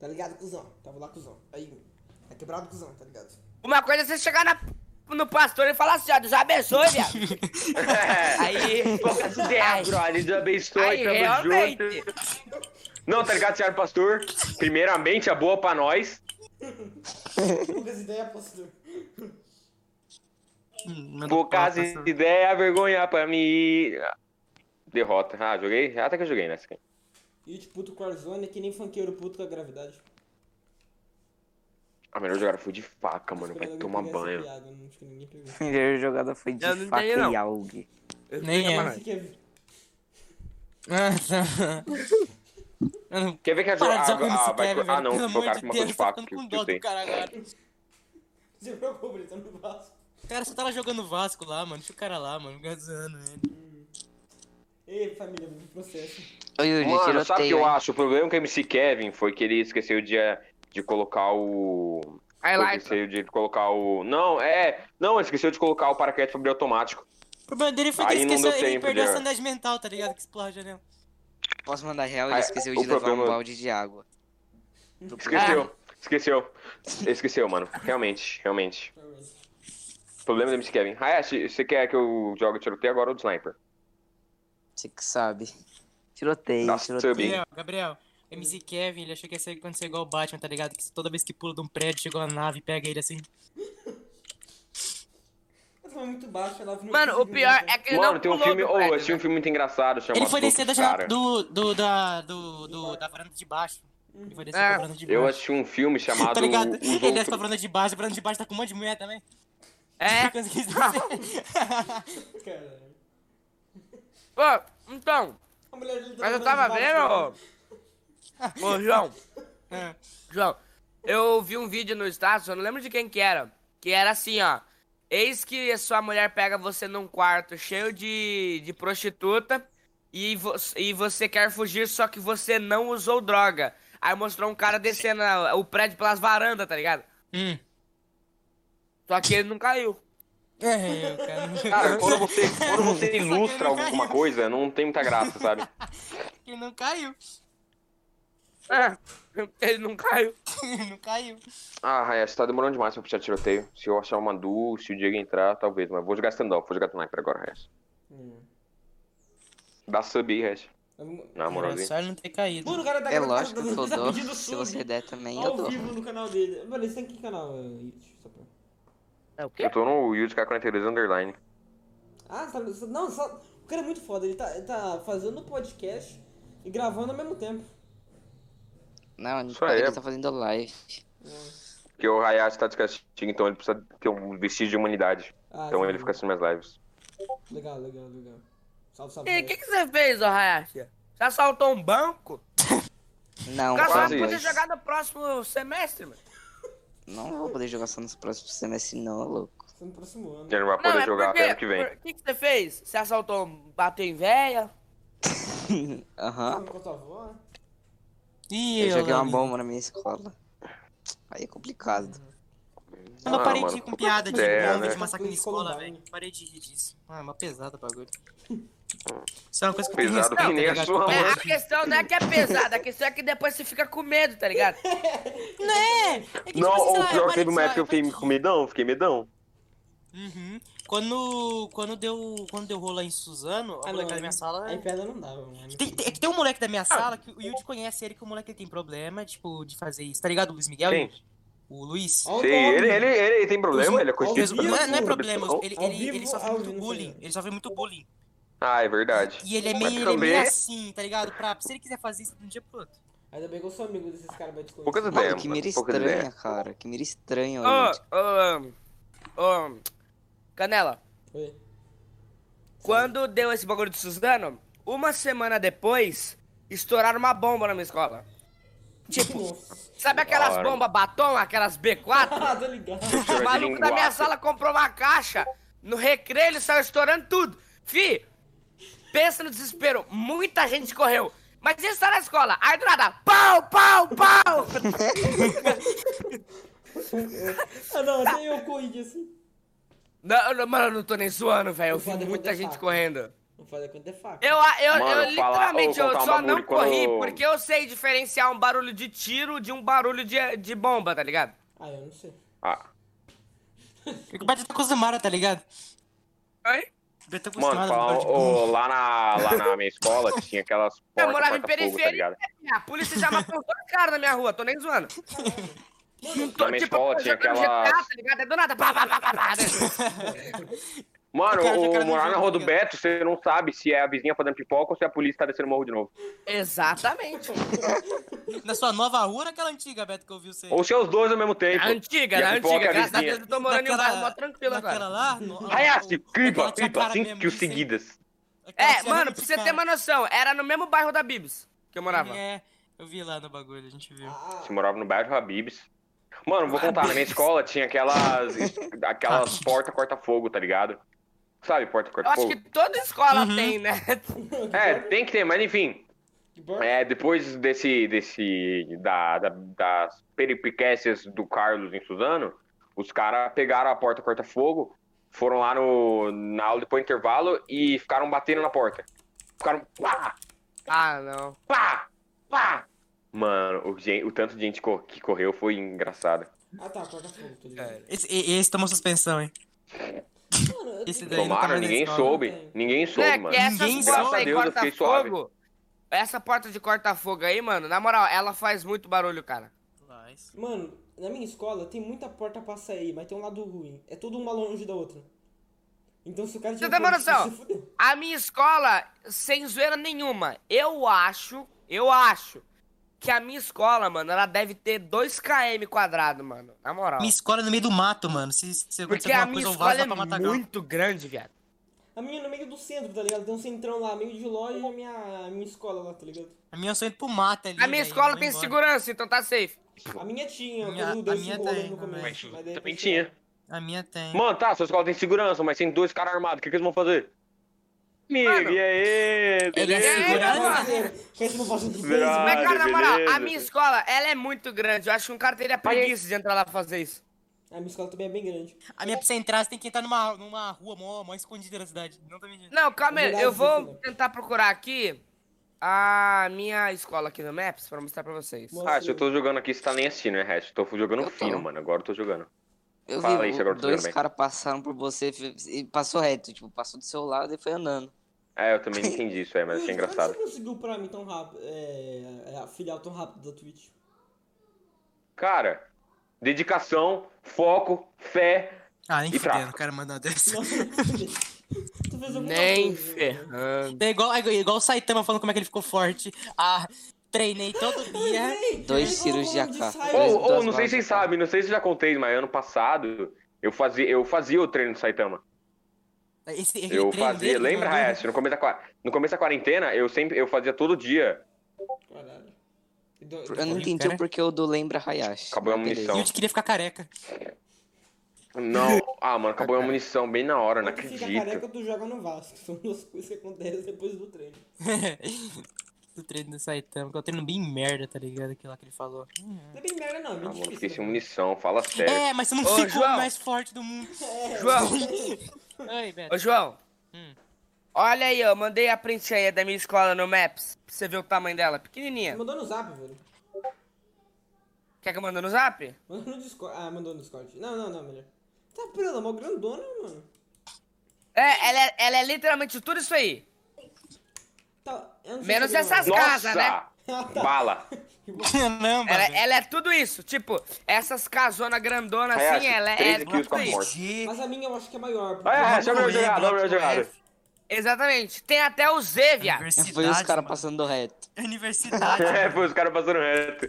S1: Tá ligado, cuzão? Tava lá, cuzão. Aí. É quebrado, cuzão, tá ligado?
S5: Uma coisa é você chegar na- no pastor e falar assim, ó, Deus abençoe, viado.
S2: É.
S5: Aí,
S2: poucas ideias, brother. Deus abençoe,
S5: aí
S2: tamo
S5: realmente,
S2: junto. Não, tá ligado, senhor pastor? Primeiramente, a boa pra nós.
S1: Poucas ideias, é pastor.
S4: Hum, mandou
S2: Poucas
S4: (laughs) pular, passou.
S2: ideias, vergonha pra mim. Derrota. Ah, joguei? Até que eu joguei nessa. aqui.
S1: E de puto com a Arzona é que nem funkeiro puto com a gravidade.
S2: A Ah, melhor jogada foi de faca, mano.
S1: Esperando
S2: Vai
S1: Tipo, alguém pegar
S2: tomar
S1: essa
S2: banho.
S1: piada, não acho que ninguém pegou.
S7: Primeira jogada foi de
S5: Eu não
S7: faca
S5: entendi, não.
S7: e algue.
S4: Nem é.
S1: Esse que é-
S4: Ah, tá. Eu não-
S2: Quer ver que a
S4: Para de usar
S2: jogada.
S4: com
S2: Ah,
S4: esse
S2: vai...
S4: Kevin, velho.
S2: ah, não,
S4: Pelo
S2: foi o
S4: amor
S2: cara
S4: de
S2: que matou
S4: Deus,
S2: de
S4: eu tô
S2: faca.
S4: ficando
S2: que
S4: com
S2: eu
S4: dó
S2: sei.
S4: do cara agora.
S1: Você preocupa, ele tá no Vasco.
S4: Cara, você tava jogando Vasco lá, mano. Deixa o cara lá, mano. Gazando ele.
S1: Ei, família, vamos pro processo.
S7: Ô Yud,
S2: Mano, sabe o que
S7: tiroteio.
S2: eu
S7: hein?
S2: acho? O problema com o MC Kevin foi que ele esqueceu de, eh, de colocar o.
S4: É
S5: aí lá,
S2: Esqueceu de colocar o. Não, é. Não, ele esqueceu de colocar o paraquedas sobre automático.
S4: O problema dele foi que
S2: Aí
S4: ele
S2: não
S4: esqueceu,
S2: deu
S4: ele
S2: tempo,
S4: perdeu a
S2: Diego.
S4: sanidade mental, tá ligado? Que explode a janela.
S7: Posso mandar real?
S2: Ah,
S7: Ele esqueceu
S2: o
S7: de levar
S2: problema-
S7: um balde de água.
S2: Esqueceu. Esqueceu. Esqueceu, mano. Realmente, realmente.
S1: Realmente.
S2: Problema do MC Kevin. Hayashi, você quer que eu jogue tiroteio agora ou do sniper?
S7: Você que sabe. Tiroteio,
S2: Dá
S7: tiroteio.
S2: sub.
S4: Gabriel, Gabriel. o MC Kevin, ele achou que ia ser quando você é igual o Batman, tá ligado? Que toda vez que pula de um prédio, chegou a nave e pega ele assim.
S1: Eu tava muito baixo, ela não
S5: Mano, o
S1: conseguiu
S5: pior
S1: levantar.
S5: é que ele não
S2: Mano, tem um
S5: pulou
S2: filme.
S5: do
S2: Oh, eu
S5: prédio,
S2: achei um
S5: né?
S2: filme muito engraçado chamado.
S4: ele foi descer da
S2: Outros
S4: janela
S2: Cara.
S4: do, do, da, do, do- da varanda de baixo. Ele foi descer
S5: É.
S4: da varanda de baixo.
S2: Eu achei um filme chamado.
S4: Tá ligado?
S2: Os
S4: (laughs) Ele desce pra
S2: Outros...
S4: varanda de baixo, a varanda de baixo tá com um monte de mulher também. (laughs)
S5: É,
S4: Não consegui descer.
S1: Caralho.
S5: pô, então,
S1: A mulher dele tá
S5: mas eu
S1: no
S5: tava
S1: Vasco, cara.
S5: vendo, ô, ô João,
S4: É.
S5: João, eu vi um vídeo no status, eu não lembro de quem que era, que era assim, ó. Eis que a sua mulher pega você num quarto cheio de, de prostituta e, vo- e você quer fugir, só que você não usou droga. Aí mostrou um cara descendo a- o prédio pelas varandas, tá ligado?
S4: (laughs) Hum.
S5: Só que ele não (laughs) caiu.
S4: É, eu, cara.
S2: Cara, quando você, quando você ilustra
S4: Só que ele não
S2: alguma
S4: caiu.
S2: coisa, não tem muita graça, sabe?
S4: (laughs) Ele não caiu. (laughs)
S5: É, (laughs) ele não caiu.
S4: Ele não caiu.
S2: Ah, Hayashi, tá demorando demais pra puxar tiroteio. Se eu achar uma duo, se o Diego entrar,
S1: Hum.
S2: talvez. Mas vou jogar stand-up, vou jogar sniper agora, Hayashi. Dá sub aí, Hayashi. Na moral,
S4: Era
S2: viu?
S4: só ele não ter caído.
S1: Mano, o cara tá,
S7: É
S1: o cara
S7: lógico
S1: tá,
S7: que eu
S1: tá
S7: dou.
S1: pedindo
S7: Se você
S1: sub
S7: der também, eu
S1: ao
S7: dou.
S1: vivo no canal dele. Mano, esse tem que canal? eh, Yuri? Só pra-
S5: É o quê?
S2: Eu tô no Yuji K42 Underline.
S1: Ah, sabe, só- não, só, o cara é muito foda, ele tá, ele tá fazendo podcast e gravando ao mesmo tempo.
S7: Não,
S2: Isso aí. é
S7: ele tá fazendo live.
S2: Porque o Hayashi tá de castigo, então ele precisa ter um vestígio de humanidade.
S1: Ah,
S2: Então
S1: sim.
S2: ele fica assistindo minhas lives.
S7: assim.
S1: Legal, legal, legal. Salve, salve.
S5: E o
S1: salve.
S5: que, que você fez, ô Hayashi? Você assaltou um banco?
S7: Não,
S5: O cara
S2: quase
S5: só podia
S2: isso.
S5: jogar no próximo semestre, mano.
S7: Não vou poder jogar só nos próximos semestres, não, louco. (laughs)
S1: Você me aproximou, né?
S2: Ele não vai poder
S5: é
S2: jogar até ano que vem.
S5: O que, que você fez? Você assaltou, um- bateu em véia?
S2: Ah.
S7: Aham.
S1: Com a tua avó, né?
S4: Ih,
S7: Eu joguei uma
S4: Lami.
S7: bomba na minha escola. Aí é complicado.
S4: Eu não
S2: Ah,
S4: parei de
S2: mano,
S4: rir com
S2: puta
S4: piada de
S2: ideia,
S4: bomba,
S2: né?
S4: de massacre na escola,
S1: Columbine.
S4: velho. Parei de rir disso. Ah, é uma pesada o (laughs) bagulho. Isso é uma coisa que eu
S2: Pesado
S4: tenho respeito,
S2: que nem a
S4: tá ligado?
S2: sua
S4: Comparado-
S5: É, a questão não é que é pesada, a questão é que depois você fica com medo, tá ligado?
S4: Né? É que, tipo, assim, sei lá,
S2: Não, o
S4: eu
S2: pior que
S4: parei
S2: teve
S4: de
S2: uma época que eu
S4: zoar,
S2: fiquei
S4: parei
S2: com
S4: de rir.
S2: medão, fiquei medão.
S4: Uhum. Quando, quando, deu, quando deu rolo lá em Suzano, a
S1: Ah,
S4: moleque
S1: não,
S4: da minha sala... é-
S1: Aí pedra não dava, mano.
S4: Tem, tem- é que tem um moleque da
S2: Ah.
S4: minha sala que o Yudi conhece ele, que o moleque ele tem problema, tipo, de fazer isso. Tá ligado, o Luiz Miguel?
S2: Quem?
S4: Yudi? O Luiz.
S1: Ó o
S2: Sim,
S1: nome,
S2: ele,
S1: mano.
S2: ele, ele tem problema,
S4: Os-
S2: ele é conhecido.
S1: os-
S2: pelo-
S4: Não é, não é problema,
S2: pelo-
S4: ele,
S1: Ao
S4: ele, ele
S1: vivo,
S4: sofre
S1: ao
S4: muito
S1: vivo,
S4: bullying.
S1: sim.
S4: Ele sofre muito bullying.
S2: Ah, é verdade.
S4: E ele é meio,
S2: Mas
S4: ele é meio
S2: também,
S4: assim, tá ligado? Pra, se ele quiser fazer isso de um dia pro outro.
S1: Ainda bem que eu sou amigo desses caras mais desconhecidos.
S2: poucas
S7: Mano,
S2: ideias,
S7: que mira
S2: mano, poucas ideias.
S7: estranha, cara. Que mira estranha,
S5: Ô,
S7: olha. tipo,
S5: ô, ô, Canela,
S1: Oi.
S5: quando deu esse bagulho de Suzano, uma semana depois, estouraram uma bomba na minha escola. Tipo,
S1: Nossa.
S5: sabe aquelas
S2: Claro.
S5: bombas batom, aquelas B4?
S1: (laughs) Ah, tô ligado.
S5: O
S2: de
S5: maluco da minha
S2: linguaça.
S5: sala comprou uma caixa. No recreio ele saiu estourando tudo. Fi, pensa no desespero. Muita gente correu. Mas ele está na escola. Aí do nada, pau, pau,
S2: (laughs)
S5: pau.
S1: Ah, não, tem eu corrigi assim.
S5: não, não, mano, eu não tô nem zoando, velho. Eu vi
S1: Foda,
S5: muita
S1: foda,
S5: gente
S1: foda.
S5: correndo.
S1: Não faz quanto é faca.
S5: Eu, eu,
S2: Mano,
S5: eu
S2: falar-
S5: literalmente,
S2: ô,
S5: eu
S2: contar um
S5: só
S2: bagulho,
S5: não corri
S2: quando-
S5: porque eu sei diferenciar um barulho de tiro de um barulho de, de bomba, tá ligado?
S1: Ah, eu não sei.
S2: Ah,
S4: Porque o Beto tá acostumado, tá ligado?
S5: Oi?
S4: O Beto tá
S2: mano,
S4: acostumado a
S2: fala,
S4: mudar de
S2: ô, lá, na, lá na minha escola tinha aquelas
S5: Eu
S2: portas
S5: morava em
S2: pra fogo, tá ligado?
S5: periferia. É, A polícia já matou os dois caras na minha rua, tô nem zoando. Não tô,
S2: Na minha
S5: eu
S2: escola É. tinha
S5: jogando
S2: aquelas-
S5: GTA, tá ligado? É do nada, pá, pá, pá, pá, pá, né?
S2: Mano,
S4: Eu quero ver a cara
S2: o
S4: do
S2: morar na
S4: João
S2: rua do
S4: Gabriel.
S2: Beto, você não sabe se é a vizinha fazendo pipoca ou se a polícia tá descendo o morro de novo.
S5: Exatamente.
S4: Na sua nova rua ou naquela antiga, Beto, que eu vi você?
S2: Ou se é os dois ao mesmo tempo.
S5: A antiga,
S2: E a
S5: na
S2: pipoca é
S5: antiga.
S2: a
S5: Graças a
S2: vizinha.
S5: Deus eu tô morando em um bairro mó tranquilo
S4: naquela
S5: agora.
S4: lá? No,
S2: Raiasse, clipa,
S4: naquela tia
S2: clipa,
S4: cara
S2: cinco
S4: mesmo,
S5: assim.
S2: kills
S4: sem-
S2: seguidas.
S4: aquela
S5: É,
S4: tia
S5: mano,
S4: cara
S5: pra
S4: de
S5: você ter
S4: cara.
S5: uma noção, era no mesmo bairro da Bibis que eu morava.
S4: É, eu vi lá no bagulho, a gente viu.
S1: Ah,
S2: Você morava no bairro Habibs. Mano,
S5: Ah,
S2: vou contar, na minha escola tinha aquelas, aquelas porta corta-fogo, tá ligado? Sabe, porta
S5: Eu acho que
S2: corta-fogo?
S5: toda escola
S4: Uhum.
S5: tem, né?
S2: É, tem que ter, mas enfim,
S1: que bom.
S2: É, depois desse, desse da, da- das peripécias do Carlos em Suzano, os caras pegaram a porta corta-fogo, foram lá no, na aula depois do intervalo e ficaram batendo na porta. Ficaram pá,
S5: Ah, não.
S2: pá, pá. Mano, o, gen- o tanto de gente co- que correu foi engraçado.
S1: Ah, tá, corta fogo, tô ligado.
S4: Esse, e- esse tomou suspensão, hein?
S1: Mano, eu
S4: Esse
S1: tenho-
S4: daí nunca
S2: Tomara,
S4: mais na
S2: ninguém
S4: escola, né?
S2: soube.
S1: não tem.
S2: Ninguém
S5: Não
S2: soube,
S5: é
S2: mano.
S5: que essa
S4: Ninguém
S5: porta
S4: sabe.
S5: de
S2: Graças a Deus eu fiquei suave.
S5: corta-fogo. Essa porta de corta-fogo aí, mano, na moral, ela faz muito barulho, cara.
S4: Mas-
S1: Mano, na minha escola tem muita porta pra sair, mas tem um lado ruim. É toda uma longe da outra. Então se o cara
S5: Você
S1: tiver
S5: tem uma
S1: corte,
S5: noção?
S1: se fudeu.
S5: A minha escola, sem zoeira nenhuma, eu acho, eu acho que a minha escola, mano, ela deve ter 2km quadrado, mano. Na moral.
S4: Minha escola é no meio do mato, mano. Se se acontecer
S5: Porque a
S4: alguma
S5: minha
S4: coisa, eu
S5: escola
S4: vazo
S5: é
S4: lá pra Matagal.
S5: muito grande, viado.
S1: A minha é no meio do centro, tá ligado? Tem um centrão lá, meio de loja e a minha, a minha escola lá, tá ligado?
S4: A minha eu só indo pro mato ali,
S5: A minha
S4: velho,
S5: escola
S4: vou
S5: tem
S4: embora.
S5: segurança, então tá safe.
S1: A minha tinha,
S4: Minha-
S1: quando
S4: a
S1: deu
S4: minha
S1: esse rolê
S4: tem
S1: no
S4: também.
S1: começo. mas daí
S2: Também
S1: depois
S2: tinha.
S4: A minha tem.
S2: Mano, tá, sua escola tem segurança, mas tem dois caras armados, o que, que eles vão fazer? Amigo,
S5: Mano,
S2: e aí?
S4: Ele é
S2: beleza?
S4: segurança?
S1: né? Pensa no Washington de
S2: Verdade.
S1: mano.
S5: Mas, cara, na moral,
S2: beleza.
S5: a minha escola, ela é muito grande. Eu acho que um cara teria preguiça de entrar lá pra fazer isso.
S1: A minha escola também é bem grande.
S4: A minha pra você entrar, você tem que entrar numa, numa rua mó, mó escondida na cidade. Não tô mentindo.
S5: Não, calma aí,
S1: Verdade,
S5: eu
S1: sim,
S5: vou
S1: sim.
S5: tentar procurar aqui a minha escola aqui no Maps pra mostrar pra vocês.
S1: Mostra
S2: Ah, se eu tô jogando aqui, você tá nem assistindo, né, Hash? Tô jogando
S7: Eu tô.
S2: fino, mano. Agora eu tô jogando.
S7: Eu
S2: Fala
S7: vi
S2: aí, você agora tá
S7: dois
S2: vendo bem.
S7: caras passaram por você e passou reto, tipo, passou do seu lado e foi andando.
S2: É, eu também não entendi isso aí, mas achei
S1: Yudi,
S5: (laughs)
S2: engraçado.
S1: Como você conseguiu o Prime tão rápido? É, é, a filial tão rápido da Twitch? (laughs)
S2: Cara, dedicação, foco, fé.
S4: Ah, nem
S2: E pra-
S4: fudendo, o cara mandou uma dessa.
S1: Nossa, tu fez alguma
S5: Nem
S1: coisa, né?
S5: ferrando.
S4: É igual, é igual o Saitama falando como é que ele ficou forte. Ah, treinei todo dia.
S7: Dois
S1: Ele
S7: tiros de
S1: colocou um
S7: AK.
S1: de saia.
S2: Ou,
S1: Dois-
S2: ou não sei se vocês sabem, não sei se eu já contei, mas ano passado eu fazia, eu fazia o treino do Saitama.
S4: Esse, aquele
S2: Eu
S4: treino dele,
S2: fazia, lembra,
S4: mano?
S2: Hayashi? No começo da, qua- no começo da quarentena, eu sempre eu fazia todo dia.
S1: Caralho. E do-
S7: Eu não
S4: Ih,
S7: entendi
S4: cara.
S7: o porquê o do lembra Hayashi.
S2: Acabou a
S7: Mas beleza.
S2: munição.
S4: Yudi queria ficar careca.
S2: (laughs) Não, ah, mano, acabou a munição bem na hora, não
S1: Quando tu fica
S2: acredito.
S1: careca, tu joga no Vasco. São duas coisas que acontecem depois do treino.
S4: o treino do Saitama, que é um treino bem merda, tá ligado? Aquilo lá que ele falou.
S1: Não é bem merda, não. É
S2: Ah,
S1: bem
S2: mano, fiquei
S1: difícil.
S2: sem munição, fala sério.
S4: É, mas você não
S5: Ô,
S4: ficou
S5: João.
S4: mais forte do mundo.
S5: João,
S4: Ai, Beto.
S5: ô João.
S4: Hum.
S5: Olha aí, eu mandei a print aí da minha escola no Maps. Pra você ver o tamanho dela, pequenininha.
S1: Mandou no zap, velho.
S5: Quer que eu mande no zap?
S1: Mandou no Discord. Ah, mandou no Discord. Não, não, não, melhor. Tá, pera, ela é mó grandona, mano.
S5: É, ela é, ela é literalmente tudo isso aí.
S1: Tá, eu não sei
S5: Menos
S1: se é
S5: essas
S1: grandona.
S5: casas, né?
S2: Nossa! (laughs) Bala!
S4: (laughs) Não,
S5: Ela,
S4: mano.
S5: ela é tudo isso. Tipo, essas casonas grandonas assim,
S2: Hayashi,
S5: ela é,
S2: três
S5: é
S2: kills com
S5: tudo
S2: a
S5: isso.
S2: morte.
S1: Mas a minha eu acho que é maior. porque-
S2: Ah, é, chama o meu
S4: Lembra,
S2: jogado, chama o meu
S4: outro
S2: jogado.
S4: F.
S5: Exatamente. Tem até o Z, viado.
S7: Foi os
S4: Universidade,
S7: caras
S4: mano.
S7: passando reto.
S4: Universidade.
S2: (laughs) É, foi os caras passando reto.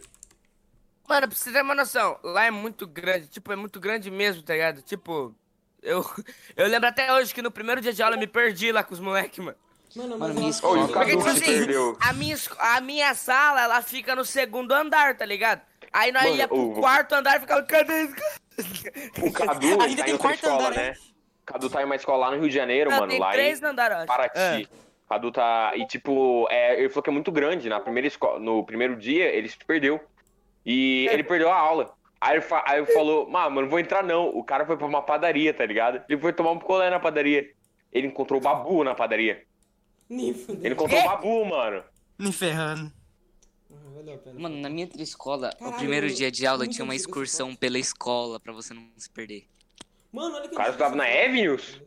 S5: Mano, pra você ter uma noção, lá é muito grande. Tipo, é muito grande mesmo, tá ligado? Tipo, eu, (laughs) eu lembro até hoje que no primeiro dia de aula eu me perdi lá com os moleques, mano.
S1: Mano,
S7: Mano,
S1: mas eu
S2: Ô,
S7: minha escola-
S2: e
S1: acho
S2: o
S1: que-
S5: Porque, tipo
S2: Cadu se
S5: assim,
S2: perdeu.
S5: a minha, esco- a minha sala, ela fica no segundo andar, tá ligado? Aí nós
S2: Mano,
S5: ia pro
S2: o-
S5: quarto andar e ficava, cadê esse cara?"
S2: (laughs) O Cadu
S4: Ainda
S2: tá
S4: tem
S2: em outra
S4: quarto
S2: escola,
S4: andar, hein?
S2: né? Cadu tá em uma escola lá no Rio de Janeiro,
S5: Não,
S2: mano.
S5: tem
S2: Lá
S5: três
S2: em
S5: no andar, eu acho.
S4: É.
S2: Paraty. Cadu tá. E tipo, é, ele falou que é muito grande. Na primeira escola, no primeiro dia, ele se perdeu.
S4: É.
S2: E ele perdeu a aula. Aí ele, fa- aí ele falou, "Mah, mano, não vou entrar não. O cara foi pra uma padaria, tá ligado? Ele foi tomar um picolé na padaria. Ele encontrou o Babu na padaria.
S1: Nem fudeu.
S2: Ele encontrou o Babu, mano.
S4: Me ferrando.
S1: Ah, valeu a pena.
S7: Mano, na minha outra escola,
S1: Caralho,
S7: o primeiro
S1: eu-
S7: dia de aula
S1: eu
S7: tinha uma
S1: nunca fui dessa
S7: excursão pela escola pra você não se perder.
S1: Mano, olha que.
S2: O cara estudava na Avenues?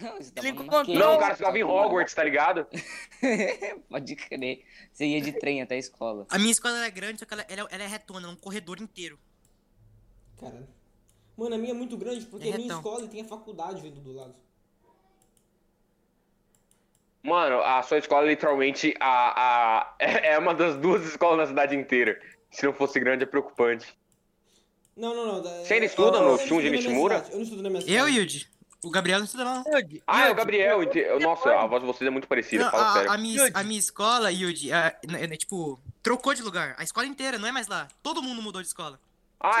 S7: Não, isso
S5: Ele
S7: dava numa
S5: contou-
S7: queima.
S2: Não, o cara estudava em Hogwarts, tá ligado?
S7: (laughs) Pode crer. Você ia de trem até a escola.
S4: A minha escola ela é grande, só que ela, ela é- ela é retona, é um corredor inteiro.
S1: Cara. Mano, a minha é muito grande porque é minha
S4: Retão.
S1: escola e tem a faculdade vindo do lado.
S2: Mano, a sua escola é literalmente a, (laughs) a, é uma das duas escolas na cidade inteira. Se não fosse grande, é preocupante.
S1: Não, não, não. da-
S2: Você ainda
S1: eu-
S2: estuda
S1: eu
S2: no
S1: não
S2: Shunji
S1: estudo na minha
S2: Nishimura?
S1: cidade, Eu não estudo na minha
S4: Eu,
S1: cidade.
S4: Yudi. O Gabriel não estuda lá. não.
S5: Yudi,
S2: Ah, é o
S5: Yudi,
S2: Gabriel. ente- Nossa, a voz de vocês é muito parecida,
S4: Não,
S2: fala
S4: a, a
S2: sério.
S4: minha,
S5: Yudi.
S4: a minha escola, Yudi, a- né, né, tipo, trocou de lugar. A escola inteira, não é mais lá. Todo mundo mudou de escola.
S2: Ah,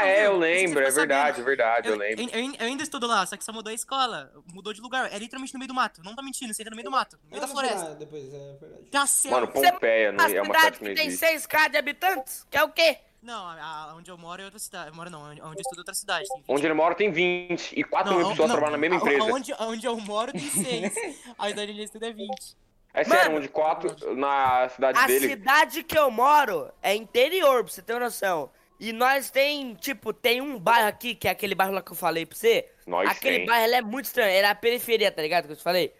S4: Você
S2: é, eu
S4: não viu? Você
S2: lembro,
S4: ficou
S2: é verdade, é
S4: sabendo.
S2: verdade, eu
S4: Eu,
S2: lembro.
S4: eu- eu ainda estudo lá, só que só mudou a escola. Mudou de lugar. É literalmente no meio do mato. Não tá mentindo, você entra no meio do mato. No
S1: Eu
S4: meio da
S1: vou
S4: floresta. Tá.
S1: estudar depois, é verdade.
S4: Já sei.
S2: Mano, Pompeia não,
S5: Uma
S2: é uma cidade
S5: cidade
S2: que não
S5: que tem
S2: existe.
S5: 6k de habitantes? Que é o quê?
S4: Não, a- a- onde eu moro é outra cidade. Eu moro não, onde onde eu estudo é outra cidade. Tem
S2: Onde ele mora tem 20 e 4 mil
S4: a-
S2: pessoas trabalham na mesma
S4: a-
S2: empresa.
S4: Onde, onde eu moro tem 6. a cidade onde eu estudo é 20.
S2: É sério,
S5: Mano,
S2: onde 4 na cidade
S5: A
S2: dele.
S5: cidade que eu moro é interior, pra você ter uma noção. E nós tem, tipo, tem um bairro aqui, que é aquele bairro lá que eu falei pra você.
S2: Nós
S5: aquele
S2: tem.
S5: bairro ele é muito estranho, ele é a periferia, tá ligado? Que eu te falei.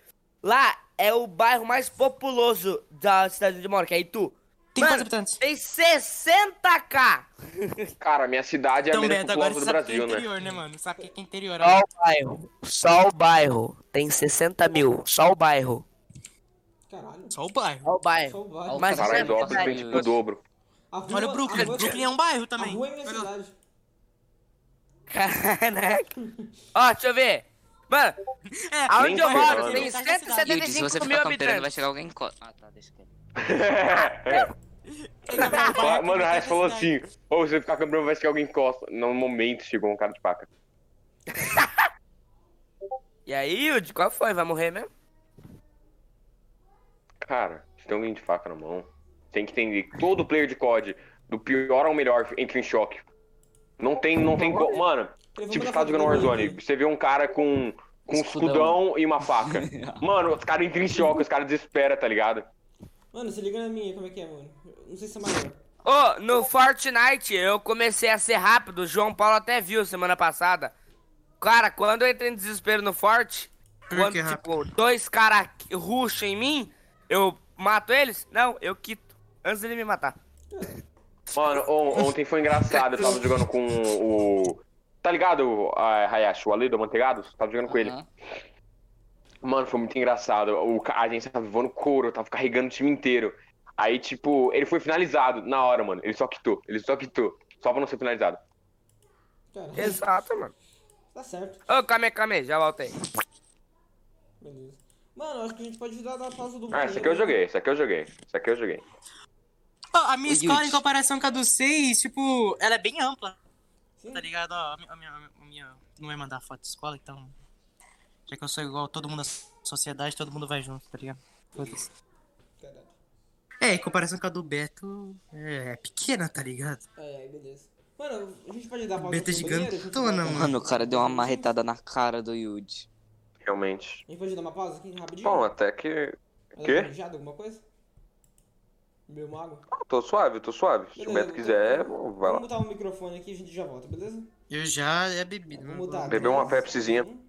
S5: Lá é o bairro mais populoso da cidade onde eu moro, que é Itu.
S4: Tem
S5: Mano,
S4: quantos habitantes?
S5: Tem 60k.
S2: Cara, minha cidade é a
S4: Então,
S2: menos
S4: Beto, agora você
S2: populosa do
S4: sabe que é
S2: Brasil, né?
S4: interior, né, mano? Sabe que é interior.
S5: Só
S4: né?
S5: o bairro. Só o bairro. Tem 60 mil. Só o bairro.
S1: Caralho.
S4: Só o bairro.
S5: Só o
S1: Só
S5: bairro.
S1: o bairro.
S5: Mas isso é
S2: Paraisópolis tem tipo o dobro.
S1: A rua-
S4: Olha o
S1: a
S4: Brooklyn.
S1: rua-
S4: Brooklyn é um bairro
S1: A
S4: também.
S1: rua é minha
S4: Olha lá.
S1: cidade.
S5: (laughs) Caraca. Ó, deixa eu ver. Mano,
S4: É,
S5: aonde
S2: Nem
S5: eu moro tem
S2: ferrando.
S4: Tá
S7: Yudi, se você
S5: 175 É mil
S7: ficar camperando, vai
S5: habitantes.
S7: chegar alguém em co- Ah, tá, deixa eu
S4: Tá
S2: Ah, Mano, o Raiz falou assim: ou você ficar campeão, vai ser que alguém encosta. No momento chegou um cara de paca.
S5: E aí, Yudi, qual foi? Vai morrer mesmo?
S2: Cara, se tem alguém de faca na mão, tem que entender que todo player de COD, do pior ao melhor, entra em choque. Não tem, não tem como. Mano,
S1: Eu vou
S2: tipo,
S1: mandar
S2: você tá jogando
S1: foto pra
S2: Warzone,
S1: ele.
S2: você vê um cara com, com um
S7: Escudão.
S2: escudão e
S1: (laughs)
S2: uma faca. Mano, os caras entram em choque, os caras desesperam, tá ligado?
S1: Mano, se liga na minha, como é que é, mano? Eu Não sei se é maior.
S5: Ô, no Fortnite eu comecei a ser rápido, o João Paulo até viu semana passada. Cara, quando eu entrei em desespero no Forte, Quando,
S4: que
S5: tipo, dois caras ruxam em mim, eu mato eles? Não, eu quito. Antes dele me matar.
S2: Mano, on- ontem foi engraçado, eu tava jogando com o. Tá ligado, ah, Hayashi, o Ale do Manteigados? Tava jogando com ele.
S7: Aham.
S2: Mano, foi muito engraçado. O, ca- a gente tava voando couro, tava carregando o time inteiro. Aí, tipo, ele foi finalizado na hora, mano. Ele só quitou, ele só quitou. Só pra não ser finalizado.
S1: Caralho,
S5: Exato, mano.
S1: tá certo.
S5: Ô, calma aí, calma aí, já voltei.
S1: Beleza. Mano, acho que a gente pode virar da fase do
S2: Ah, esse aqui eu joguei, esse aqui eu joguei. Esse aqui eu joguei. assim,
S4: A minha
S7: O
S4: escola, em
S7: Yuji.
S4: comparação com a do 6, tipo, ela é bem ampla,
S1: Sim.
S4: tá ligado? Ó, a minha, a minha- a minha- Não vai mandar foto de escola, então. Já que eu sou igual a todo mundo da sociedade, todo mundo vai junto, tá ligado? Foda-se.
S1: Caralho.
S4: É, em comparação com a do Beto, é, é pequena, tá ligado?
S1: Ai, ai, É, beleza. Mano, a gente pode dar pausa pro banheiro? A
S4: Beta
S1: gente pode
S4: gigantona,
S1: dar-
S4: mano.
S7: Mano, o cara deu uma marretada na cara do Yuji.
S2: Realmente.
S1: A gente pode dar uma pausa aqui rapidinho?
S2: Bom, até que.
S1: Fazer
S2: quê?
S1: um mijado, alguma coisa? Beber uma água?
S2: Tô suave, tô suave. Se o
S1: Beleza,
S2: Beto
S1: eu- É,
S2: quiser,
S1: eu-
S2: vai lá.
S1: Vamos botar o microfone aqui e a gente já volta, beleza?
S4: Eu já é bebida.
S1: Vamos botar.
S2: Beber uma
S1: três,
S2: Pepsizinha.
S1: um.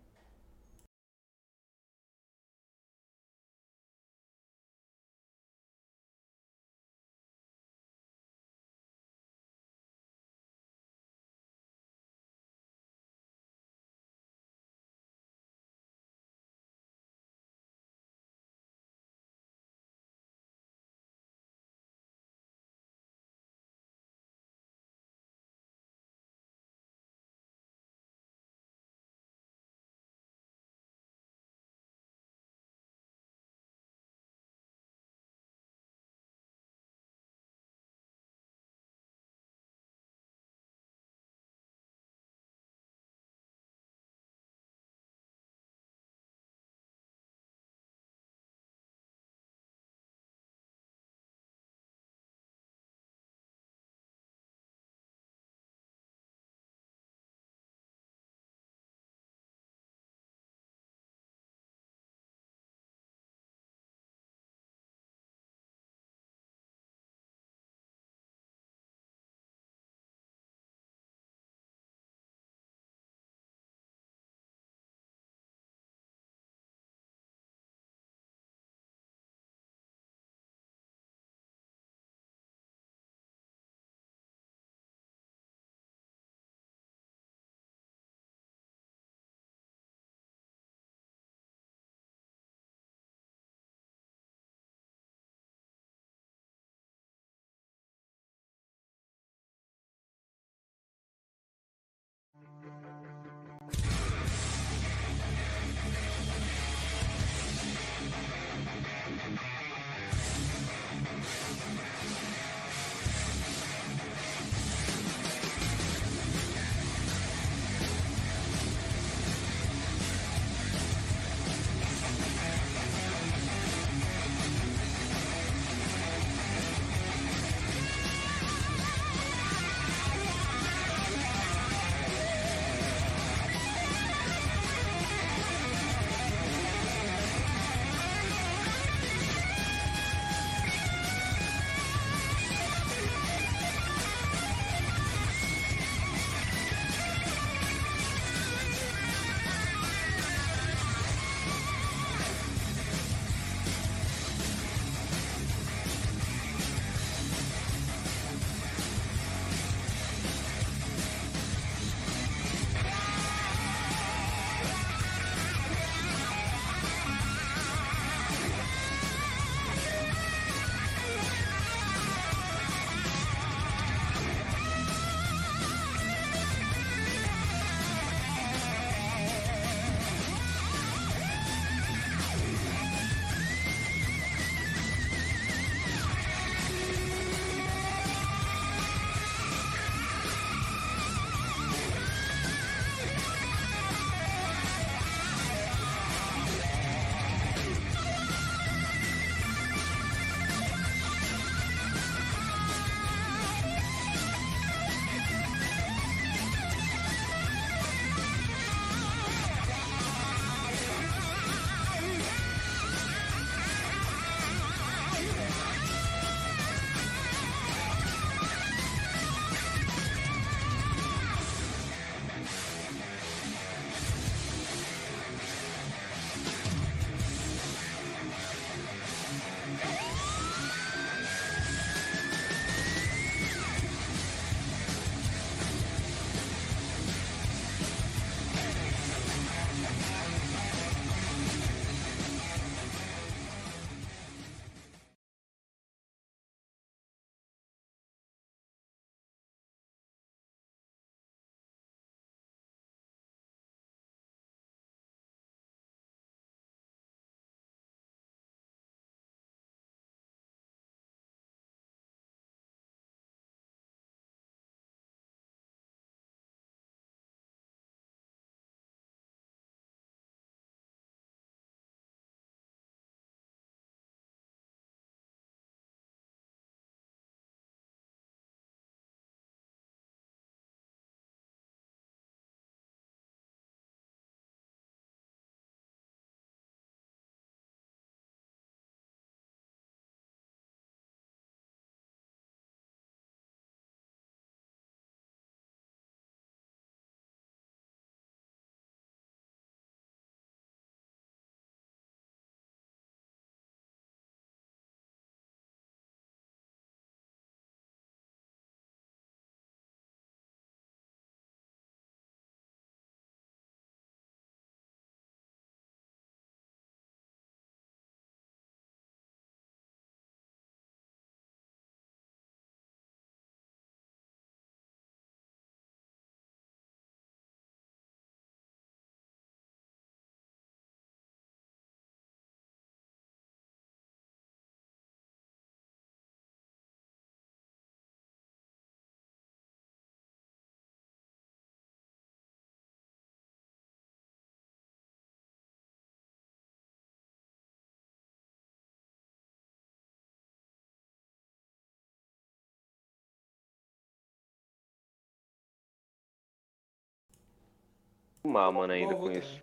S2: Uma, mano, ainda
S1: Bom,
S2: com
S1: voltando.
S2: isso.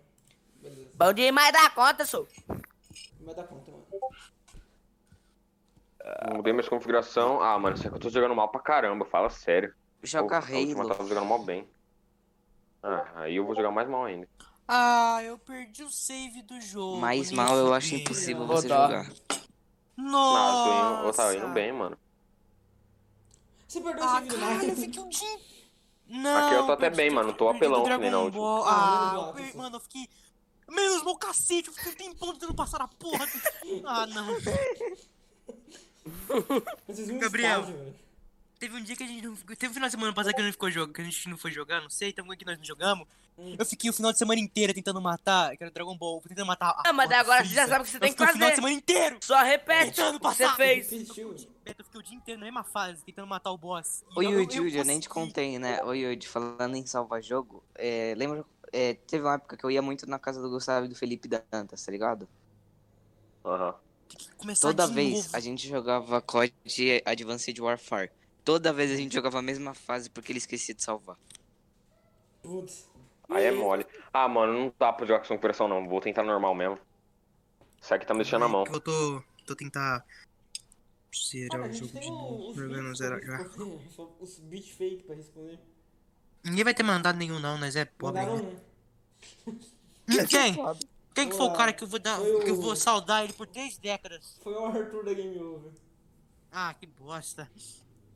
S1: Beleza.
S5: Bom demais da conta, sou.
S1: Vai dar conta, mano.
S2: Mudei minhas configuração. Ah, mano, isso aqui eu tô jogando mal pra caramba, fala sério.
S7: Joga
S2: Pô, é a última eu
S7: Halo.
S2: tava jogando mal bem. Ah, aí eu vou jogar mais mal ainda.
S4: Ah, eu perdi o save do jogo.
S7: Mais
S4: nisso
S7: mal eu acho
S4: aqui.
S7: impossível
S5: Vou
S7: você
S5: dar.
S7: jogar.
S2: Não, Ah, eu,
S4: Nossa.
S2: tô indo, eu tava indo bem, mano.
S1: Você perdeu né? o
S4: Ah,
S1: save do
S4: cara, eu
S1: Nike.
S4: fiquei um dia... Não,
S2: Aqui eu tô até
S4: perdi
S2: bem,
S4: do-
S2: mano, tô
S4: perdi do
S2: apelão que
S4: Dragon
S2: nem na última.
S4: Ball.
S1: Ah,
S4: Ah,
S1: eu
S4: eu per-
S1: gosto.
S4: mano, eu fiquei... Menos no cacete, eu fiquei um tempão tentando passar a porra. do- Ah, não.
S1: Vocês viram
S4: Gabriel.
S1: estágio, velho.
S4: Teve um dia que a gente não ficou. Teve um final de semana passado que, não ficou jogando, que a gente não foi jogar, não sei, tamo aqui nós não jogamos. Eu fiquei o final de semana inteiro tentando matar, que era Dragon Ball, tentando matar. a
S5: Ah,
S4: porra
S5: mas
S4: do
S5: agora você já
S4: Freeza.
S5: sabe o que você
S4: Eu
S5: tem que
S4: fiquei O final de
S5: fazer.
S4: semana inteiro!
S5: Só repete
S4: Tentando
S5: o que você
S4: passar.
S5: fez.
S1: Repetiu.
S4: Beto, eu fiquei o dia inteiro na mesma fase, tentando matar o boss. E
S7: Oi,
S4: eu- eu-
S7: Yudi,
S4: eu
S7: Yudi, eu nem te
S4: consegui.
S7: contei, né? Oi, Yudi, falando em salvar jogo, é, lembra? é, teve uma época que eu ia muito na casa do Gustavo e do Felipe Dantas, tá ligado?
S2: Aham.
S4: Começar
S7: Toda
S4: de
S7: vez
S4: novo.
S7: a gente jogava COD Advanced Warfare. Toda vez a
S4: (laughs)
S7: gente jogava a mesma fase porque ele esquecia de salvar.
S1: Putz.
S2: Aí
S5: Uhum.
S2: é mole. Ah, mano, não dá pra jogar com configuração não. Vou tentar normal mesmo. Isso aqui tá me deixando na mão.
S4: Eu tô. tô tentar. Zerar
S1: Cara, a
S4: o
S1: gente
S4: jogo de
S1: tem
S4: novo.
S1: os
S4: Jogando
S1: beats pra
S4: zerar já.
S1: responder. Só Os beats fake pra responder.
S4: Ninguém vai ter mandado nenhum, não, nós é pobre.
S1: Mandaram
S4: né?
S1: um.
S4: Quem? Quem que foi o cara que eu vou dar.
S1: Eu-
S4: que eu vou saudar ele por três décadas?
S1: Foi o Arthur da Game Over.
S4: Ah, que bosta.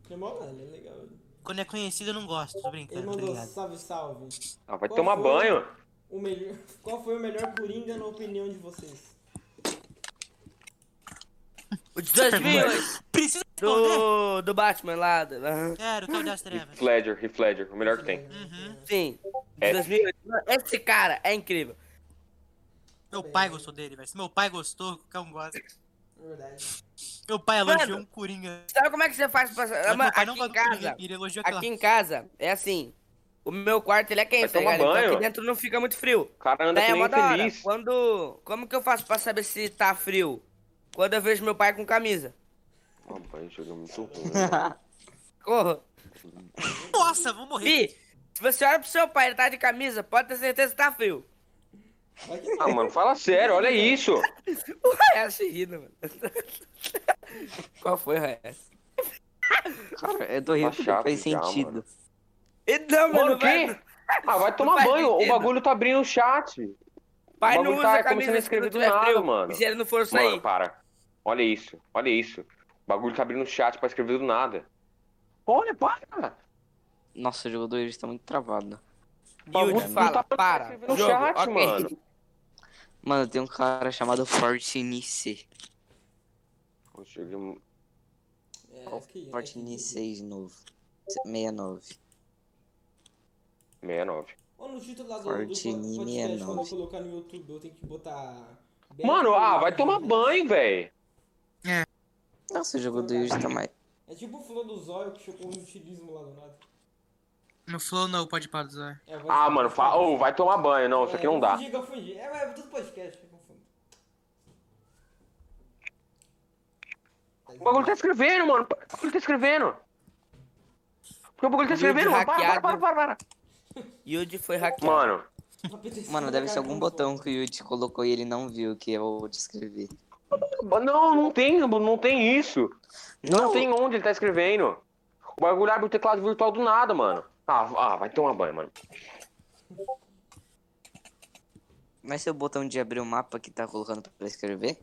S1: É mó velho, é legal. velho.
S4: Quando é conhecido, eu não gosto, tô
S1: Ele
S4: brincando, tá
S1: mandou
S4: obrigado.
S1: salve, salve.
S2: Ah, vai
S1: Qual
S2: tomar
S1: foi?
S2: banho.
S1: O melhor... (laughs) Qual foi o melhor Coringa na opinião de vocês?
S5: O de 2008
S4: Precisa responder?
S5: do, do Batman lá. do- aham.
S4: Era o tal das trevas. (laughs)
S2: Heath Ledger, Heath Ledger, o melhor que tem.
S5: Uhum. Sim. De
S2: É.
S5: 2008. Esse cara é incrível.
S4: Meu pai gostou dele, velho. Se meu pai gostou, qualquer um gosta.
S1: É verdade.
S4: Meu pai elogiou
S5: Mano.
S4: um coringa.
S5: Sabe como é que você faz pra.
S4: Mas meu
S5: Mano,
S4: pai
S5: aqui
S4: não
S5: em
S4: gosta do coringa,
S5: casa.
S4: ele elogiou aquela.
S5: Aqui em casa é assim. O meu quarto ele é
S2: Vai
S5: quente, tá
S2: tomar
S5: ligado? Então
S2: banho.
S5: aqui dentro não fica muito frio.
S2: O cara anda
S5: Daí
S2: que
S5: é mó
S2: nem
S5: da hora.
S2: feliz.
S5: Quando. Como que eu faço pra saber se tá frio? Quando eu vejo meu pai com camisa.
S2: Ah, banho, jogo muito ruim. né? mano.
S5: Corra.
S4: Nossa, vou morrer.
S5: Vi, se você olha pro seu pai, ele tá de camisa, pode ter certeza que tá frio. (laughs)
S1: Vai que
S2: Ah, mano, fala sério, olha isso.
S5: O Hayashi É assim, rindo, mano. (laughs) Qual foi, Hayashi?
S7: Cara, eu tô rindo
S2: Tá
S7: É porque
S2: chato
S7: faz
S2: já,
S7: sentido.
S2: mano.
S5: Então, mano,
S2: Mano,
S5: não
S2: o
S5: vai-
S2: quê? Ah, vai tomar
S5: faz
S2: banho. O
S5: sentido.
S2: bagulho tá abrindo o chat.
S5: pai
S2: O
S5: não
S2: bagulho
S5: usa
S2: tá
S5: camisa
S2: começando a
S5: se não
S2: escrever do
S5: tiver
S2: nada,
S5: frio.
S2: mano.
S5: E se ele não for
S2: Mano,
S5: sair?
S2: para. Olha isso, olha isso. O bagulho tá abrindo o chat pra escrever do nada. Olha, para.
S7: Nossa, o jogo do Yuri tá muito travado.
S2: O
S5: Yuri,
S2: bagulho
S5: fala,
S2: tá
S5: para.
S2: escrever no
S5: jogo,
S2: chat,
S5: ok.
S2: mano.
S7: Mano, tem um cara chamado Fortinice.
S2: Eu cheguei-
S1: É, acho que- acho que-
S7: Fortinice 69. 69.
S2: 69.
S1: Ou no título lá do, do
S7: Forte
S1: pod- podcast,
S7: menino.
S1: quando eu colocar no YouTube, eu tenho que botar...
S2: Mano, ah, vai
S1: Beto-
S2: tomar banho, velho.
S7: Nossa, o jogo do Yuri tá mais.
S1: É tipo o flow do zóio que chocou um utilismo lá do nada.
S4: No Flow não, pode parar do Zóio.
S1: É, vai-
S2: Ah, mano, fa... oh, vai tomar banho. Não, isso aqui não dá.
S1: Confundi, confundi. É, mas é tudo podcast, eu confundo.
S2: O bagulho tá escrevendo, mano. O bagulho tá escrevendo. Porque o bagulho tá escrevendo, mano. Para, para, para, para, para.
S5: Yudi foi hackeado.
S2: Mano,
S7: Mano, deve ser algum botão que o Yuri colocou e ele não viu, que é o de escrever.
S2: não, não tem, não tem isso. Não, tem onde ele tá escrevendo. O bagulho abre o teclado virtual do nada, mano. Ah, ah vai tomar banho, mano.
S7: Mas se o botão de abrir o mapa que tá colocando pra escrever?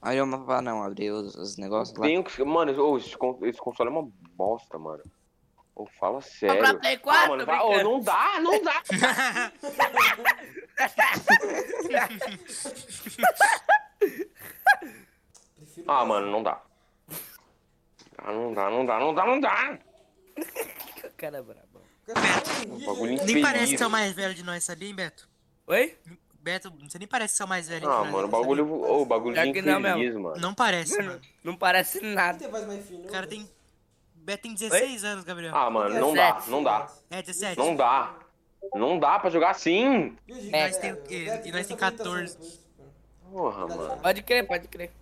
S7: Abrir o mapa não, abrir os, os negócios
S5: um-
S7: lá.
S2: Tenho que... Mano, ô, esse, con- esse console é uma bosta, mano. Ô, fala sério.
S5: pra Play 4,
S2: ah, mano, vai- ô,
S5: brincando.
S2: não dá, não dá. Ah, mano, não dá. Ah, não dá, não dá, não dá, não dá.
S5: Que cara é brabo.
S2: (laughs) O bagulho
S4: Nem
S2: infeliz.
S4: parece que é o mais velho de nós, sabia, hein, Beto?
S5: Oi?
S4: Beto, você nem parece que é o mais velho
S2: Ah,
S4: de nós.
S2: mano, o
S4: sabia?
S2: bagulho, ô, o bagulho
S5: Pior É que não,
S2: infeliz, mano.
S4: Não parece, mano.
S5: Não parece
S1: Não
S5: nada.
S1: tem voz mais né? fino.
S4: O cara tem. Beto tem 16 anos, Gabriel.
S2: Ah, mano, não dá, não dá.
S4: É, 17.
S2: Não dá. Não dá pra jogar assim.
S4: É, nós tem- e- e nós tem 14.
S2: Porra,
S1: Tá
S2: mano.
S5: Pode crer, pode crer.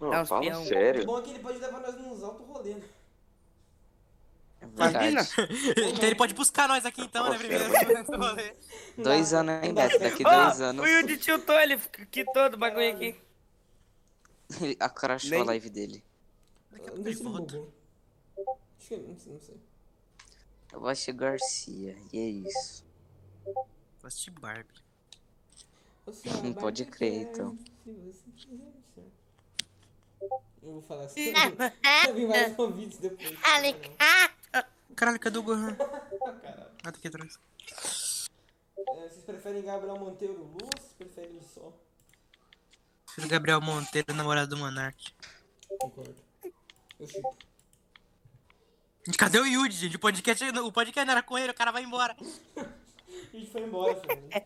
S2: Não,
S5: É uns
S2: fala
S5: peão.
S1: O
S2: sério.
S1: bom é que ele pode levar nós nos altos rolê. né?
S7: Verdade.
S4: (laughs) então ele pode buscar nós aqui então, né, primeiro? (laughs)
S7: Dois anos, hein, Beto? Daqui
S5: Ó,
S7: dois anos.
S5: Ah, o Yudi tiltou, ele quitou do bagulho aqui.
S7: (laughs) Ele acrachou
S5: Nem-
S7: a live dele.
S1: Não sei se ele bugou. Acho que não sei, não sei.
S7: Eu vou achar Garcia, e é isso.
S4: Gosto de Barbie.
S1: Você é uma
S7: Não pode
S1: barbeira,
S7: crer, então.
S1: se você quiser, você- Eu vou falar
S4: (laughs)
S1: assim. (laughs) Eu vi mais convites depois.
S4: Caralho, cadê o Gohan? Ah, tá aqui atrás.
S1: É, Vocês preferem Gabriel Monteiro Luz? Vocês preferem o Sol?
S4: Filho do Gabriel Monteiro, namorado do Monark.
S1: Concordo. Eu chupo.
S4: Gente, cadê o Yudi, gente? O podcast, o podcast não era com ele, o cara vai embora.
S1: A gente foi embora,
S4: (laughs)
S1: Fernando.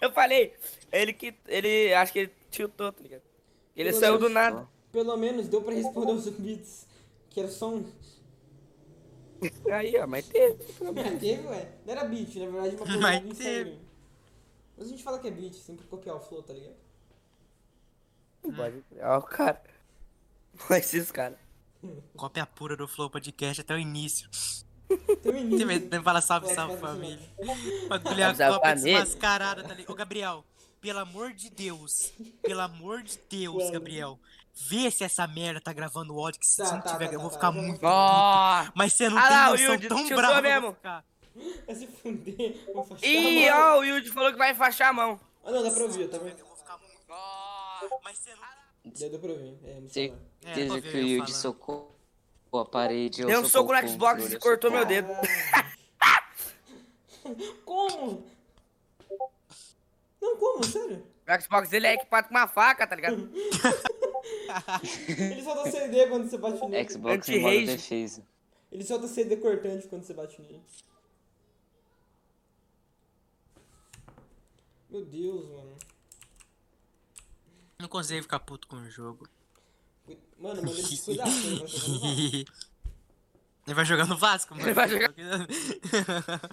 S5: Eu falei, ele que. Ele. Acho que ele tiltou, tá ligado? Ele
S1: Eu
S5: saiu
S1: lembro.
S5: do nada.
S1: Pelo menos deu pra responder os convites. Que era só um.
S5: Aí, ó, mas teve.
S1: Ah, teve, ué. Não era beat, na verdade, uma coisa
S4: Mas
S1: do
S4: teve.
S1: Instagram. Mas a gente fala que é beat, sempre copiar o flow, tá ligado?
S5: Pode. Ó, o cara. (laughs) Olha esses caras.
S4: Cópia pura do Flow Podcast até o início.
S1: Tem um início.
S4: Tem
S1: (laughs)
S4: medo de falar né, salve,
S1: Fala,
S4: salve
S1: fala,
S4: família. Bagulho é
S5: Salve, salve,
S4: a Copa
S5: família.
S4: desmascarada, tá ligado? Ô, Gabriel, pelo amor de Deus, pelo amor de Deus, Gabriel, vê se essa merda tá gravando o áudio, que se
S1: Tá,
S4: não
S1: tá,
S4: tiver,
S1: tá,
S4: eu vou
S1: tá, tá.
S4: ficar muito...
S5: Ó!
S4: Mas você não
S5: Ah
S4: tem
S5: lá, o
S4: noção
S5: Yudi,
S4: tão
S5: tiltou
S4: brava eu vou
S5: mesmo.
S4: ficar.
S1: Vai se fuder. Vou fechar
S5: Ih,
S1: a mão.
S5: ó, o Yudi falou que vai fachar a mão.
S1: Ah, não, dá pra ouvir, tá vendo?
S4: Eu vou ficar muito... Mas você não...
S1: Daí deu pra ouvir. É, não sei
S7: Sim.
S1: lá.
S4: É,
S7: Desde
S4: tô
S7: que o
S4: vendo,
S7: Yuji
S4: fala.
S7: socou a parede. eu
S5: Deu um
S7: socou
S5: soco no
S7: o
S5: Xbox
S7: controle,
S5: e
S7: eu
S5: cortou meu
S7: socou-
S5: dedo.
S1: (laughs) Como? Não, como? Sério?
S5: O Xbox dele é equipado com uma faca, tá ligado?
S1: Ele solta CD quando você bate
S5: É
S1: nele.
S7: Xbox em
S5: Anti-rage.
S7: modo defesa.
S1: Ele solta CD cortante quando você bate nele. Meu Deus, mano.
S4: Não consigo ficar puto com o jogo. (laughs)
S1: Cu- Mano, mano, ele cuidar assim, vai jogar no vaso.
S4: Ele vai jogar no Vasco, mano.
S5: Ele vai
S4: (laughs)
S5: jogar-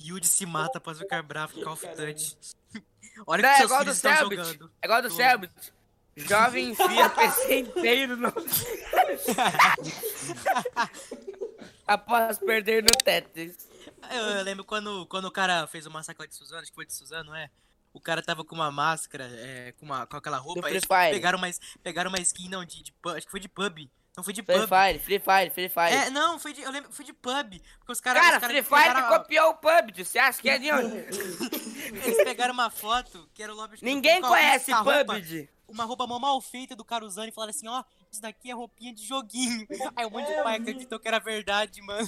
S4: Yudi se mata após ficar bravo com Call of Duty. Olha
S5: Não,
S4: que
S5: é
S4: seus
S5: igual do
S4: filhos estão
S5: Selbit.
S4: jogando.
S5: É igual do
S4: Todo.
S5: Selbit. Jovem enfia PC
S4: (laughs)
S5: inteiro no... Após perder no Tetris.
S4: Ah, Eu, eu lembro quando, quando o cara fez o massacre lá de Suzano, acho que foi de Suzano, não é? O cara tava com uma máscara, é, com, uma, com aquela roupa,
S5: Free
S4: eles
S5: Fire.
S4: pegaram uma, es- pegaram uma skin, não, de, de pub, acho que foi de pub. Não, foi de
S5: Free
S4: pub.
S5: Fire, Free Fire, Free Fire.
S4: É, não, foi de, eu lembro, foi de pub. Porque os caras...
S5: Cara,
S4: os caras
S5: Free Fire
S4: pegaram a-
S5: copiou o PUBG, você acha que é de onde?
S4: Eles pegaram uma foto que era o lobby.
S5: Ninguém
S4: com a- com a
S5: conhece
S4: roupa,
S5: PUBG.
S4: Uma roupa mó mal feita do Caruzani e falaram assim: ó, isso daqui é roupinha de joguinho. Aí um monte de
S1: É,
S4: pai
S1: eu vi.
S4: acreditou que era verdade, mano.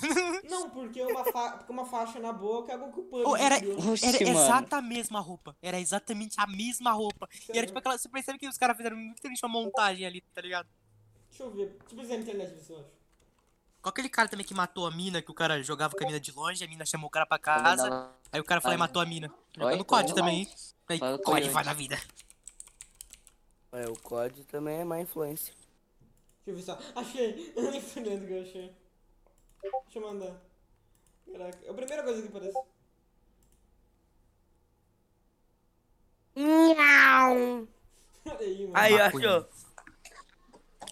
S1: Não, porque uma, fa... porque uma faixa na boca é algo que o pub.
S4: Ou Oh, era
S1: entendeu?
S7: Oxi,
S4: era
S7: mano.
S4: exata a mesma roupa. Era exatamente a mesma roupa. E (laughs) era tipo aquela. Você percebe que os caras fizeram muito triste uma montagem ali, tá ligado?
S1: Deixa eu ver. Deixa eu ver na internet ver se eu acho.
S4: Qual aquele cara também que matou a mina, que o cara jogava com a mina de longe, a mina chamou o cara pra
S7: Tá vendo
S4: casa.
S7: ela-
S4: Aí o cara foi lá e
S7: Vai.
S4: matou a mina.
S7: Vai,
S4: Jogando COD
S7: vai.
S4: também, hein? Aí,
S7: Vai,
S4: COD
S7: vai.
S4: vai na vida.
S5: É, o COD também é má influência.
S1: Deixa eu ver só. (laughs) Achei. Eu nem fudendo que eu achei. Deixa eu mandar. Caraca. É a primeira coisa que aparece. (laughs) Olha aí, mano.
S5: Aí, ó,
S4: Maconha.
S5: achou.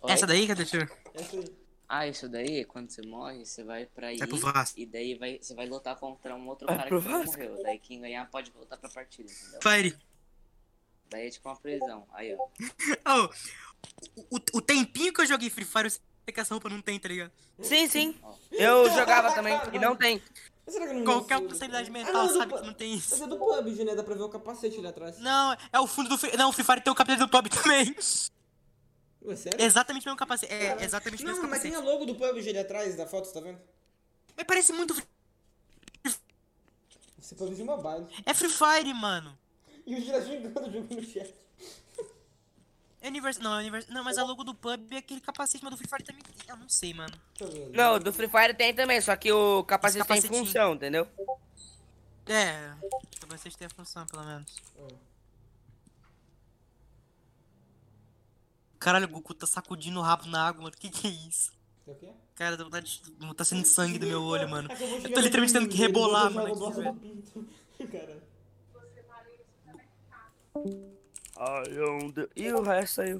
S7: Oi?
S4: Essa daí, cadê? Deixa eu... é
S1: Essa aí.
S7: Ah, isso daí, quando você morre, você vai pra aí.
S4: Vai É pro Vasco.
S7: E daí vai, você vai lutar contra um outro
S5: Vai
S7: cara
S5: pro
S7: que não
S5: Vasco.
S7: morreu. Daí quem ganhar pode voltar pra partida, entendeu?
S4: Fire. (laughs)
S7: Daí é tipo uma prisão. Aí, ó.
S4: Ô, o, o tempinho que eu joguei Free Fire, eu sei que essa roupa não tem, tá ligado?
S5: Sim, sim. Eu jogava também, e não tem.
S1: Mas será que eu não
S4: Qualquer
S1: consigo? Ah,
S4: possibilidade mental
S1: não, do
S4: sabe
S1: pub-
S4: que não tem isso.
S1: Mas é do PUBG, né? Dá pra ver o capacete ali atrás.
S4: Não, é o fundo do Free... Não, o Free Fire tem o capacete do pub (laughs) também.
S1: Ué, sério?
S4: É exatamente o mesmo capacete. É exatamente o
S1: Não,
S4: mesmo
S1: mas tem o
S4: capacete.
S1: logo do PUBG ali atrás da foto, você tá vendo?
S4: Mas parece muito... Free-
S1: Você PUBG Mobile.
S4: É Free Fire, mano.
S1: E o Gira xingando o jogo no chat.
S4: É univers... Não, é univers... Não, mas a logo do pub é aquele capacete, mas do Free Fire também tem. Eu não sei, mano.
S1: Deixa eu ver. ali.
S5: Não, do Free Fire tem também, só que o capacete
S4: Esse
S5: tem
S4: capacetinho.
S5: função, entendeu?
S4: É... O capacete tem a função, pelo menos. Caralho, o Goku tá sacudindo o rabo na água, mano. Que que é isso?
S1: É o quê?
S4: Cara, dá vontade de... Tá saindo sangue do meu olho, mano.
S1: É que eu vou
S4: Eu
S1: chegar
S4: tô
S1: no
S4: literalmente tendo que
S1: pinto, depois eu
S4: rebolar,
S1: jogo
S4: mano.
S1: a bosta
S4: aqui, velho.
S1: no pinto. (laughs) Cara.
S5: Ai, onde... Ih, o resto saiu.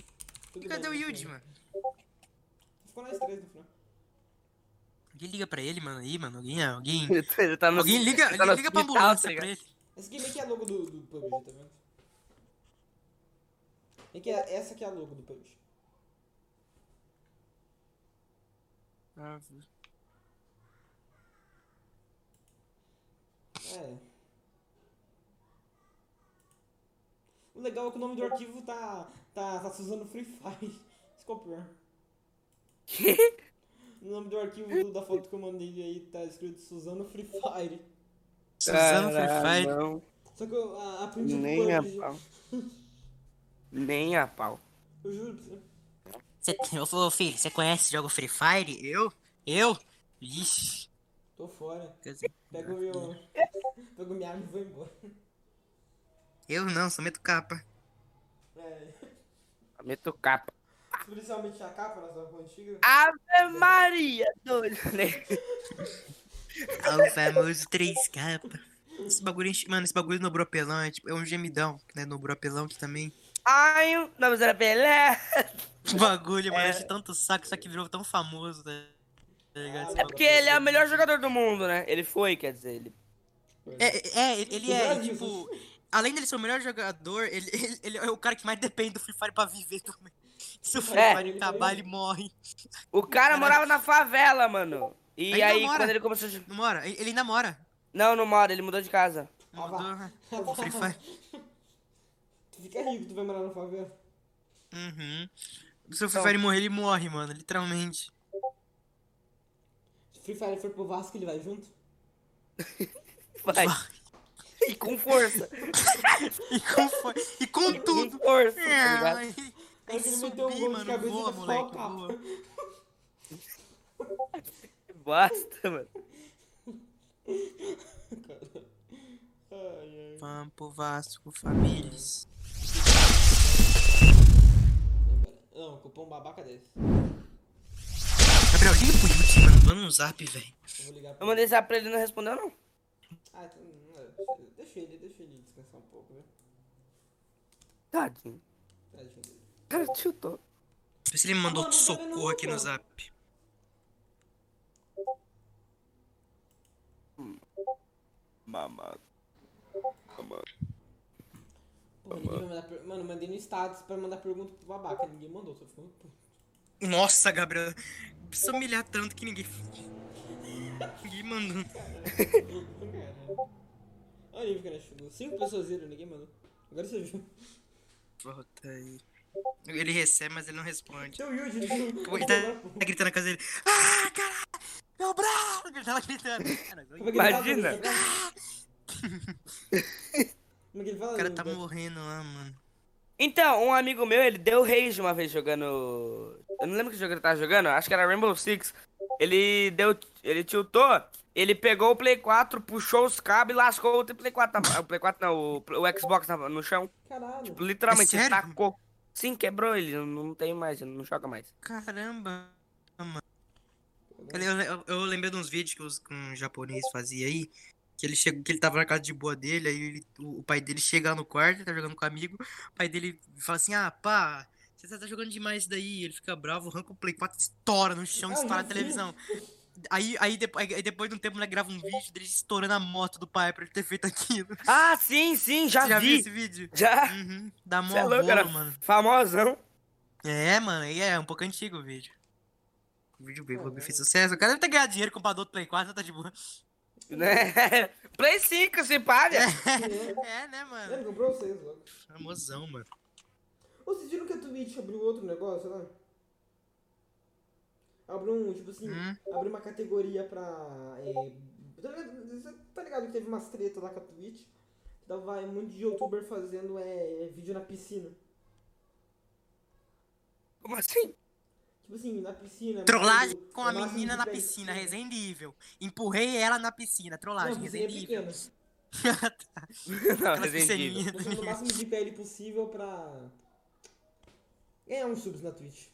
S1: tudo
S4: E cadê
S1: bem,
S4: o
S1: tudo
S4: Yuji,
S1: bem.
S4: mano?
S1: Ficou nós três no final.
S4: Alguém liga pra ele, mano, aí, mano. Alguém, alguém.
S5: (laughs) Ele tá no-
S4: Alguém liga,
S5: ele tá no
S4: liga pra
S5: hospital, tá
S4: ambulância
S5: ligado?
S4: pra ele.
S1: Esse game aqui é a logo do, do PUBG, tá vendo? É que é- essa aqui é a logo do PUBG.
S4: Ah,
S1: É. O legal é que o nome do arquivo tá. tá, tá se usando Free Fire. (laughs) Isso que é o pior. O nome do arquivo do- da foto que eu mandei aí tá escrito Suzano Free Fire.
S4: Suzano Free Fire.
S5: Não,
S1: Só que eu, a, a print do
S5: nem
S4: é
S5: a
S1: PUBG,
S5: pau. Nem a pau.
S1: Eu juro pra você.
S4: Cê, eu falou, filho, você conhece jogo Free Fire? Eu? Eu? Ixi.
S1: Tô fora.
S4: quer dizer,
S1: Pega o
S4: (laughs)
S1: meu. Pega minha arma e vou embora.
S4: Eu não, só meto capa.
S1: É.
S5: Meto capa.
S1: Principalmente a capa na sua antiga.
S5: Ave É Maria, doido. né?
S4: Ah, o famoso 3 capa. Esse bagulho, enche- mano, esse bagulho no bropelão é, tipo, é um gemidão, né? No bropelão que também.
S5: Ai, o nome era Pelé.
S4: Que bagulho,
S1: É.
S4: mano. Enche tanto saco, só que virou tão famoso, né? Tá ligado? Esse
S1: É
S5: Porque ele é o melhor jogador do mundo, né? Ele foi, quer dizer, ele
S4: É, é, ele- ele é,
S1: Brasil.
S4: tipo. Além dele ser o melhor jogador, ele, ele- ele é o cara que mais depende do Free Fire pra viver também. (laughs) Se o Free
S5: É.
S4: Fire acabar, ele morre.
S5: O cara morava na favela, mano. E
S4: Ainda
S5: aí,
S4: mora?
S5: quando ele começou. de-
S4: Não mora? Ele ele ainda mora.
S5: Não, não mora, ele mudou de casa.
S1: Ah,
S4: Mudou. o Free Fire.
S1: Tu fica rico, tu vai morar na favela.
S4: Uhum. Se
S1: Então.
S4: o Free Fire morrer, ele morre, mano. Literalmente. (laughs)
S1: Se Free Fire for pro Vasco, ele vai junto.
S5: Vai. (laughs) E com força.
S4: E com, foi- e com (laughs) tudo.
S5: Com força, tá
S4: Ah,
S5: ligado?
S4: aí-
S1: Aí
S4: aí
S1: ele meteu um
S4: subi,
S1: gol de
S4: mano.
S1: cabeça e
S4: Boa,
S1: ele
S4: moleque,
S1: foca.
S4: boa.
S5: Que bosta, mano.
S1: Ai, ai.
S4: Pampo, Vasco, Famílias.
S1: Não, cupom babaca desse.
S4: Gabriel, liga pro Yuti, mano. Manda um zap, velho.
S1: Eu vou ligar pra
S5: Eu mandei esse pra ele e não respondeu, não.
S1: Ah, então, é, deixa ele, deixa ele descansar um pouco, Tá, né?
S5: Tadinho.
S1: Tadinho dele.
S5: O cara te chutou.
S4: Vê se ele me mandou
S1: Ah, Mano, eu tô vendo
S4: socorro aqui no
S1: uma.
S4: zap.
S5: Mamado.
S1: Pô, ninguém vai mandar per- Mano, eu mandei no status pra mandar pergunta pro babaca. Ninguém mandou, tô ficando puto.
S4: Nossa, Gabriel. Não precisa humilhar tanto que ninguém. (laughs) ninguém mandou.
S1: Caralho. (laughs) Olha o nível que ela chegou. Cinco pessoas viram, ninguém mandou. Agora você viu.
S4: Volta aí. Ele recebe, mas ele não responde.
S1: Seu Yuji, ele viu.
S4: Ele tá, tá gritando na casa dele. Ah, caralho! Meu braço! Ele tava gritando. Cara,
S1: Como é que ele fala?
S5: Imagina.
S1: Como é que ele fala?
S4: o cara tá
S1: Beto?
S4: morrendo lá, mano.
S5: Então, um amigo meu, ele deu rage uma vez jogando. Eu não lembro que jogo ele tava jogando, acho que era Rainbow Six. Ele deu. Ele tiltou, ele pegou o Play 4, puxou os cabos e lascou o Play 4. na- O Play 4 não, o, o Xbox na- no chão.
S1: Caralho.
S5: Literalmente,
S4: É
S5: ele
S4: sério?
S5: tacou. Sim, quebrou ele, não- não tem mais, ele não
S4: (laughs)
S5: joga mais.
S4: Caramba, mano. Eu, le- eu- eu lembrei de uns vídeos que, os, que um japonês fazia aí. Que ele, chegou, que ele tava na casa de boa dele, aí ele- o, o pai dele chega lá no quarto, ele tá jogando com um amigo. O pai dele fala assim: Ah, pá, você tá, tá jogando demais isso daí. Ele fica bravo, arranca o Play 4, estoura no chão,
S1: Ah,
S4: estoura a
S1: já vi.
S4: televisão. Aí, aí, depo- aí depois de um tempo, né, grava um vídeo dele estourando a moto do pai pra ele ter feito aquilo.
S5: Ah, sim, sim, já
S4: Você já viu
S5: vi.
S4: esse vídeo?
S5: Já.
S4: Uhum, da mó
S5: Você é louco,
S4: rolo,
S5: era
S4: mano.
S5: Famosão.
S4: É, mano, aí é um pouco antigo o vídeo. O vídeo bem, fez sucesso. O cara deve ter ganhado dinheiro com o Badou do Play 4, tá de boa.
S5: Né? (laughs) Play 5, se palha. (laughs)
S4: É, né, mano?
S1: Ele comprou vocês logo.
S4: Famosão, mano.
S1: Ô, Vocês viram que a Twitch abriu outro negócio lá? Abriu um, tipo assim,
S4: Hum.
S1: abriu uma categoria pra. É, tá ligado- cê tá ligado que teve umas treta lá com a Twitch? Tava um monte de youtuber fazendo é, vídeo na piscina.
S5: Como assim?
S1: Tipo assim, na piscina. Tipo,
S4: Trollagem
S1: mandando-
S4: com a
S1: mandando
S4: menina na
S1: feedback.
S4: piscina, resendível. Empurrei ela na piscina, trollagem,
S1: Não, piscina é
S4: resendível.
S1: pequena.
S5: Não,
S4: Aquela
S5: Resident Evil.
S4: piscininha. (laughs)
S1: Botando o máximo de PL possível pra. ganhar uns subs na Twitch.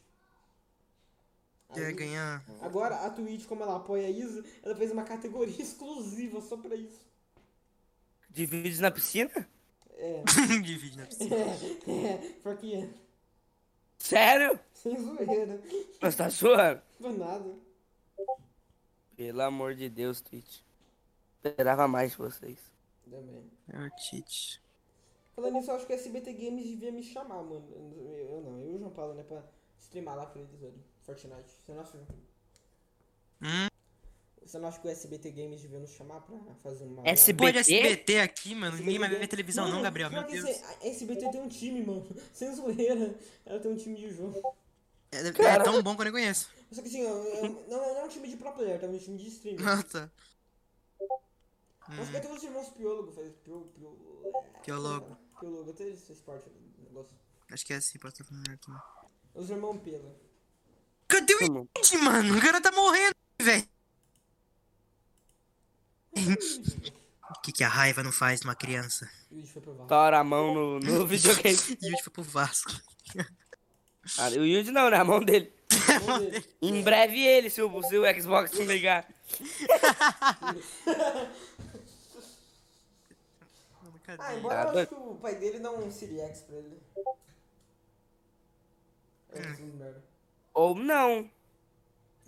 S4: Quer
S1: Aí-
S4: É, ganhar.
S1: Agora, a Twitch, como ela apoia isso, ela fez uma categoria (laughs) exclusiva só pra isso.
S5: De vídeos na piscina?
S1: É,
S4: (laughs) de vídeo na
S1: (laughs)
S4: piscina.
S1: é, pra que é?
S5: Sério?
S1: Sem zoeira.
S5: Nossa, tá zoando?
S1: Não é nada.
S5: Pelo amor de Deus, Twitch. Esperava mais de vocês.
S1: Também.
S4: É o Tite.
S1: Falando nisso, eu acho que o SBT Games devia me chamar, mano. Eu eu não, eu e o João Paulo, né? Pra streamar lá pra eles, velho. Fortnite. Você não acha,
S4: Hum.
S1: você não acha que o SBT Games devia nos chamar pra fazer uma.
S5: SBT?
S4: Pô, de SBT aqui, mano.
S1: SBT
S4: Ninguém vai ver
S1: Games-
S4: televisão não, Gabriel.
S1: pior
S4: Meu
S1: que
S4: Deus.
S1: esse- A SBT tem um time, mano. (laughs) Sem zoeira. Ela tem um time de jogo.
S4: É, é tão bom que eu nem conheço. (laughs)
S1: Só que assim, eu- eu- não, não é um time de pro player, tá? É um time de streamer.
S4: Ah, tá.
S1: Mas que tem os irmãos Piologo, faz Pio, Pio...
S4: Piologo.
S1: Piologo, até esse esporte, o negócio.
S4: Acho que é assim, posso terminar aqui.
S1: Os irmãos Pelo.
S4: Cadê o Id, mano? O cara tá morrendo, velho. O que, que a raiva não faz numa criança?
S1: E o Id foi provar.
S5: Tora a mão no, no (laughs) videogame.
S4: E hoje foi pro Vasco.
S5: Ah, o Yuji não, né? A mão dele. Em breve ele, se o, se o Xbox não ligar.
S1: Ah,
S4: Cadê?
S1: embora eu
S5: Nada.
S1: acho que o pai dele dá um Siri X pra ele. É,
S4: Hum.
S1: assim, merda.
S5: Ou não.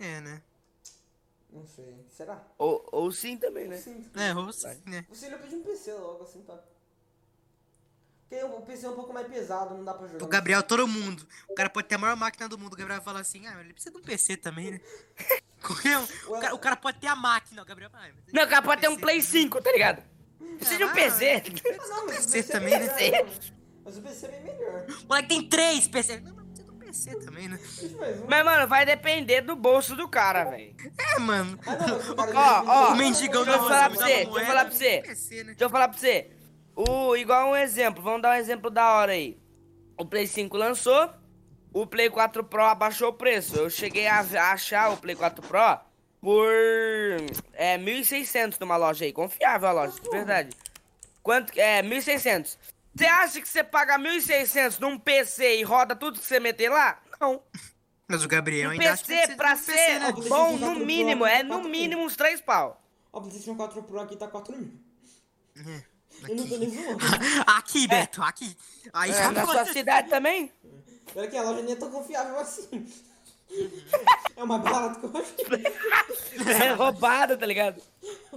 S4: É, né?
S1: Não sei. Será?
S5: Ou, ou sim também, né?
S1: Sim.
S4: É, rosto, né?
S1: Você não pediu um PC logo, assim, tá? Porque o PC é um pouco mais pesado, não dá pra jogar.
S4: O Gabriel, todo mundo. O cara pode ter a maior máquina do mundo. O Gabriel vai falar assim, ah, ele precisa de um PC também, né? (laughs) Correu? O cara, o cara pode ter a máquina, o Gabriel. Ah, mas ele
S5: Não, o cara pode ter um
S4: PC.
S5: Play 5, tá ligado? Precisa de um
S4: Ah,
S5: PC.
S1: Ah, não, mas o
S4: PC
S1: PC
S4: também,
S1: é
S4: né?
S1: melhor, mano. Mas o PC é bem melhor.
S4: O moleque tem três PC. Não, mas precisa de um PC também, né?
S1: Deixa mais um.
S5: Mas, mano, vai depender do bolso do cara, velho.
S4: É, mano.
S1: Ah, não, mas o cara-
S5: Ó, ó,
S4: O mendigão
S5: deixa
S4: da
S5: eu falar
S4: Amazon
S5: pra
S4: dava
S5: você, deixa eu
S4: moeda,
S5: falar pra você.
S4: PC, né?
S5: Deixa eu falar pra você. O, igual um exemplo, vamos dar um exemplo da hora aí. O Play 5 lançou, o Play 4 Pro abaixou o preço. Eu cheguei a a achar o Play 4 Pro por é, 1.600 numa loja aí. Confiável a loja, de verdade. Quanto que- É, 1.600. Você acha que você paga 1.600 num PC e roda tudo que você meter lá? Não.
S4: Mas o Gabriel
S5: Um
S4: ainda acha que precisa de
S5: PC, pra
S4: um né?
S5: ser
S4: PC, né?
S1: Ó,
S5: bom,
S1: PlayStation 4
S5: no
S1: Pro,
S5: mínimo, é no
S1: 4 mil.
S5: mínimo uns 3 pau.
S1: Ó, o PlayStation 4 Pro aqui tá 4 mil. Eu não tô nem É.
S4: Aqui.
S1: zoando.
S4: (laughs) aqui, Beto, aqui. Aí
S5: É,
S4: sabe
S5: na
S4: quando-
S5: sua
S4: (laughs)
S5: cidade também?
S1: Olha que a loja nem é tão confiável assim. É uma barata que eu acho que
S5: É roubado, tá ligado?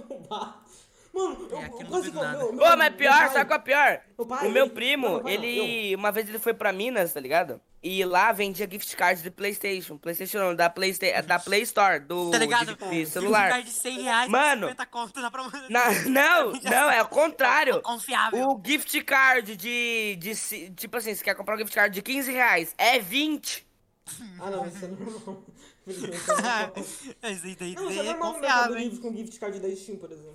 S1: roubar. Mano, eu,
S4: É, aqui
S1: eu
S4: não
S1: quase
S4: duvido nada.
S1: comprei.
S5: Ô, mas pior,
S1: pai-
S5: sabe qual é pior?
S1: Meu pai,
S5: o meu
S1: ele- não, meu
S5: primo,
S1: pai não,
S5: ele. Uma vez ele foi pra Minas, tá ligado? E lá vendia gift cards de Playstation. Playstation não, da, Playsta da Play Store, do
S4: Tá ligado?
S5: de- de celular.
S4: Gift card de 100 reais,
S5: Mano.
S4: 50 conto, dá pra mandar.
S5: Na- não, não, é o contrário.
S4: (laughs) Confiável.
S5: O gift card de, de. ci- Tipo assim, você quer comprar um gift card de 15 reais, é 20.
S1: Ah, não, isso é
S4: (laughs)
S1: normal.
S4: Mas aí daí
S1: Não, isso é
S4: é
S1: normal no Mercado
S4: confiável, hein?
S1: Livre com gift card da Steam, por exemplo.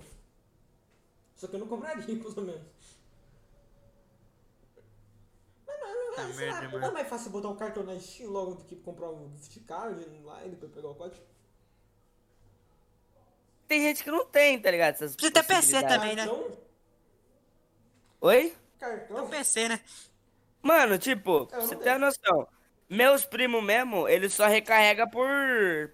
S1: Só que eu não compraria, (laughs) pelo menos. Mas não, não,
S4: Tá
S1: sei
S4: merda,
S1: lá, não é
S4: mano.
S1: mais fácil botar o cartão na Steam logo do que comprar um gift card lá e depois pegar o código?
S5: Tem gente que não tem, tá ligado? Essas
S4: Precisa ter PC
S5: possibilidades.
S4: também, né?
S1: Cartão?
S5: Oi?
S1: Cartão?
S4: Um PC, né?
S5: Mano, tipo,
S1: Eu não
S5: você
S1: tenho.
S5: tem a noção. Meus primos mesmo, eles só recarregam por,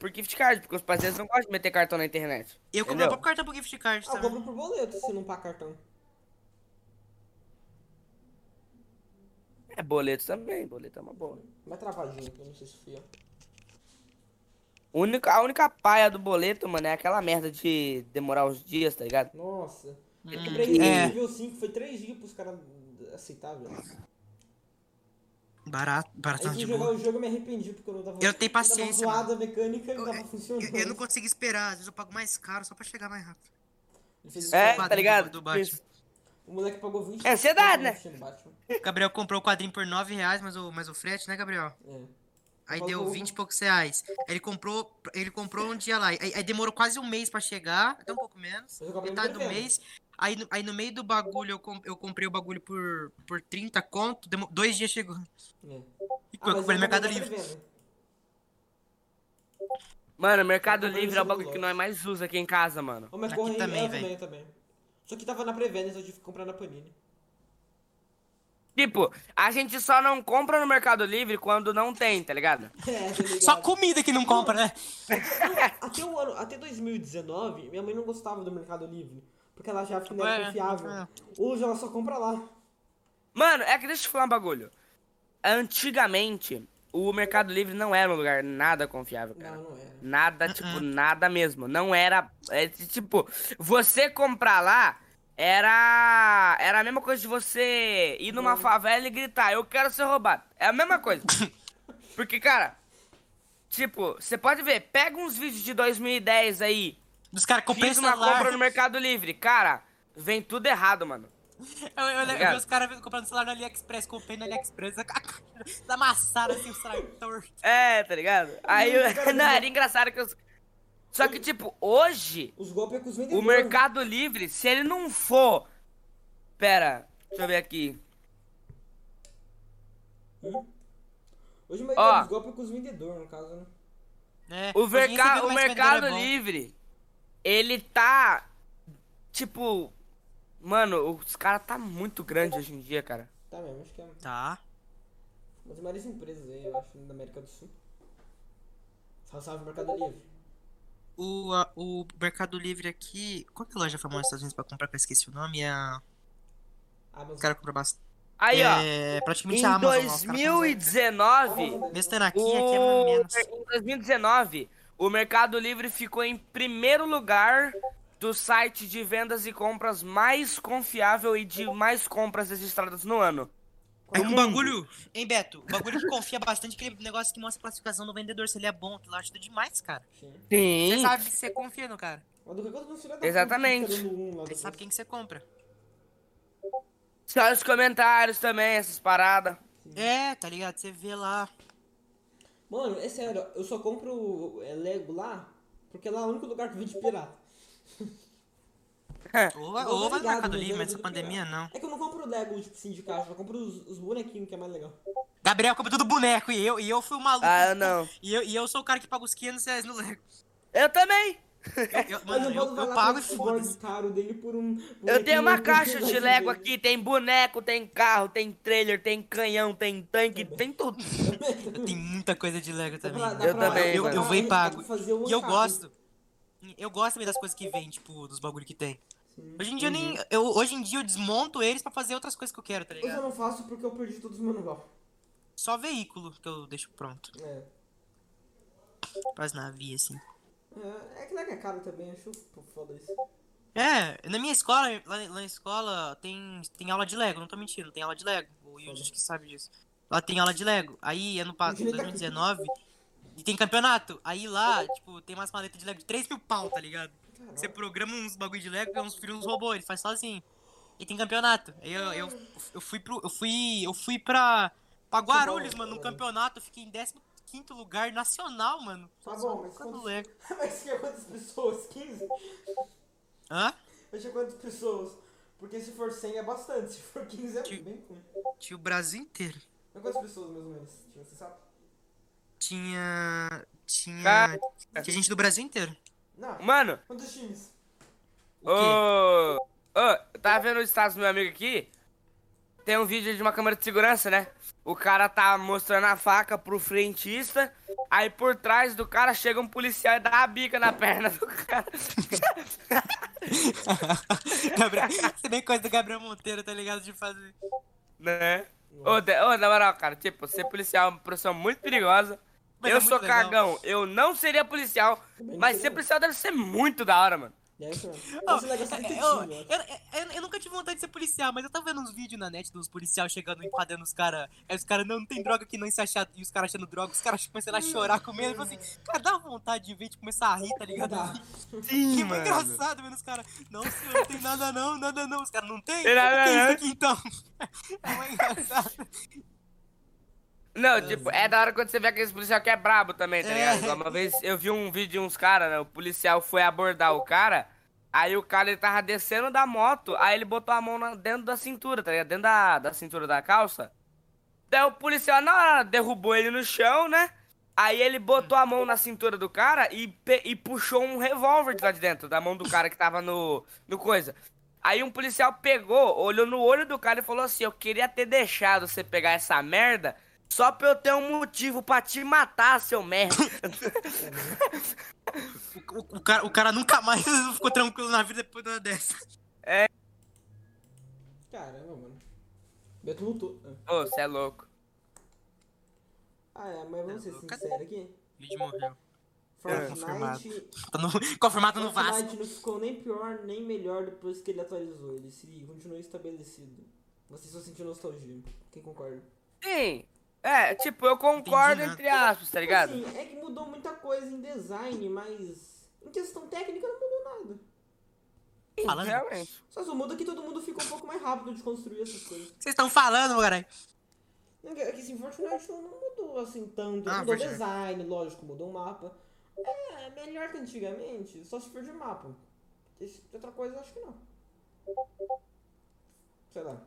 S5: por gift card, porque os pais deles não gostam de meter cartão na internet.
S4: Eu comprei o
S5: entendeu?
S4: próprio cartão pro gift card,
S1: Ah, eu
S4: sabe?
S1: compro por boleto se não pagar cartão.
S5: É boleto também, boleto é uma boa.
S1: Vai travadinho, eu não sei se fui eu.
S5: Única, a única paia do boleto, mano, é aquela merda de demorar uns dias, tá ligado?
S1: Nossa. Eu comprei
S4: É.
S1: nível 5, foi 3 GB pros caras aceitar, velho. Aí
S4: Barato, barato
S1: fui
S4: tá de
S1: jogar
S4: boa.
S1: o jogo e me arrependi porque eu não tava.
S4: Eu tenho paciência,
S1: Tava zoada a mecânica e não tava funcionando.
S4: Eu, eu não consigo esperar, às vezes eu pago mais caro só pra chegar mais rápido.
S1: Ele fez isso
S5: É,
S1: com o
S5: tá ligado?
S4: do Batman.
S5: Isso.
S1: Batman. O moleque pagou 20
S5: É ansiedade, né?
S1: no Batman.
S4: O Gabriel comprou o quadrinho por 9 reais, mas o, mas o frete, né, Gabriel?
S1: É.
S4: Aí
S1: Falou.
S4: deu 20 e poucos reais. Aí Ele comprou, ele comprou um dia lá. Aí, aí demorou quase um mês pra chegar, até um pouco menos.
S1: Mas eu comprei
S4: Metade
S1: no
S4: do
S1: pré-venda.
S4: mês. Aí no, aí no meio do bagulho, eu, com- eu comprei o bagulho por, por 30 conto. demo- dois dias chegou.
S1: É.
S4: E
S1: Ah, mas
S4: eu comprei no Mercado
S1: comprei na
S4: Livre.
S1: pré-venda.
S5: Mano, Mercado
S1: Eu também
S5: Livre é o
S1: uso
S5: bagulho
S1: do
S5: que nós mais usa aqui em casa, mano.
S1: Ô, mas
S4: Aqui
S1: corre
S4: também,
S1: também,
S4: velho.
S1: também, também. Só que tava na pré-venda, então eu tive que comprar na
S4: (laughs)
S1: Panini.
S5: Tipo, a gente só não compra no Mercado Livre quando não tem, tá ligado?
S1: É, tá ligado?
S4: Só comida que não compra, né?
S1: Até o ano, até 2019, minha mãe não gostava do Mercado Livre. Porque ela achava que não
S4: É,
S1: era confiável.
S4: é.
S1: Hoje ela só compra lá.
S5: Mano, é que deixa eu te falar um bagulho. Antigamente, o Mercado Livre não era um lugar nada confiável, cara.
S1: Não, não era.
S5: Nada,
S4: Hum,
S5: tipo, nada mesmo. Não era. É, t- tipo, você comprar lá era. Era a mesma coisa de você ir numa favela e gritar, eu quero ser roubado. É a
S4: (coughs)
S5: mesma coisa. Porque, cara, tipo, você pode ver, pega uns vídeos de 2010 aí.
S4: Os caras comprei
S5: Fiz uma
S4: celular.
S5: compra no Mercado Livre. Cara, vem tudo errado, mano. Tá
S4: Eu, eu, eu,
S5: Obrigado.
S4: vi os caras comprando celular no AliExpress, comprei no AliExpress, (laughs) a cara amassaram assim o celular torto.
S5: É, tá ligado? Aí
S1: Os caras
S5: (laughs) não,
S1: não-
S5: era engraçado que os. Só que, tipo, hoje,
S1: Os golpes é com os
S5: o
S1: vendedores.
S5: Mercado Livre, se ele não for. Pera, deixa eu ver aqui.
S1: Hoje mas
S5: Ó.
S1: os golpes é com os vendedores, no caso, né?
S4: né?
S5: O,
S4: Hoje nem
S5: verca-
S4: segredo
S5: o
S4: mais vendedor é
S5: Mercado
S4: bom.
S5: Livre, ele tá. Tipo. Mano, os caras tá muito grande hoje em dia, cara.
S1: Tá mesmo, acho que é uma
S4: Tá.
S1: das maiores empresas aí, eu acho, da América do Sul. Salve, salve Mercado Livre.
S4: O, a- o Mercado Livre aqui. Qual que é a loja famosa nos Estados Unidos pra comprar que eu esqueci o nome? É a-
S1: Amazon.
S4: Os caras compram bastante.
S5: Aí, ó.
S4: É praticamente a
S5: Em
S4: Amazon. lá, os caras compram bastante.
S5: 2019.
S4: Mesmo tendo aqui, aqui é mais ou
S5: O...
S4: menos.
S5: Em 2019, o Mercado Livre ficou em primeiro lugar do site de vendas e compras mais confiável e de mais compras registradas no ano.
S4: É um bagulho, hein, Beto? O bagulho que confia bastante é aquele negócio que mostra a classificação do vendedor, se ele é bom, aquilo lá ajuda demais, cara.
S1: Sim.
S5: Sim.
S4: Você sabe que você confia no cara.
S1: Mas do Ricardo não será da
S5: Exatamente.
S1: puta, ficando um lá
S4: Ele
S1: do-
S4: sabe quem que você compra.
S5: Você olha os comentários também, essas paradas.
S4: É, tá ligado? Você vê lá.
S1: Mano, é sério, eu só compro é, Lego lá, porque lá é o único lugar que vende pirata. é
S4: Ou,
S1: Eu tô
S4: ou vai no
S1: ligado,
S4: Mercado
S1: mas
S4: Livre,
S1: eu
S4: mas
S1: tô
S4: essa pandemia
S1: ligado.
S4: não.
S1: É que eu não compro Lego, tipo, assim, de caixa, eu compro os, os bonequinhos, que é mais legal.
S4: Gabriel compra tudo boneco e eu, e eu fui o maluco.
S5: Ah, eu não.
S4: E eu, e eu sou o cara que paga os 500 reais no Lego.
S5: Eu também.
S4: (laughs) Eu, eu- mano,
S1: Mas
S4: eu,
S1: posso
S4: eu
S1: falar
S4: pago e
S1: com o board
S4: foda-se.
S1: caro dele por um...
S5: Eu tenho uma
S1: bonequinho
S5: caixa de
S1: que
S5: Lego
S1: eu gosto
S5: aqui, tem boneco, tem carro, tem trailer, tem canhão, tem tanque, tem tudo.
S4: Tem muita coisa de Lego também. né?
S1: pra- (laughs) dá
S5: Eu
S1: pra-
S5: também,
S4: Eu, eu,
S5: mano.
S4: vou e pago.
S1: Dá pra fazer um
S4: E eu
S1: carro.
S4: gosto. Eu gosto também das coisas que vem, tipo, dos bagulho que tem. Hoje em dia eu nem. Eu, hoje em dia eu desmonto eles pra fazer outras coisas que eu quero, tá
S1: Hoje eu
S4: ligado?
S1: não faço porque eu perdi todos os manual.
S4: Só veículo que eu deixo pronto.
S1: É.
S4: Pras navios, assim.
S1: É, é que Lego é caro também, acho f- foda isso. (laughs)
S4: É, na minha escola, lá, lá na escola, tem, tem aula de Lego, não tô mentindo, tem aula de Lego. O Yuji acho que sabe disso. Lá tem aula de Lego. Aí, ano passado,
S1: Ele tá aqui.
S4: 2019, e tem campeonato. Aí lá, tipo, tem umas maletas de Lego de 3 mil pau, tá ligado? Você programa uns bagulho de Lego, é uns filhos uns robôs, ele faz sozinho. E tem campeonato. Aí eu, eu, eu fui pro. Eu fui. Eu fui pra.
S1: Tá
S4: Pra Guarulhos, mano, num campeonato, eu fiquei em 15 lugar nacional, mano.
S1: Tá
S4: Só
S1: bom, mas
S4: por causa do
S1: quantos-
S4: Lego.
S1: Mas tinha quantas pessoas? 15?
S4: Hã?
S1: Mas tinha quantas pessoas? Porque se for 100 é bastante, (laughs) se for 15 é
S4: Tio-
S1: bem ruim.
S4: Tinha o Brasil inteiro.
S1: Mas quantas pessoas mais ou menos tinha, você sabe?
S4: Tinha. Tinha.
S5: Cara.
S4: Tinha gente do Brasil inteiro.
S1: Não,
S5: Mano,
S1: quantos times?
S4: O quê?
S5: Ô, ô, tá vendo o status do meu amigo aqui? Tem um vídeo de uma câmera de segurança, né? O cara tá mostrando a faca pro frentista, aí por trás do cara chega um policial e dá a bica na (laughs) perna do cara.
S4: (laughs) Gabriel... Você bem coisa do Gabriel Monteiro, tá ligado? De fazer.
S5: né? Ô, de- ô, na moral, cara, tipo, ser policial é uma profissão muito perigosa.
S4: Mas
S5: eu
S4: é muito
S5: sou
S4: legal.
S5: cagão, eu não seria policial,
S1: Também não
S5: mas
S1: seria.
S5: ser policial deve ser muito da hora, mano.
S1: É
S4: (laughs)
S1: isso mesmo.
S4: Ó,
S1: Esse Lego é né? só
S4: eu,
S1: detetive,
S4: (laughs)
S1: eu acho.
S4: eu- eu- eu nunca tive vontade de ser policial, mas eu tava vendo uns vídeos na net dos policiais chegando e enquadrando os caras. Aí os caras, não, não tem droga aqui não, e, se achar, e os caras achando droga, os caras começando a chorar com medo. Eu falei assim, cara, dá vontade de ver, tipo, começar a rir, tá ligado?
S1: Dá.
S4: que engraçado vendo os caras, não, senhor, não tem nada não, nada não. Os caras, não tem?
S5: Tem nada
S4: o que é
S5: não."
S4: isso
S5: né?"
S4: aqui então? (laughs) é muito engraçado.
S5: Não, tipo, é da hora quando você vê aquele policial que é brabo também, tá
S4: É.
S5: ligado? Igual Uma vez eu vi um vídeo de uns caras, né? O policial foi abordar o cara, aí o cara ele tava descendo da moto, aí ele botou a mão na- dentro da cintura, tá ligado? Dentro da, da cintura da calça. Daí o policial, na hora, derrubou ele no chão, né? Aí ele botou a mão na cintura do cara e, pe- e puxou um revólver de lá de dentro, da mão do cara que tava no, no coisa. Aí um policial pegou, olhou no olho do cara e falou assim: Eu queria ter deixado você pegar essa merda só pra eu ter um motivo pra te matar, seu (coughs) merda.
S4: O, o cara, o cara nunca mais (laughs) ficou tranquilo na vida depois de uma dessa.
S1: Caramba, mano. Beto lutou. Ah.
S5: Ô, você é louco.
S1: Ah, é, mas vamos ser
S4: Cadê?
S1: sinceros aqui.
S4: Luigi morreu. confirmado.
S1: Fortnite,
S4: Tá no- confirmado no Vasco.
S1: Fortnite não ficou nem pior nem melhor depois que ele atualizou. Ele se continuou estabelecido. Você só sentiu nostalgia. Quem concorda?
S5: Sim. É, tipo, eu concordo
S4: nada.
S5: entre aspas, tá ligado?
S1: Assim, é que mudou muita coisa em design, mas em questão técnica não mudou nada.
S5: Sim,
S4: Falando.
S5: Realmente.
S1: Só só muda que todo mundo ficou um pouco mais rápido de construir essas coisas.
S4: Vocês estão falando, caralho.
S1: É que assim, Fortnite não não mudou assim tanto.
S4: Ah,
S1: mudou o
S4: Fortnite.
S1: design, lógico, mudou o mapa. É, melhor que antigamente, só se for de mapa. Esse- Outra coisa, acho que não. Sei lá.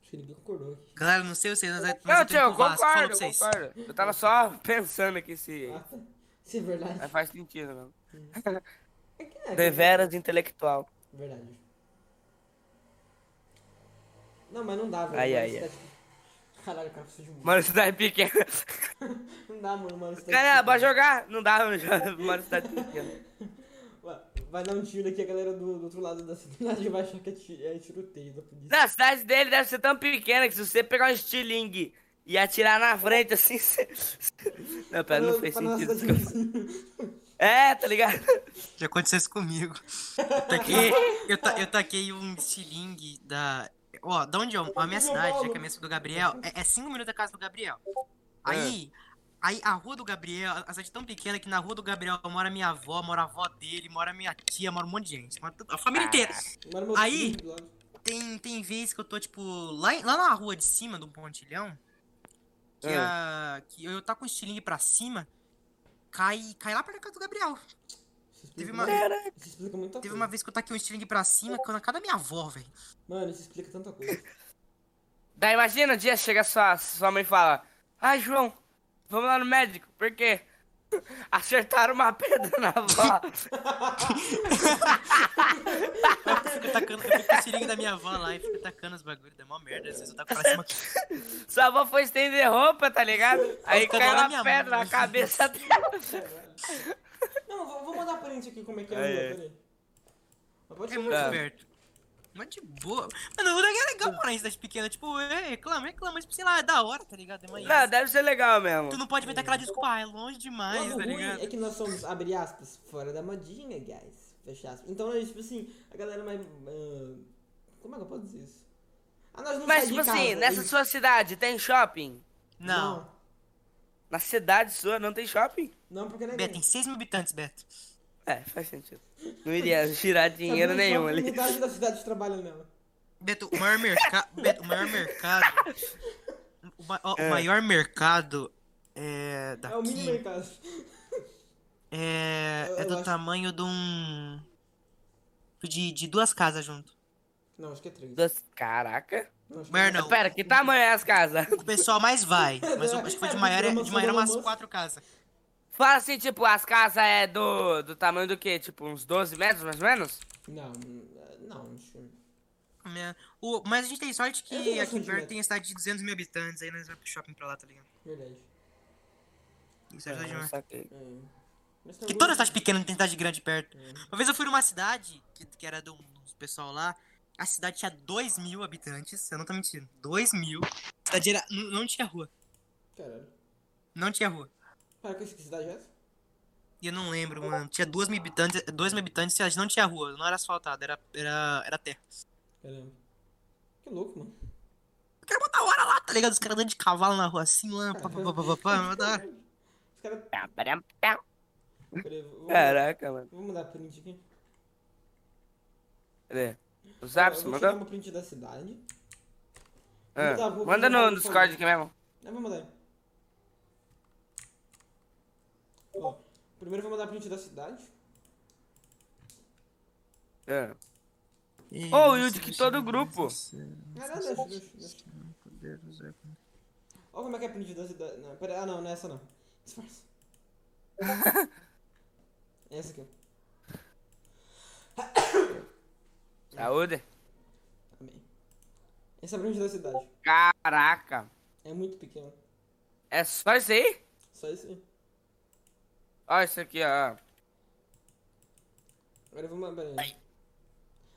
S1: Acho que ninguém concordou aqui.
S4: Galera, não sei vocês, mas mas
S5: Não,
S4: eu tô
S5: tio,
S4: indo
S5: eu
S4: pro Vasco, falou pra
S5: concordo, eu
S4: vocês.
S5: concordo. Eu tava só pensando aqui se
S1: Ah, (laughs) tá. Isso é verdade.
S5: mas faz sentido, não.
S1: É que é,
S5: Deveras intelectual.
S1: Verdade. Não, mas não dá, velho.
S5: Ai,
S1: Mano,
S5: ai,
S1: isso
S5: ai.
S1: tá tipo- Caralho, cara, preciso de muito.
S5: Mano, cidade pequena.
S1: Não dá, mano, mano. isso tá
S5: Galera,
S1: tipo-
S5: bora jogar? Não dá, mano, já- mano, é cidade pequena.
S1: Vai- Vai dar um tiro aqui, a galera do, do outro lado da cidade vai achar que é, ti- é tiroteio da polícia.
S5: Não, a cidade dele deve ser tão pequena que se você pegar um estilingue e atirar na frente assim, (laughs) você... Não, pera, não fez
S1: Pra nossa
S5: sentido.
S1: cidade
S5: desculpa.
S1: vizinha.
S5: É, tá ligado?
S4: Já aconteceu isso comigo. Eu taquei, eu, ta- eu taquei um estilingue da. Ó, da onde é a minha cidade, já que é a minha cidade do Gabriel, é 5 minutos da casa do Gabriel. Aí, aí a rua do Gabriel, a cidade é tão pequena que na rua do Gabriel mora minha avó, mora a avó dele, mora minha tia, mora um monte de gente. Mora tudo- a família inteira.
S1: Mora meu
S4: Aí.
S1: filho do lado.
S4: Tem, tem vezes que eu tô, tipo, lá, em- lá na rua de cima do pontilhão, que, a, que eu tá com o estilingue pra cima, cai, cai lá perto da casa do Gabriel.
S1: Isso explica
S4: Teve uma-
S1: muita- Isso explica muita
S4: Teve
S1: coisa.
S4: uma vez que eu taquei um estilingue pra cima, que eu na cara da minha avó, velho.
S1: Mano, isso explica tanta coisa.
S5: Daí imagina um dia chega sua, sua mãe e fala: Ai, João, vamos lá no médico, por quê? (laughs) Acertaram uma pedra na avó.
S4: Fica tacando, eu fico com o estilingue da minha avó lá e fica tacando os bagulhos, dá mó merda. Às vezes eu taco pra cima.
S5: sua avó foi estender roupa, tá ligado? Aí
S4: Ficou
S5: caiu
S4: na
S5: uma
S4: minha
S5: pedra
S4: mão.
S5: na cabeça dela.
S1: Não, vou, vou mandar print aqui como é que é, a
S5: É,
S1: rua,
S5: é.
S1: peraí. Mas pode
S4: É
S1: ser.
S4: muito
S5: Tá.
S4: perto. Mas de boa. Mano, o legal é legal morar em cidade pequena. Tipo, é, reclama, reclama. Mas, sei lá, é da hora, tá ligado? É mais
S5: Não, deve ser legal mesmo.
S4: Tu não pode inventar aquela desculpa, ah, é longe
S1: O
S4: demais,
S1: lado
S4: tá
S1: ruim
S4: ligado?
S1: é que nós somos, abre aspas, fora da modinha, guys. Fecha aspas. Então, é tipo assim, a galera mais. ah, como é que eu posso dizer isso? Ah, nós não né?
S5: Mas,
S1: sai de
S5: tipo assim,
S1: casa,
S5: nessa
S1: e-
S5: sua cidade tem shopping?
S4: Não.
S5: Na cidade sua não tem shopping?
S1: Não, porque não é
S4: Beto, tem 6 mil habitantes, Beto.
S5: É, faz sentido. Não iria tirar dinheiro nenhum
S1: A
S5: ali.
S1: comunidade da cidade de trabalho nela.
S4: Beto, o maior mercado. Beto, o maior mercado. O, ma- ó, o maior mercado é,
S1: É o mínimo em
S4: daqui
S1: casa.
S4: é,
S1: Eu-
S4: é
S1: eu
S4: do
S1: acho-
S4: tamanho de um. De, de duas casas junto.
S1: Não, acho que é três.
S5: Duas- Caraca.
S1: Não, acho que é
S4: Maior não.
S5: Pera, que tamanho é as casas?
S4: O pessoal mais vai.
S1: (laughs)
S4: Mas eu acho que o de maior é, de maior é umas quatro casas.
S5: Fala assim, tipo, as casas é do, do tamanho do quê? Tipo, uns 12 metros, mais ou menos?
S1: Não, hum, não, acho que-
S4: Minha- o- mas a gente tem sorte
S1: Eu tenho
S4: que aqui
S1: bastante medo.
S4: perto tem a cidade de 200 mil habitantes, aí nós vamos pro shopping pra lá, tá ligado?
S1: Verdade.
S4: Isso ajuda
S5: Eu
S4: demais.
S5: saquei.
S1: É. Mas
S4: Que
S1: tem É.
S4: toda
S1: alguns-
S4: cidade pequena tem cidade grande perto. Uma vez eu fui numa cidade, que, que era de um dos pessoal lá, a cidade tinha 2 mil habitantes, eu não tô mentindo, 2 mil. A cidade era, não, não tinha rua,
S1: Caralho.
S4: não tinha rua.
S1: Para que que cidade é essa?
S4: E eu não lembro, mano, tinha 2 mil habitantes, 2 mil habitantes, a cidade não tinha rua, não era asfaltada, era, era, era terra.
S1: Caramba. Que louco, mano.
S4: Eu quero botar hora lá, tá ligado? Os caras andando de cavalo na rua assim, lá, pá, pá, pá, pá, pá, pá, mó da hora.
S1: Os caras.
S5: Pam, pam, pam.
S1: Peraí, vou- vou-
S5: Caraca, mano.
S1: Vou mandar print aqui.
S5: Cadê? O Zap,
S1: Eu
S5: você
S1: vou tirar
S5: mandou?
S1: uma print da cidade.
S5: Ah,
S1: mandar, vou
S5: Manda
S1: mandar,
S5: no
S1: por
S5: Discord aqui mesmo.
S1: Eu vou mandar. aí. Ó, primeiro eu vou mandar print da cidade.
S5: Ah.
S4: Ô,
S5: Ô, e o de que todo grupo.
S1: Ah, não, deixa, deixa, deixa. Ó como é que é print da cidade. Não, pera, ah, não, não é essa não. Disfarça. É essa aqui. ó.
S5: Saúde.
S1: Amém. Essa é a print da cidade.
S5: Caraca.
S1: É muito pequena.
S5: É só isso aí?
S1: Só isso aí.
S5: Ó, isso aqui, ó.
S1: Agora eu vou mandar. Pera aí.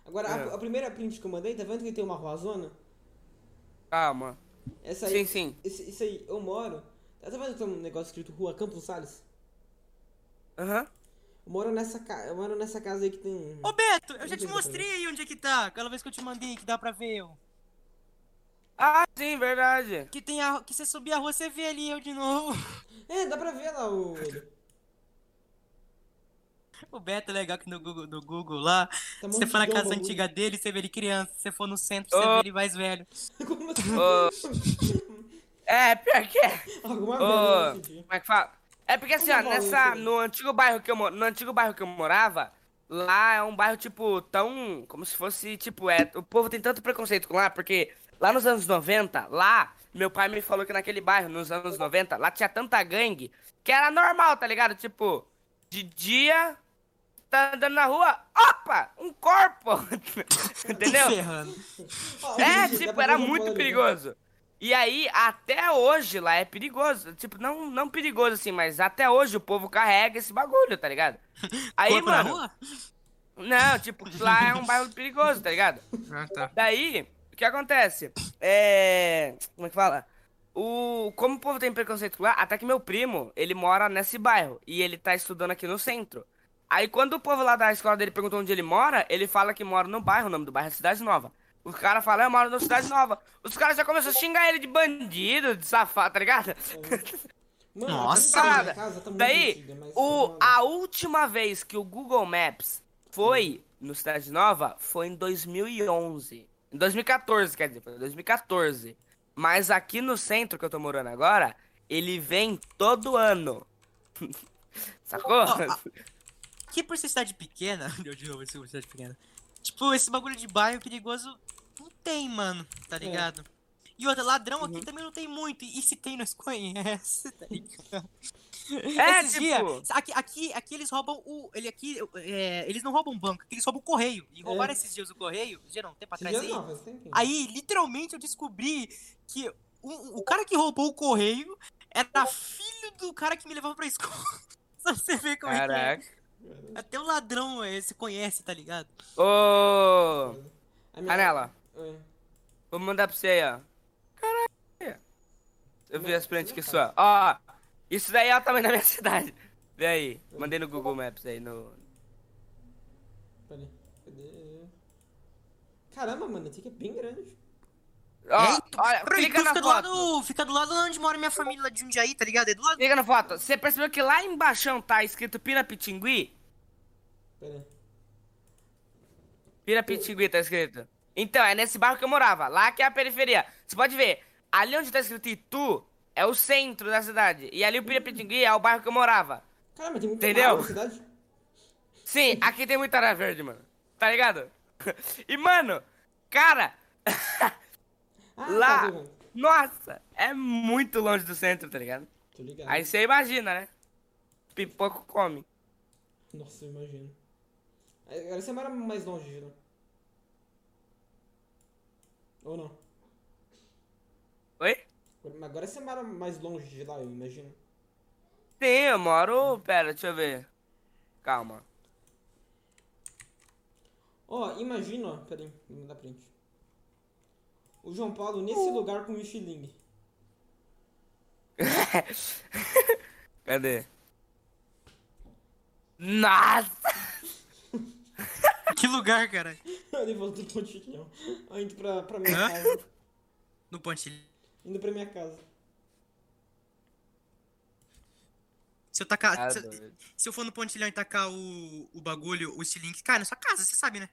S1: Agora, a, a primeira print que eu mandei, tá vendo que tem uma ruazona?
S5: Calma.
S1: Essa aí,
S5: Sim, sim.
S1: esse- isso aí, eu moro. Tá vendo que tem um negócio escrito Rua Campos Salles?
S5: Aham.
S1: Eu moro nessa casa. Eu moro nessa casa aí que tem. um-
S4: Ô Beto, eu já
S1: Não
S4: te
S1: tem
S4: mostrei onde é que tá. Aquela vez que eu te mandei, que dá pra ver eu.
S5: Ah, sim, verdade.
S4: Que tem a. Que você subir a rua, você vê ali eu de novo.
S1: É, dá pra ver lá o. (laughs) ele.
S4: O Beto é legal que no Google, no Google lá,
S1: Tá
S4: você for na
S1: multidão,
S4: casa
S1: bagulho.
S4: antiga dele, você vê ele criança. Se você for no centro, você vê ele mais
S5: (laughs)
S4: velho.
S1: Como assim?
S5: É, pior que é.
S1: Alguma
S5: Ô,
S1: vez eu decidi.
S5: como é que fala? É porque assim, ó,
S1: Como é que fala
S5: nessa,
S1: isso?
S5: no antigo bairro que eu mo- no antigo bairro que eu morava, lá é um bairro tipo tão, como se fosse tipo, é, o povo tem tanto preconceito com lá, porque lá nos anos 90, lá meu pai me falou que naquele bairro nos anos 90, lá tinha tanta gangue que era normal, tá ligado? Tipo, de dia tá andando na rua, opa, um corpo. (laughs) Entendeu?
S4: Ferrando.
S1: Ó,
S5: É,
S1: gente, dá
S5: tipo,
S1: pra
S5: era
S1: ver um
S5: muito
S1: pano,
S5: perigoso. E aí, até hoje lá é perigoso. Tipo, não, não perigoso assim, mas até hoje o povo carrega esse bagulho, tá ligado?
S4: (laughs)
S5: Aí,
S4: Corpo na
S5: mano.
S4: rua?
S5: Não, tipo, lá é um bairro perigoso, tá ligado?
S4: Ah, tá.
S5: Daí, o que acontece? É. Como é que fala? O, como o povo tem preconceito lá, até que meu primo, ele mora nesse bairro e ele tá estudando aqui no centro. Aí quando o povo lá da escola dele pergunta onde ele mora, ele fala que mora no bairro, o nome do bairro é Cidade Nova. Os caras falam, eu moro na Cidade Nova. Os caras já começaram a xingar ele de bandido, de safado, tá ligado?
S1: Mano,
S4: Nossa!
S1: a minha casa tá muito
S5: Daí,
S1: antiga, mas-
S5: o,
S1: mano,
S5: a última vez que o Google Maps foi no Cidade Nova foi em 2011. Em 2014, quer dizer, foi em 2014. Mas aqui no centro que eu tô morando agora, ele vem todo ano. (laughs) Sacou?
S4: Que por ser cidade pequena. (laughs) Deu de novo, esse cidade pequena. Tipo, esse bagulho de bairro perigoso não tem, mano,
S1: É.
S4: tá ligado? E outra, ladrão
S1: Uhum.
S4: aqui também não tem muito. E se tem, nós conhece,
S1: (laughs)
S4: tá ligado?
S5: É,
S4: Esses
S5: tipo-
S4: dias, aqui, aqui, aqui eles roubam o. Ele aqui, é, eles não roubam banco, aqui eles roubam o correio. E roubaram esses dias o correio, já não, um tempo
S1: esses
S4: atrás
S1: dias
S4: aí.
S1: É. não, faz
S5: Uhum.
S1: tempinho.
S4: Aí, literalmente, eu descobri que o, o cara que roubou o correio era filho do cara que me levava pra (laughs) escola. Só pra você ver como é
S5: Caraca.
S4: que é. Até o ladrão eh, se conhece, tá ligado?
S5: Ô,
S1: A minha- É,
S5: Canela,
S1: Oi.
S5: vou mandar pra você aí, ó. Caraca. Eu vi
S1: Não,
S5: as prints
S1: não
S5: que
S1: faz.
S5: sua. Ó, isso daí é o tamanho da minha (laughs) cidade. Vê aí, mandei no Google Maps aí, no,
S1: Peraí, cadê? Caramba, mano, esse aqui é bem grande.
S5: Ó,
S4: Eita,
S5: olha,
S4: Peraí,
S5: clica
S4: tu
S5: na
S4: fica do
S5: foto.
S4: lado, fica do lado onde mora minha família lá de Jundiaí, tá ligado? É do lado.
S5: Clica na foto. Você percebeu que lá embaixo tá escrito Pirapitingui?
S1: Peraí.
S4: Hum.
S5: Pirapitingui tá escrito. Então, é nesse bairro que eu morava. Lá que é a periferia. Você pode ver, ali onde tá escrito Itu é o centro da cidade. E ali o Pirapitingui é o bairro que eu morava.
S1: Caramba, tem muito
S5: Entendeu?
S1: mato na cidade.
S5: Sim, aqui tem muita área verde, mano. Tá ligado? (laughs) E, mano, cara, (laughs)
S1: Ah,
S5: lá.
S1: tá, tô vendo.
S5: Nossa, é muito longe do centro, tá ligado?
S1: Tô ligado.
S5: Aí você imagina, né? Pipoco come.
S1: Nossa, eu imagino. Aí, Agora você mora mais longe, né? Ou não?
S5: Oi?
S1: Agora- Agora você mora mais longe de lá, eu imagino.
S5: Sim, eu moro. Pera, deixa eu ver. Calma. (laughs)
S1: Ó, imagina, ó, peraí, vou mandar print. O João Paulo nesse
S4: Uh.
S1: lugar com o Michelin. (laughs)
S5: Cadê? Nossa!
S4: Que lugar, cara?
S1: Ele voltou do Pontilhão. Ó, indo pra, pra minha casa.
S4: No Pontilhão.
S1: Indo pra minha casa.
S4: Se eu tacar.
S5: Ah,
S4: se,
S5: doido.
S4: se eu for no Pontilhão e tacar o, o bagulho, o Stilink, cai na sua casa, você
S5: (laughs)
S4: sabe, né?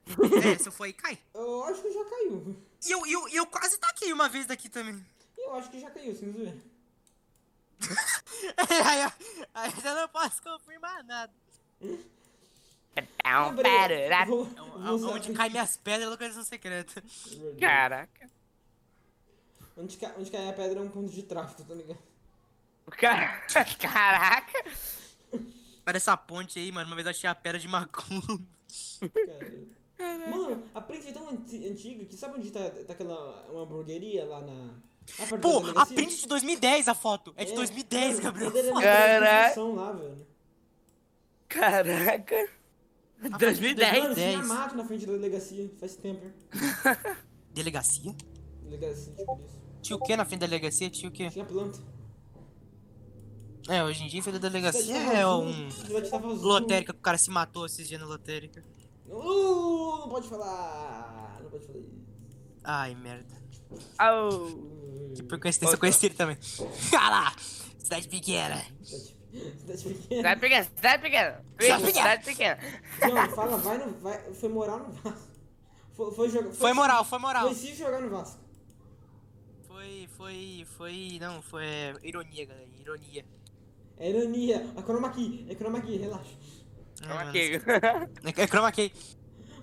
S4: é, se eu for aí, cai.
S1: Eu acho que já caiu.
S4: E eu, e eu, e eu quase taquei uma vez daqui também. (laughs)
S1: Eu acho que já caiu, sem zoeira.
S4: É, Ainda não posso confirmar nada.
S5: É um
S1: Peraí,
S5: perurá.
S1: vou-
S4: É
S1: vou
S4: um-
S1: usar-
S4: Onde
S1: (laughs)
S4: caem minhas pedras é localização secreta.
S5: Caraca.
S1: Onde, ca- onde cai a pedra é um ponto de tráfego, tá ligado?
S5: Cara- (laughs) Caraca!
S4: Parece essa ponte aí, mano. Uma vez eu achei a pedra de macumba.
S1: Cara. Mano, a print é tão anti- antiga que sabe onde tá, tá aquela uma hamburgueria lá na. Ah, perto da
S4: Pô, a
S1: delegacia?
S4: print de 2010 a foto. É de 2010,
S1: Cara,
S4: Gabriel.
S1: era na
S5: Caraca.
S1: construção lá, velho.
S5: Caraca!
S4: Tá
S1: Mano,
S4: 10.
S5: 2010.
S1: tinha mato na frente da delegacia faz tempo. hein?
S4: Delegacia?
S1: Delegacia, tipo isso.
S4: Tinha o que na frente da delegacia? Tinha o que?
S1: Tinha planta. Tá
S4: É, hoje em dia, em frente da delegacia é um. Lotérica, que o cara se matou esses dias na lotérica.
S1: Uh, não pode falar. Não pode falar isso.
S4: Ai, merda.
S5: Au.
S1: Ui,
S4: Por coincidência, eu conheci ele também. (laughs) Cala! Cidade pequena.
S1: Tá cidade- (laughs) cidade pequena.
S5: Cidade pequena, cidade pequena.
S4: Cidade pequena.
S5: Cidade pequena.
S1: Não, fala, vai no. Vai, foi morar no Vasco. Foi, foi jogar.
S4: Foi moral, foi moral.
S1: Foi se jogar no Vasco.
S4: Foi, foi, foi. Não, foi. é, Ironia, galera. Ironia.
S1: É ironia. A chroma key, é chroma key, relaxa.
S4: Ah,
S7: Calma aqui.
S4: mano, É é chroma key.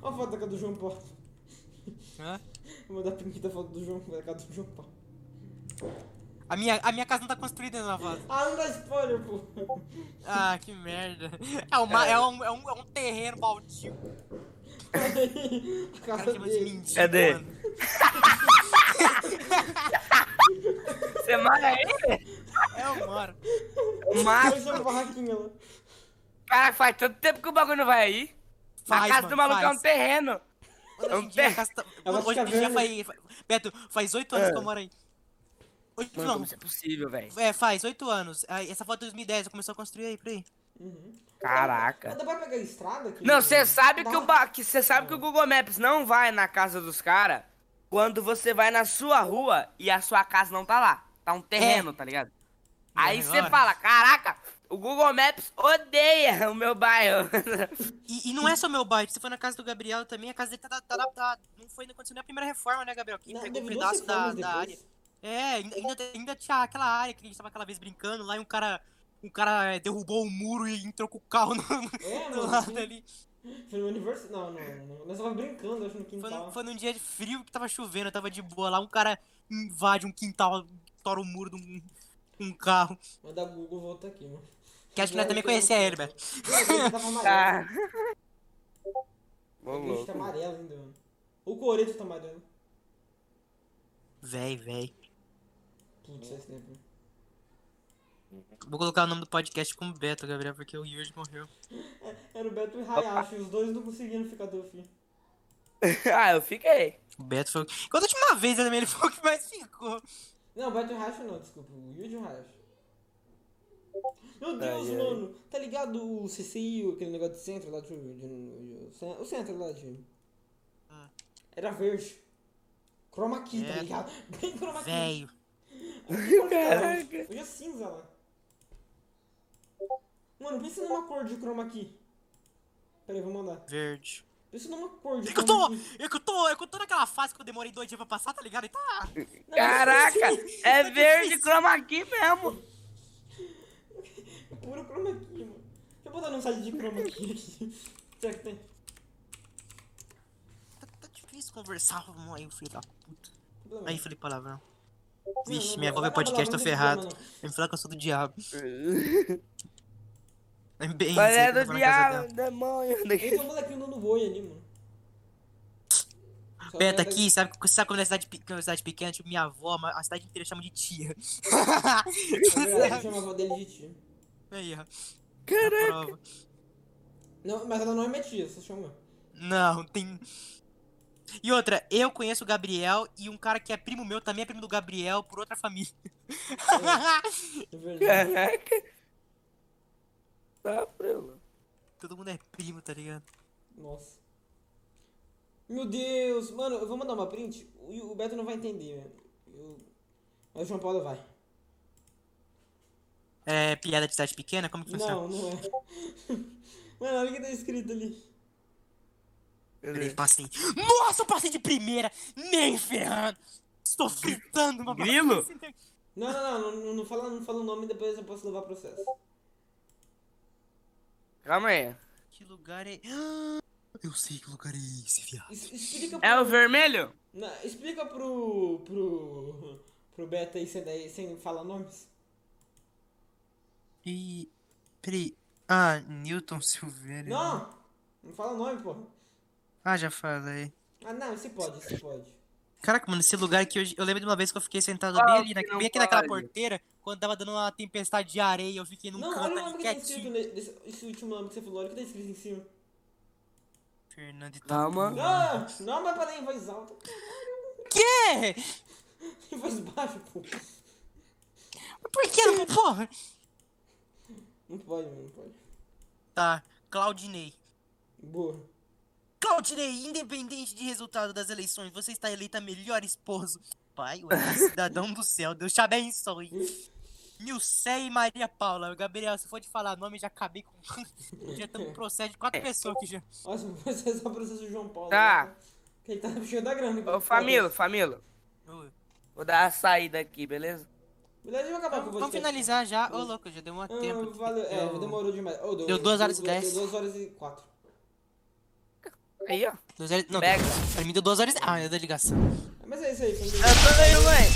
S1: Olha a foto da do João Paulo.
S4: Hã?
S1: Vou mandar pra da foto do João, da casa do João Paulo.
S4: A minha, a minha casa não tá construída na voz.
S1: Ah, não dá spoiler, pô.
S4: Ah, que merda. É, uma, é. um, é, um, é um terreno baldio.
S1: a
S4: Cara,
S1: casa
S4: que mais
S1: dele.
S4: mentira,
S5: Cadê?
S4: mano.
S5: (laughs) Você
S4: Tá
S5: mora aí?
S4: É, eu moro.
S5: Mas,
S1: Eu chamo barraquinha lá.
S5: cara, faz tanto tempo que o bagulho não vai aí. a
S4: Faz,
S5: casa do
S4: mano,
S5: maluco é um
S4: faz.
S5: terreno.
S4: Hoje
S5: É
S4: em
S5: um
S4: dia, a
S5: terreno.
S4: casa tá...
S1: É uma
S4: Hoje em dia
S1: caverna.
S4: faz... Beto, faz oito anos que eu moro aí. Oito,
S5: Mano,
S4: não.
S5: como isso é possível, velho?
S4: É, faz oito anos. Ah, Essa foto é 2010, eu comecei a construir aí, por aí.
S1: Mas
S5: Caraca.
S1: dá pra pegar a estrada aqui?
S5: Não, você sabe que o
S1: barco.
S5: ba... que você sabe que o Google Maps não vai na casa dos caras quando você vai na sua rua e a sua casa não tá lá. Tá um terreno, tá ligado? Aí você
S4: É. agora?
S5: fala, caraca, o Google Maps odeia o meu bairro. (laughs)
S4: E, e não é só meu bairro, você foi na casa do Gabriel também, a casa dele tá, tá, tá, tá não foi, não aconteceu nem a primeira reforma, né, Gabriel? Que pegou um pedaço da, da área. É, ainda, ainda- ainda tinha aquela área que a gente tava aquela vez brincando lá e um cara. Um cara é, derrubou o muro e entrou com o carro (laughs) no, no-
S1: É,
S4: do
S1: mano.
S4: lado
S1: tinha-
S4: ali.
S1: Foi no aniversário. Não, não, não. Nós tava brincando, acho, no
S4: Foi,
S1: quintal.
S4: num- foi num dia de frio que tava chovendo, eu tava de boa lá, um cara invade um quintal, estoura o muro de um, um carro.
S1: Mandar o Google voltar aqui, mano.
S4: Que acho que nós também conhecia ele, velho.
S1: Ele tava amarelo.
S5: Ah.
S1: O Corinthians tá amarelo ainda, mano. O Coreto tá amarelo.
S4: Véi, véi.
S1: Putz, faz tempo. né?
S4: Vou colocar o nome do podcast como Beto, Gabriel, porque o Yuri morreu.
S1: Era o Beto e o Hayashi, os dois não conseguiram ficar do fim.
S5: ah, eu fiquei.
S4: O Beto foi. o que- Quando a última vez também ele foi o que mais ficou.
S1: Não, o Beto e o Hayashi não, desculpa. O Yuji e o Hayashi. Meu Deus,
S5: Ai, ai.
S1: mano. Tá ligado o CCI, aquele negócio de centro lá de... de- de- o centro lá de...
S4: Ah.
S1: Era verde. Chroma key, tá
S4: É.
S1: ligado? (laughs) Bem chroma key.
S4: Velho.
S1: Caraca. Hoje é cinza lá. Mano, pensa numa cor de chroma key. Pera aí, vou mandar.
S4: Verde.
S1: Pensa numa cor de
S4: É que eu tô.
S1: key.
S4: É que eu tô. É que eu tô naquela fase que eu demorei dois dias pra passar, tá ligado? E tá.
S1: Não,
S5: Caraca, é verde chroma aqui mesmo.
S1: é Puro chroma key, mano. Deixa eu botar num site de chroma key aqui. (laughs) Será que tem?
S4: Tá, tá difícil conversar com aí, filho da puta.
S5: Hum.
S1: Problema.
S4: Aí falei palavrão.
S1: Não, não,
S4: Vixe,
S1: não,
S4: minha avó
S1: não,
S4: vê podcast,
S1: não,
S4: tá
S1: não,
S4: ferrado.
S1: não, não.
S4: Vai me falar que eu sou do
S5: (laughs)
S4: diabo. É bem isso
S5: Mas
S4: aí
S5: é
S4: que eu
S5: do
S4: vou na casa dela.
S5: diabo, demônio.
S1: Ele tem um molequinho dando boi ali, mano. Só
S4: Perto
S1: merda-
S4: aqui, sabe, sabe quando é cidade, pe- quando é cidade pequena, tipo, minha avó, mas a cidade inteira chama de
S5: (laughs)
S4: tia.
S1: Na verdade, ele chama a avó dele de tia.
S4: Aí, ó. Caraca.
S1: Não, mas ela não é minha tia, só chama.
S4: Não, tem. E outra, eu conheço o Gabriel e um cara que é primo meu também é primo do Gabriel por outra família.
S1: É verdade.
S5: (laughs) Caraca. Tá, Bruno.
S4: (laughs) Todo mundo é primo, tá ligado?
S1: Nossa. Meu Deus, mano, eu vou mandar uma print. O, o Beto não vai entender, velho. Eu- Mas o João Paulo vai.
S4: É piada de cidade pequena? Como que funciona?
S1: Não, não é. (laughs) Mano, olha o que tá escrito ali.
S4: Peraí, passei. assim, Nossa, eu passei de primeira! Nem ferrando! Estou fritando uma
S5: Grilo?
S1: Não, não, não, não, não fala, não fala o nome, depois eu posso levar processo.
S5: Calma aí.
S4: Que lugar é. Eu sei que lugar é esse, viado.
S1: Es- explica pro,
S5: É o vermelho?
S1: na- explica pro, pro, pro Beto aí sem, daí- sem falar nomes.
S4: E. Peraí. Ah, Newton Silveira.
S1: Não! Não fala nome, porra.
S4: Ah, já falei.
S1: Ah, não, esse pode, esse pode.
S4: Caraca, mano, esse lugar aqui hoje. Eu lembro de uma vez que eu fiquei sentado
S5: Ah,
S4: bem
S5: o
S4: ali,
S5: que
S4: na,
S5: não
S4: bem aqui naquela
S5: pode.
S4: porteira, quando tava dando uma tempestade de areia, eu fiquei num
S1: Não, olha o
S4: canto
S1: nome
S4: ali
S1: que tá escrito
S4: quietinho.
S1: nesse esse- esse último nome que você falou, olha o que tá escrito em cima.
S4: Fernando e
S5: Calma.
S4: Itapuã.
S1: Não, não, mas parei (laughs) em voz alta.
S4: Que?
S1: Tem voz baixa, pô.
S4: Por que não, porra?
S1: Não pode, mano, não pode.
S4: Tá, Claudinei.
S1: Boa.
S4: Claudinei, independente de resultado das eleições, você está eleita melhor esposo. Pai, ué, tá cidadão do céu, Deus te abençoe. Nilce e Maria Paula. Gabriel, se for te falar nome, já acabei com. já estamos processo de quatro pessoas aqui já.
S1: Nossa, vai ser só (laughs) o processo do João Paulo.
S5: Tá.
S1: né? Que ele tá cheio da grana.
S5: Ô, Familo, Familo.
S4: Ô,
S5: Vou dar a saída aqui, beleza?
S1: Beleza, vamos acabar com
S4: Vamos,
S1: você.
S4: vamos finalizar já. Ô, louco, já deu um tempo.
S1: Ah, valeu, é,
S4: Deu-
S1: demorou demais. Ô,
S4: deu duas horas e
S1: deu-
S4: dez.
S1: Deu 2 horas e 4.
S5: Aí, ó.
S4: Duas horas- Não,
S5: Pega.
S4: pra mim deu duas horas. Ah, é da ligação.
S1: Mas é isso aí, família.
S5: Eu tô aí, mãe.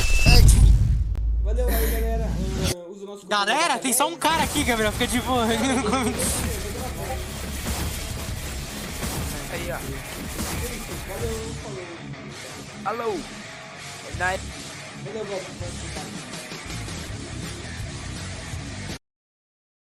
S1: Valeu aí, galera. (laughs) Ah, usa o nosso cupom
S4: Galera,
S1: da-
S4: tem só um cara aqui, Gabriel. Fica de boa.
S5: Aí, ó. Alô. Good night.
S1: Valeu, Bob.